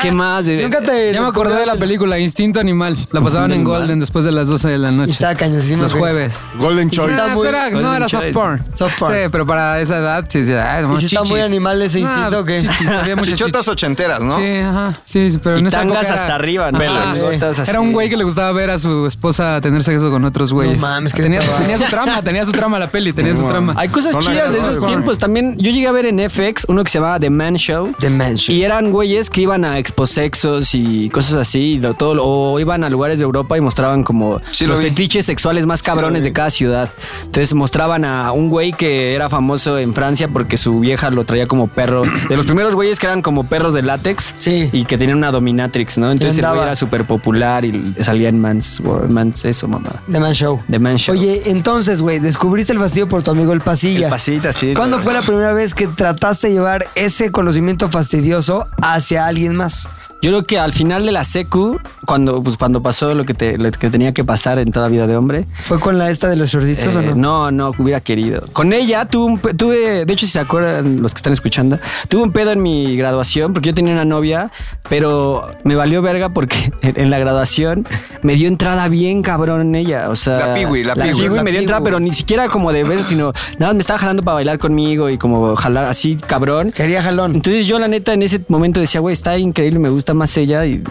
Speaker 4: ¿Qué más? De-
Speaker 2: Nunca te.
Speaker 16: Ya me acordé de la película Instinto Animal. La pasaban en
Speaker 4: Animal.
Speaker 16: Golden después de las 12 de la noche.
Speaker 2: Estaba cañosísimo.
Speaker 16: Los
Speaker 2: güey.
Speaker 16: jueves.
Speaker 5: Golden Choice.
Speaker 16: Ah,
Speaker 2: muy-
Speaker 16: era- no,
Speaker 4: Golden
Speaker 16: era soft
Speaker 4: Child.
Speaker 16: porn.
Speaker 2: Soft porn.
Speaker 16: Sí, pero para esa edad, sí, sí. ay,
Speaker 2: ¿Y
Speaker 16: más
Speaker 2: si está
Speaker 16: chichis.
Speaker 2: muy animal ese
Speaker 16: Ah,
Speaker 2: instinto o qué?
Speaker 16: chichis, había muchas
Speaker 11: Chichotas ochenteras, ¿no?
Speaker 16: Sí, ajá. Sí, sí, pero
Speaker 4: Y
Speaker 16: en esa
Speaker 4: tangas
Speaker 16: época era-
Speaker 4: hasta arriba, ¿no?
Speaker 16: Ajá.
Speaker 4: Pelos. Gotas así.
Speaker 16: Era un güey que le gustaba ver a su esposa tener sexo con otros güeyes.
Speaker 2: mames, qué
Speaker 16: tenía,
Speaker 2: perra.
Speaker 16: tenía su trama, tenía su trama la peli, tenía su trama.
Speaker 4: Hay cosas
Speaker 16: No la
Speaker 4: chidas de
Speaker 16: grababa,
Speaker 4: esos
Speaker 16: güey.
Speaker 4: tiempos. También yo llegué a ver en FX uno que se llamaba The Man Show.
Speaker 2: The Man Show.
Speaker 4: Y eran güeyes que iban a exposexos y cosas así, y lo- todo, lo- o iban a lugares de Europa y mostraban como
Speaker 11: Sí, lo
Speaker 4: los
Speaker 11: vi.
Speaker 4: fetiches sexuales más cabrones de cada ciudad. Entonces mostraban a un güey que era famoso en Francia porque su vieja lo traía como perro. De los primeros güeyes que eran como perros de látex
Speaker 2: Sí.
Speaker 4: y que tenían una dominatrix, ¿no? Entonces el
Speaker 2: andaba.
Speaker 4: güey era súper popular y salía en Mans, Mans eso, mamá.
Speaker 2: The Man Show.
Speaker 4: The Man Show.
Speaker 2: Oye, entonces, güey, descubriste el fastidio por tu amigo el pasilla.
Speaker 4: el pasita, sí.
Speaker 2: ¿Cuándo fue la primera vez que trataste de llevar ese conocimiento fastidioso hacia alguien más?
Speaker 4: Yo creo que al final de la secu, cuando, pues, cuando pasó lo que, te- lo que tenía que pasar en toda vida de hombre,
Speaker 2: ¿Fue con la esta de los shortitos o
Speaker 4: eh,
Speaker 2: no?
Speaker 4: no, no, hubiera querido. Con ella tuve, un pe- tuve, de hecho, si se acuerdan los que están escuchando, tuve un pedo en mi graduación porque yo tenía una novia, pero me valió verga porque en en la graduación me dio entrada bien cabrón en ella. O sea,
Speaker 11: La piwi, la piwi.
Speaker 4: piwi
Speaker 11: La
Speaker 4: me dio entrada, pero ni siquiera como de besos, sino nada, más me estaba jalando para bailar conmigo y como jalar así cabrón.
Speaker 2: Quería jalón.
Speaker 4: Entonces yo la neta en ese momento decía, güey, está increíble, me gusta más ella y,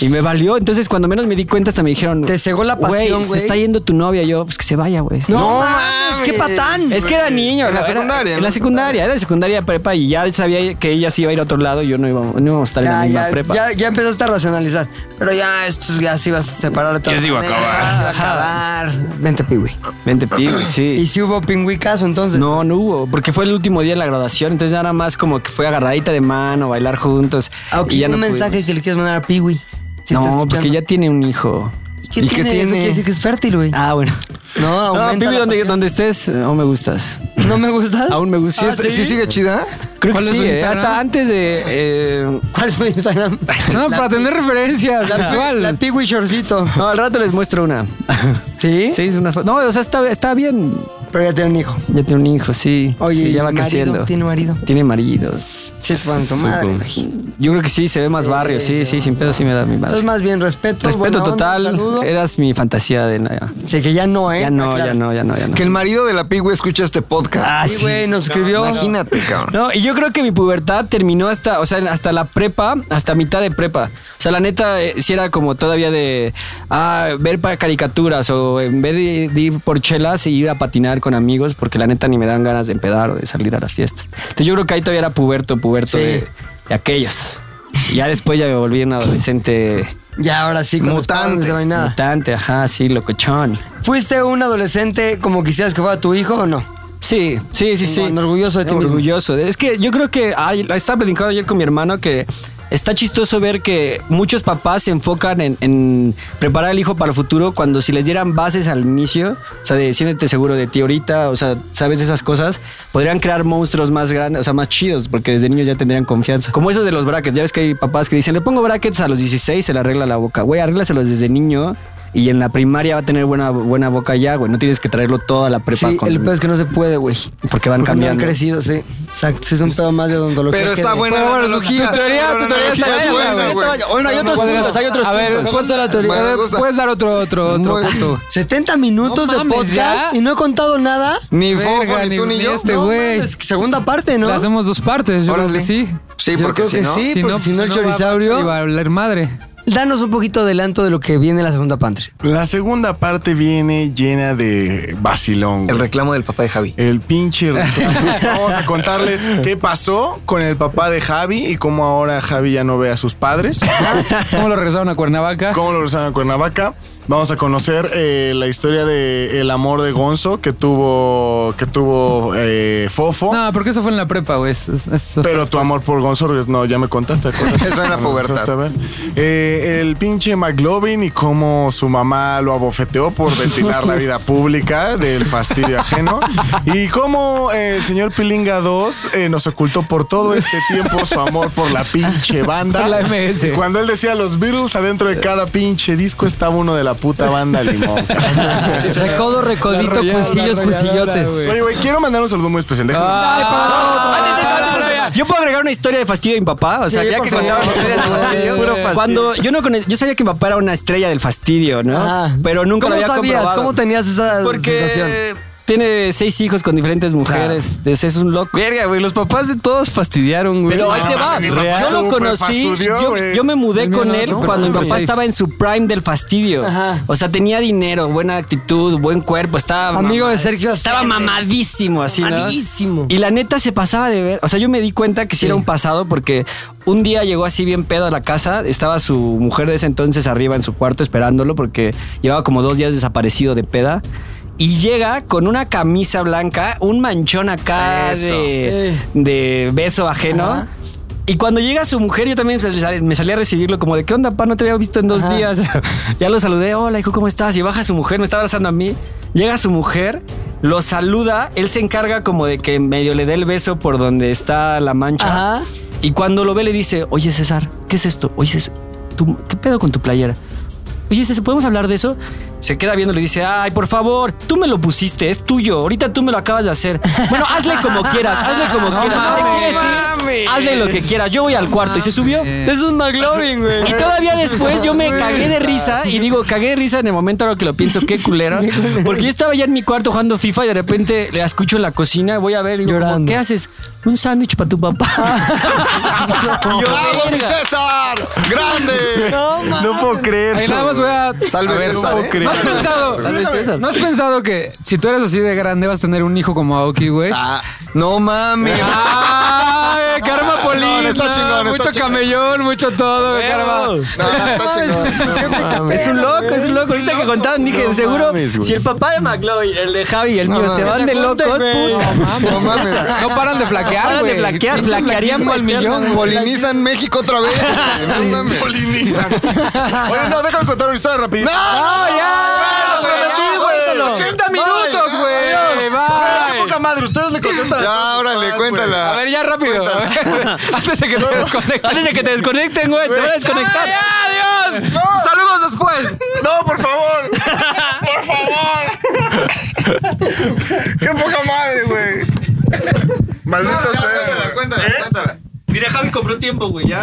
Speaker 4: y me valió. Entonces cuando menos me di cuenta hasta me dijeron,
Speaker 2: Te cegó la pasión,
Speaker 4: se
Speaker 2: güey.
Speaker 4: está yendo tu novia. Y yo, pues que se vaya, güey.
Speaker 2: No mames, qué patán.
Speaker 4: Es que era niño.
Speaker 11: En la
Speaker 4: era-
Speaker 11: secundaria,
Speaker 4: En
Speaker 11: ¿no?
Speaker 4: la secundaria, era la secundaria prepa y ya sabía que ella sí iba a ir a otro lado y yo no iba, no íbamos a estar en la
Speaker 2: Ya,
Speaker 4: misma
Speaker 2: ya,
Speaker 4: prepa.
Speaker 2: ya, ya empezaste a racionalizar. Pero ya, estos ya se ibas a separar de todo.
Speaker 7: Ya se iba a
Speaker 2: a acabar. Vente, piwi.
Speaker 4: Vente, pi, güey,
Speaker 2: ¿Y
Speaker 4: sí.
Speaker 2: si hubo pingüicazo entonces?
Speaker 4: No, no hubo, porque fue el último día de la graduación, entonces ya era más como que fue agarradita de mano, bailar juntos.
Speaker 2: Ah, ok,
Speaker 4: y ya
Speaker 2: un
Speaker 4: no
Speaker 2: mensaje
Speaker 4: pudimos.
Speaker 2: que le quieres mandar a piwi. Si está
Speaker 4: No,
Speaker 2: escuchando.
Speaker 4: porque ya tiene un hijo.
Speaker 2: ¿Qué tiene?
Speaker 11: ¿Y qué
Speaker 2: Eso
Speaker 11: tiene?
Speaker 2: quiere decir que es fértil, güey.
Speaker 4: Ah, bueno.
Speaker 2: No,
Speaker 4: No,
Speaker 2: aumenta
Speaker 4: Pibi,
Speaker 2: la
Speaker 4: donde,
Speaker 2: pasión.
Speaker 4: donde estés, no me gustas.
Speaker 2: ¿No me gusta?
Speaker 4: Aún me gustas.
Speaker 11: ¿Sí, es- sí sigue chida?
Speaker 4: Creo que
Speaker 16: ¿Cuál es
Speaker 4: sí,
Speaker 16: su
Speaker 4: eh,
Speaker 16: Instagram?
Speaker 4: hasta antes de... eh,
Speaker 2: ¿Cuál es mi Instagram?
Speaker 16: No,
Speaker 2: La
Speaker 16: para
Speaker 2: pi-
Speaker 16: tener referencias, visual.
Speaker 2: La piwi shortcito.
Speaker 4: no, al rato les muestro una.
Speaker 2: ¿Sí?
Speaker 4: Sí, es una foto. No, o sea, está, está bien.
Speaker 2: Pero ya tiene un hijo.
Speaker 4: Ya tiene un hijo, sí.
Speaker 2: Oye,
Speaker 4: Sí, ya
Speaker 2: ¿y
Speaker 4: va
Speaker 2: marido?
Speaker 4: creciendo.
Speaker 2: ¿Tiene marido?
Speaker 4: Tiene marido.
Speaker 7: Chispan tu madre, güey.
Speaker 2: Yo creo que sí, se ve más barrio, sí, sí, sin pedo sí me da mi madre.
Speaker 7: Entonces, más bien respeto.
Speaker 2: Respeto
Speaker 7: buena onda,
Speaker 2: total,
Speaker 7: saludo.
Speaker 2: eras mi fantasía de... no, ya.
Speaker 7: Sí, que ya no, ¿eh?
Speaker 2: Ya no, Ah,
Speaker 7: Aclara.
Speaker 2: ya no, ya no, ya no.
Speaker 11: Que el marido de la Pigüe escucha este podcast.
Speaker 7: Ah, sí, güey, nos escribió.
Speaker 11: Imagínate, cabrón.
Speaker 2: No, y yo creo que mi pubertad terminó hasta, o sea, hasta la prepa, hasta mitad de prepa. O sea, la neta, eh, sí era como todavía de ah, ver para caricaturas o en vez de, de ir por chelas e ir a patinar con amigos, porque la neta ni me dan ganas de empedar o de salir a las fiestas. Entonces yo creo que ahí todavía era puberto, puberto
Speaker 7: Sí.
Speaker 2: de, de aquellos. Y ya después ya me volví un adolescente
Speaker 7: Ya ahora sí, con los padres no se ve nada.
Speaker 2: mutante, ajá, sí, locochón.
Speaker 7: ¿Fuiste un adolescente como quisieras que fuera tu hijo o no?
Speaker 2: Sí, sí, sí, sí.
Speaker 7: Orgulloso de ti mismo.
Speaker 2: orgulloso. Es que yo creo que ay, la estaba platicando ayer con mi hermano que está chistoso ver que muchos papás se enfocan en, en preparar al hijo para el futuro cuando si les dieran bases al inicio, o sea, de siéntete seguro de ti ahorita, o sea, sabes esas cosas, podrían crear monstruos más grandes, o sea, más chidos, porque desde niños ya tendrían confianza. Como esos de los brackets, ya ves que hay papás que dicen, le pongo brackets a los 16, se le arregla la boca. Güey, arréglaselos desde niño. Y en la primaria va a tener buena, buena boca ya, güey. No tienes que traerlo toda la prepa.
Speaker 7: Sí,
Speaker 2: con-
Speaker 7: el peor es que no se puede, güey.
Speaker 2: porque van
Speaker 7: Porque no han
Speaker 2: cambiando.
Speaker 7: crecido, sí. Exacto, sí es un pedo más de odontología.
Speaker 11: Pero
Speaker 7: que
Speaker 11: está
Speaker 7: de-
Speaker 11: buena
Speaker 7: Pero
Speaker 11: la
Speaker 7: bueno,
Speaker 11: analogía.
Speaker 4: Tu teoría, tu teoría está
Speaker 11: Es
Speaker 4: chida,
Speaker 11: buena,
Speaker 4: güey.
Speaker 11: güey.
Speaker 2: Bueno, hay
Speaker 4: No,
Speaker 2: otros
Speaker 4: no,
Speaker 2: puntos, hay otros
Speaker 4: A ver,
Speaker 2: puntos.
Speaker 4: ¿cuál es la teoría?
Speaker 11: Me
Speaker 4: A ver,
Speaker 11: gusta.
Speaker 4: Puedes dar otro, otro, otro punto.
Speaker 7: 70 minutos
Speaker 4: No
Speaker 7: de
Speaker 4: mames,
Speaker 7: podcast
Speaker 4: ya.
Speaker 7: y no he contado nada.
Speaker 11: Ni
Speaker 4: Verga,
Speaker 11: Fofo, ni tú, ni yo.
Speaker 4: Este
Speaker 7: No,
Speaker 4: güey.
Speaker 7: mames, segunda parte, ¿no?
Speaker 4: Le hacemos dos partes, yo creo
Speaker 11: Órale.
Speaker 4: que sí.
Speaker 11: Sí,
Speaker 7: Yo
Speaker 11: porque
Speaker 7: creo
Speaker 11: si
Speaker 7: que
Speaker 11: no...
Speaker 7: sí. porque si no, el
Speaker 4: va-
Speaker 7: chorizaurio-
Speaker 4: Iba a hablar madre.
Speaker 7: Danos un poquito adelanto de lo que viene en la segunda parte.
Speaker 5: La segunda parte viene llena de vacilón.
Speaker 11: El
Speaker 5: güey.
Speaker 11: reclamo del papá de Javi.
Speaker 5: El pinche reclamo. Vamos a contarles qué pasó con el papá de Javi y cómo ahora Javi ya no ve a sus padres.
Speaker 4: ¿Cómo lo regresaron a Cuernavaca?
Speaker 5: ¿Cómo lo regresaron a Cuernavaca? Vamos a conocer eh, la historia de el amor de Gonzo que tuvo que tuvo eh, Fofo.
Speaker 4: No, porque eso fue en la prepa, güey. Eso- eso- eso-
Speaker 5: Pero tu amor por Gonzo, no, ya me contaste. ¿acuerdas?
Speaker 11: Eso era
Speaker 5: No,
Speaker 11: pubertad.
Speaker 5: empezaste a ver. Eh, el pinche McLovin y cómo su mamá lo abofeteó por ventilar la vida pública del fastidio ajeno. Y cómo eh, el señor Pilinga 2 eh, nos ocultó por todo este tiempo su amor por la pinche banda.
Speaker 4: Por la MS.
Speaker 5: Y cuando él decía los Beatles, adentro de cada pinche disco estaba uno de la puta banda Limón.
Speaker 7: Recodo, recodito,
Speaker 4: La arrolladora,
Speaker 7: cuchillos,
Speaker 4: la
Speaker 7: cuchillotes.
Speaker 4: arrolladora,
Speaker 5: Oye, güey, quiero mandar un saludo muy especial. Déjame-
Speaker 4: Ah,
Speaker 2: Antes de eso, antes de eso, Yo puedo agregar una historia de fastidio de mi papá. O sea,
Speaker 5: Sí,
Speaker 2: ya
Speaker 5: por
Speaker 2: que
Speaker 5: favor.
Speaker 2: contaba la historia de fastidio.
Speaker 5: Puro fastidio.
Speaker 2: Cuando yo no cono- yo sabía que mi papá era una estrella del fastidio, ¿no?
Speaker 7: Ah.
Speaker 2: Pero nunca
Speaker 7: ¿Cómo
Speaker 2: lo había
Speaker 7: sabías?
Speaker 2: comprobado.
Speaker 7: ¿Cómo tenías esa
Speaker 2: Porque
Speaker 7: sensación?
Speaker 2: tiene seis hijos con diferentes mujeres. Es es un loco.
Speaker 17: Verga, güey, los papás de todos fastidiaron, güey.
Speaker 2: Pero ahí te
Speaker 4: Ah,
Speaker 2: va.
Speaker 5: mi papá
Speaker 2: yo lo
Speaker 5: súper
Speaker 2: conocí.
Speaker 5: fastidió,
Speaker 2: Yo,
Speaker 5: güey.
Speaker 2: yo me mudé
Speaker 4: El mío
Speaker 2: con
Speaker 4: no,
Speaker 2: él
Speaker 4: súper
Speaker 2: cuando mi
Speaker 4: súper
Speaker 2: papá
Speaker 4: seis.
Speaker 2: estaba en su prime del fastidio.
Speaker 7: Ajá.
Speaker 2: O sea, tenía dinero, buena actitud, buen cuerpo. Estaba
Speaker 7: Amigo de
Speaker 2: mamad-
Speaker 7: Sergio
Speaker 2: Estaba
Speaker 7: Serre.
Speaker 2: mamadísimo, así, ¿no?
Speaker 7: Mamadísimo.
Speaker 2: Y la neta se pasaba de ver. O sea, yo me di cuenta que sí, era un pasado porque un día llegó así bien pedo a la casa. Estaba su mujer de ese entonces arriba en su cuarto esperándolo porque llevaba como dos días desaparecido de peda. Y llega con una camisa blanca, un manchón acá
Speaker 11: Eso.
Speaker 2: de, de beso ajeno.
Speaker 7: Ajá.
Speaker 2: Y cuando llega su mujer, yo también sal- sal- me salí a recibirlo como de, ¿qué onda, pa? No te había visto en dos
Speaker 7: Ajá.
Speaker 2: días. ya lo saludé, hola, hijo, ¿cómo estás? Y baja su mujer, me está abrazando a mí. Llega su mujer, lo saluda, él se encarga como de que medio le dé el beso por donde está la mancha.
Speaker 7: Ajá.
Speaker 2: Y cuando lo ve, le dice, oye, César, ¿qué es esto? Oye, César, ¿tú- ¿qué pedo con tu playera? Oye, César, ¿podemos hablar de eso? Se queda viendo, le dice, ay, por favor, tú me lo pusiste, es tuyo, ahorita tú me lo acabas de hacer. Bueno, hazle como quieras, hazle como
Speaker 4: No
Speaker 2: quieras. Si te
Speaker 4: mames.
Speaker 2: quieres ir, hazle lo que quieras, yo voy al cuarto.
Speaker 7: Ah,
Speaker 2: Y se subió.
Speaker 4: mames.
Speaker 2: un McLovin, güey. Y todavía después yo me cagué de risa y digo, cagué de risa en el momento ahora que lo pienso, qué culero. Porque yo estaba ya en mi cuarto jugando FIFA y de repente le escucho en la cocina, voy a ver y digo, como,
Speaker 7: Llorando.
Speaker 2: ¿qué haces? Un sándwich para tu papá. Y yo,
Speaker 11: ¡Bravo, mi
Speaker 2: "Verga".
Speaker 11: César! ¡Grande!
Speaker 5: No puedo creer.
Speaker 4: Ahí nada más voy a...
Speaker 11: Salve, César, ¿eh?
Speaker 4: ¿No has
Speaker 2: Salve,
Speaker 4: pensado?
Speaker 2: César.
Speaker 4: ¿No has pensado que si tú eres así de grande vas a tener un hijo como Aoki, güey?
Speaker 11: Ah, no mames.
Speaker 4: ¡Ay, karma
Speaker 11: No, no,
Speaker 4: police!
Speaker 11: está
Speaker 4: no,
Speaker 11: chingón, está
Speaker 4: mucho
Speaker 11: chingón.
Speaker 4: camellón, mucho todo, güey, karma.
Speaker 11: No, no, está chingón.
Speaker 2: Es un loco, es un loco. Ahorita que contaban, dije, seguro, si el papá de McLovin, el de Javi y el mío
Speaker 11: mames.
Speaker 2: se van de locos, puta.
Speaker 11: No mames.
Speaker 4: No paran de flaquear,
Speaker 2: No paran de
Speaker 4: güey.
Speaker 2: flaquear,
Speaker 4: Pinche
Speaker 2: flaquearían
Speaker 4: flaquísimo al
Speaker 2: cualquier
Speaker 4: millón, güey.
Speaker 11: Polinizan México otra vez. güey. No mames.
Speaker 5: Polinizan. Oye, no, déjame contar una historia rapidito.
Speaker 4: ¡No, ya!
Speaker 5: lo prometí,
Speaker 4: ya,
Speaker 5: güey.
Speaker 4: cuéntalo. ¡80 minutos, güey!
Speaker 5: ¡Qué
Speaker 4: ¡Bye!
Speaker 5: poca madre! Ustedes le contestan.
Speaker 11: Ya, órale, cuéntala.
Speaker 4: A ver, ya rápido. Antes de que te desconectes.
Speaker 2: Antes de que te desconecten, güey, te van a desconectar.
Speaker 4: ¡Ay, adiós! ¡Saludos después!
Speaker 5: No, por favor.
Speaker 18: ¡Por favor! ¡Qué poca madre, güey! Maldito sea.
Speaker 11: Cuéntala, cuéntala, cuéntala.
Speaker 18: güey.
Speaker 19: Mira, Javi compró tiempo, güey, ya.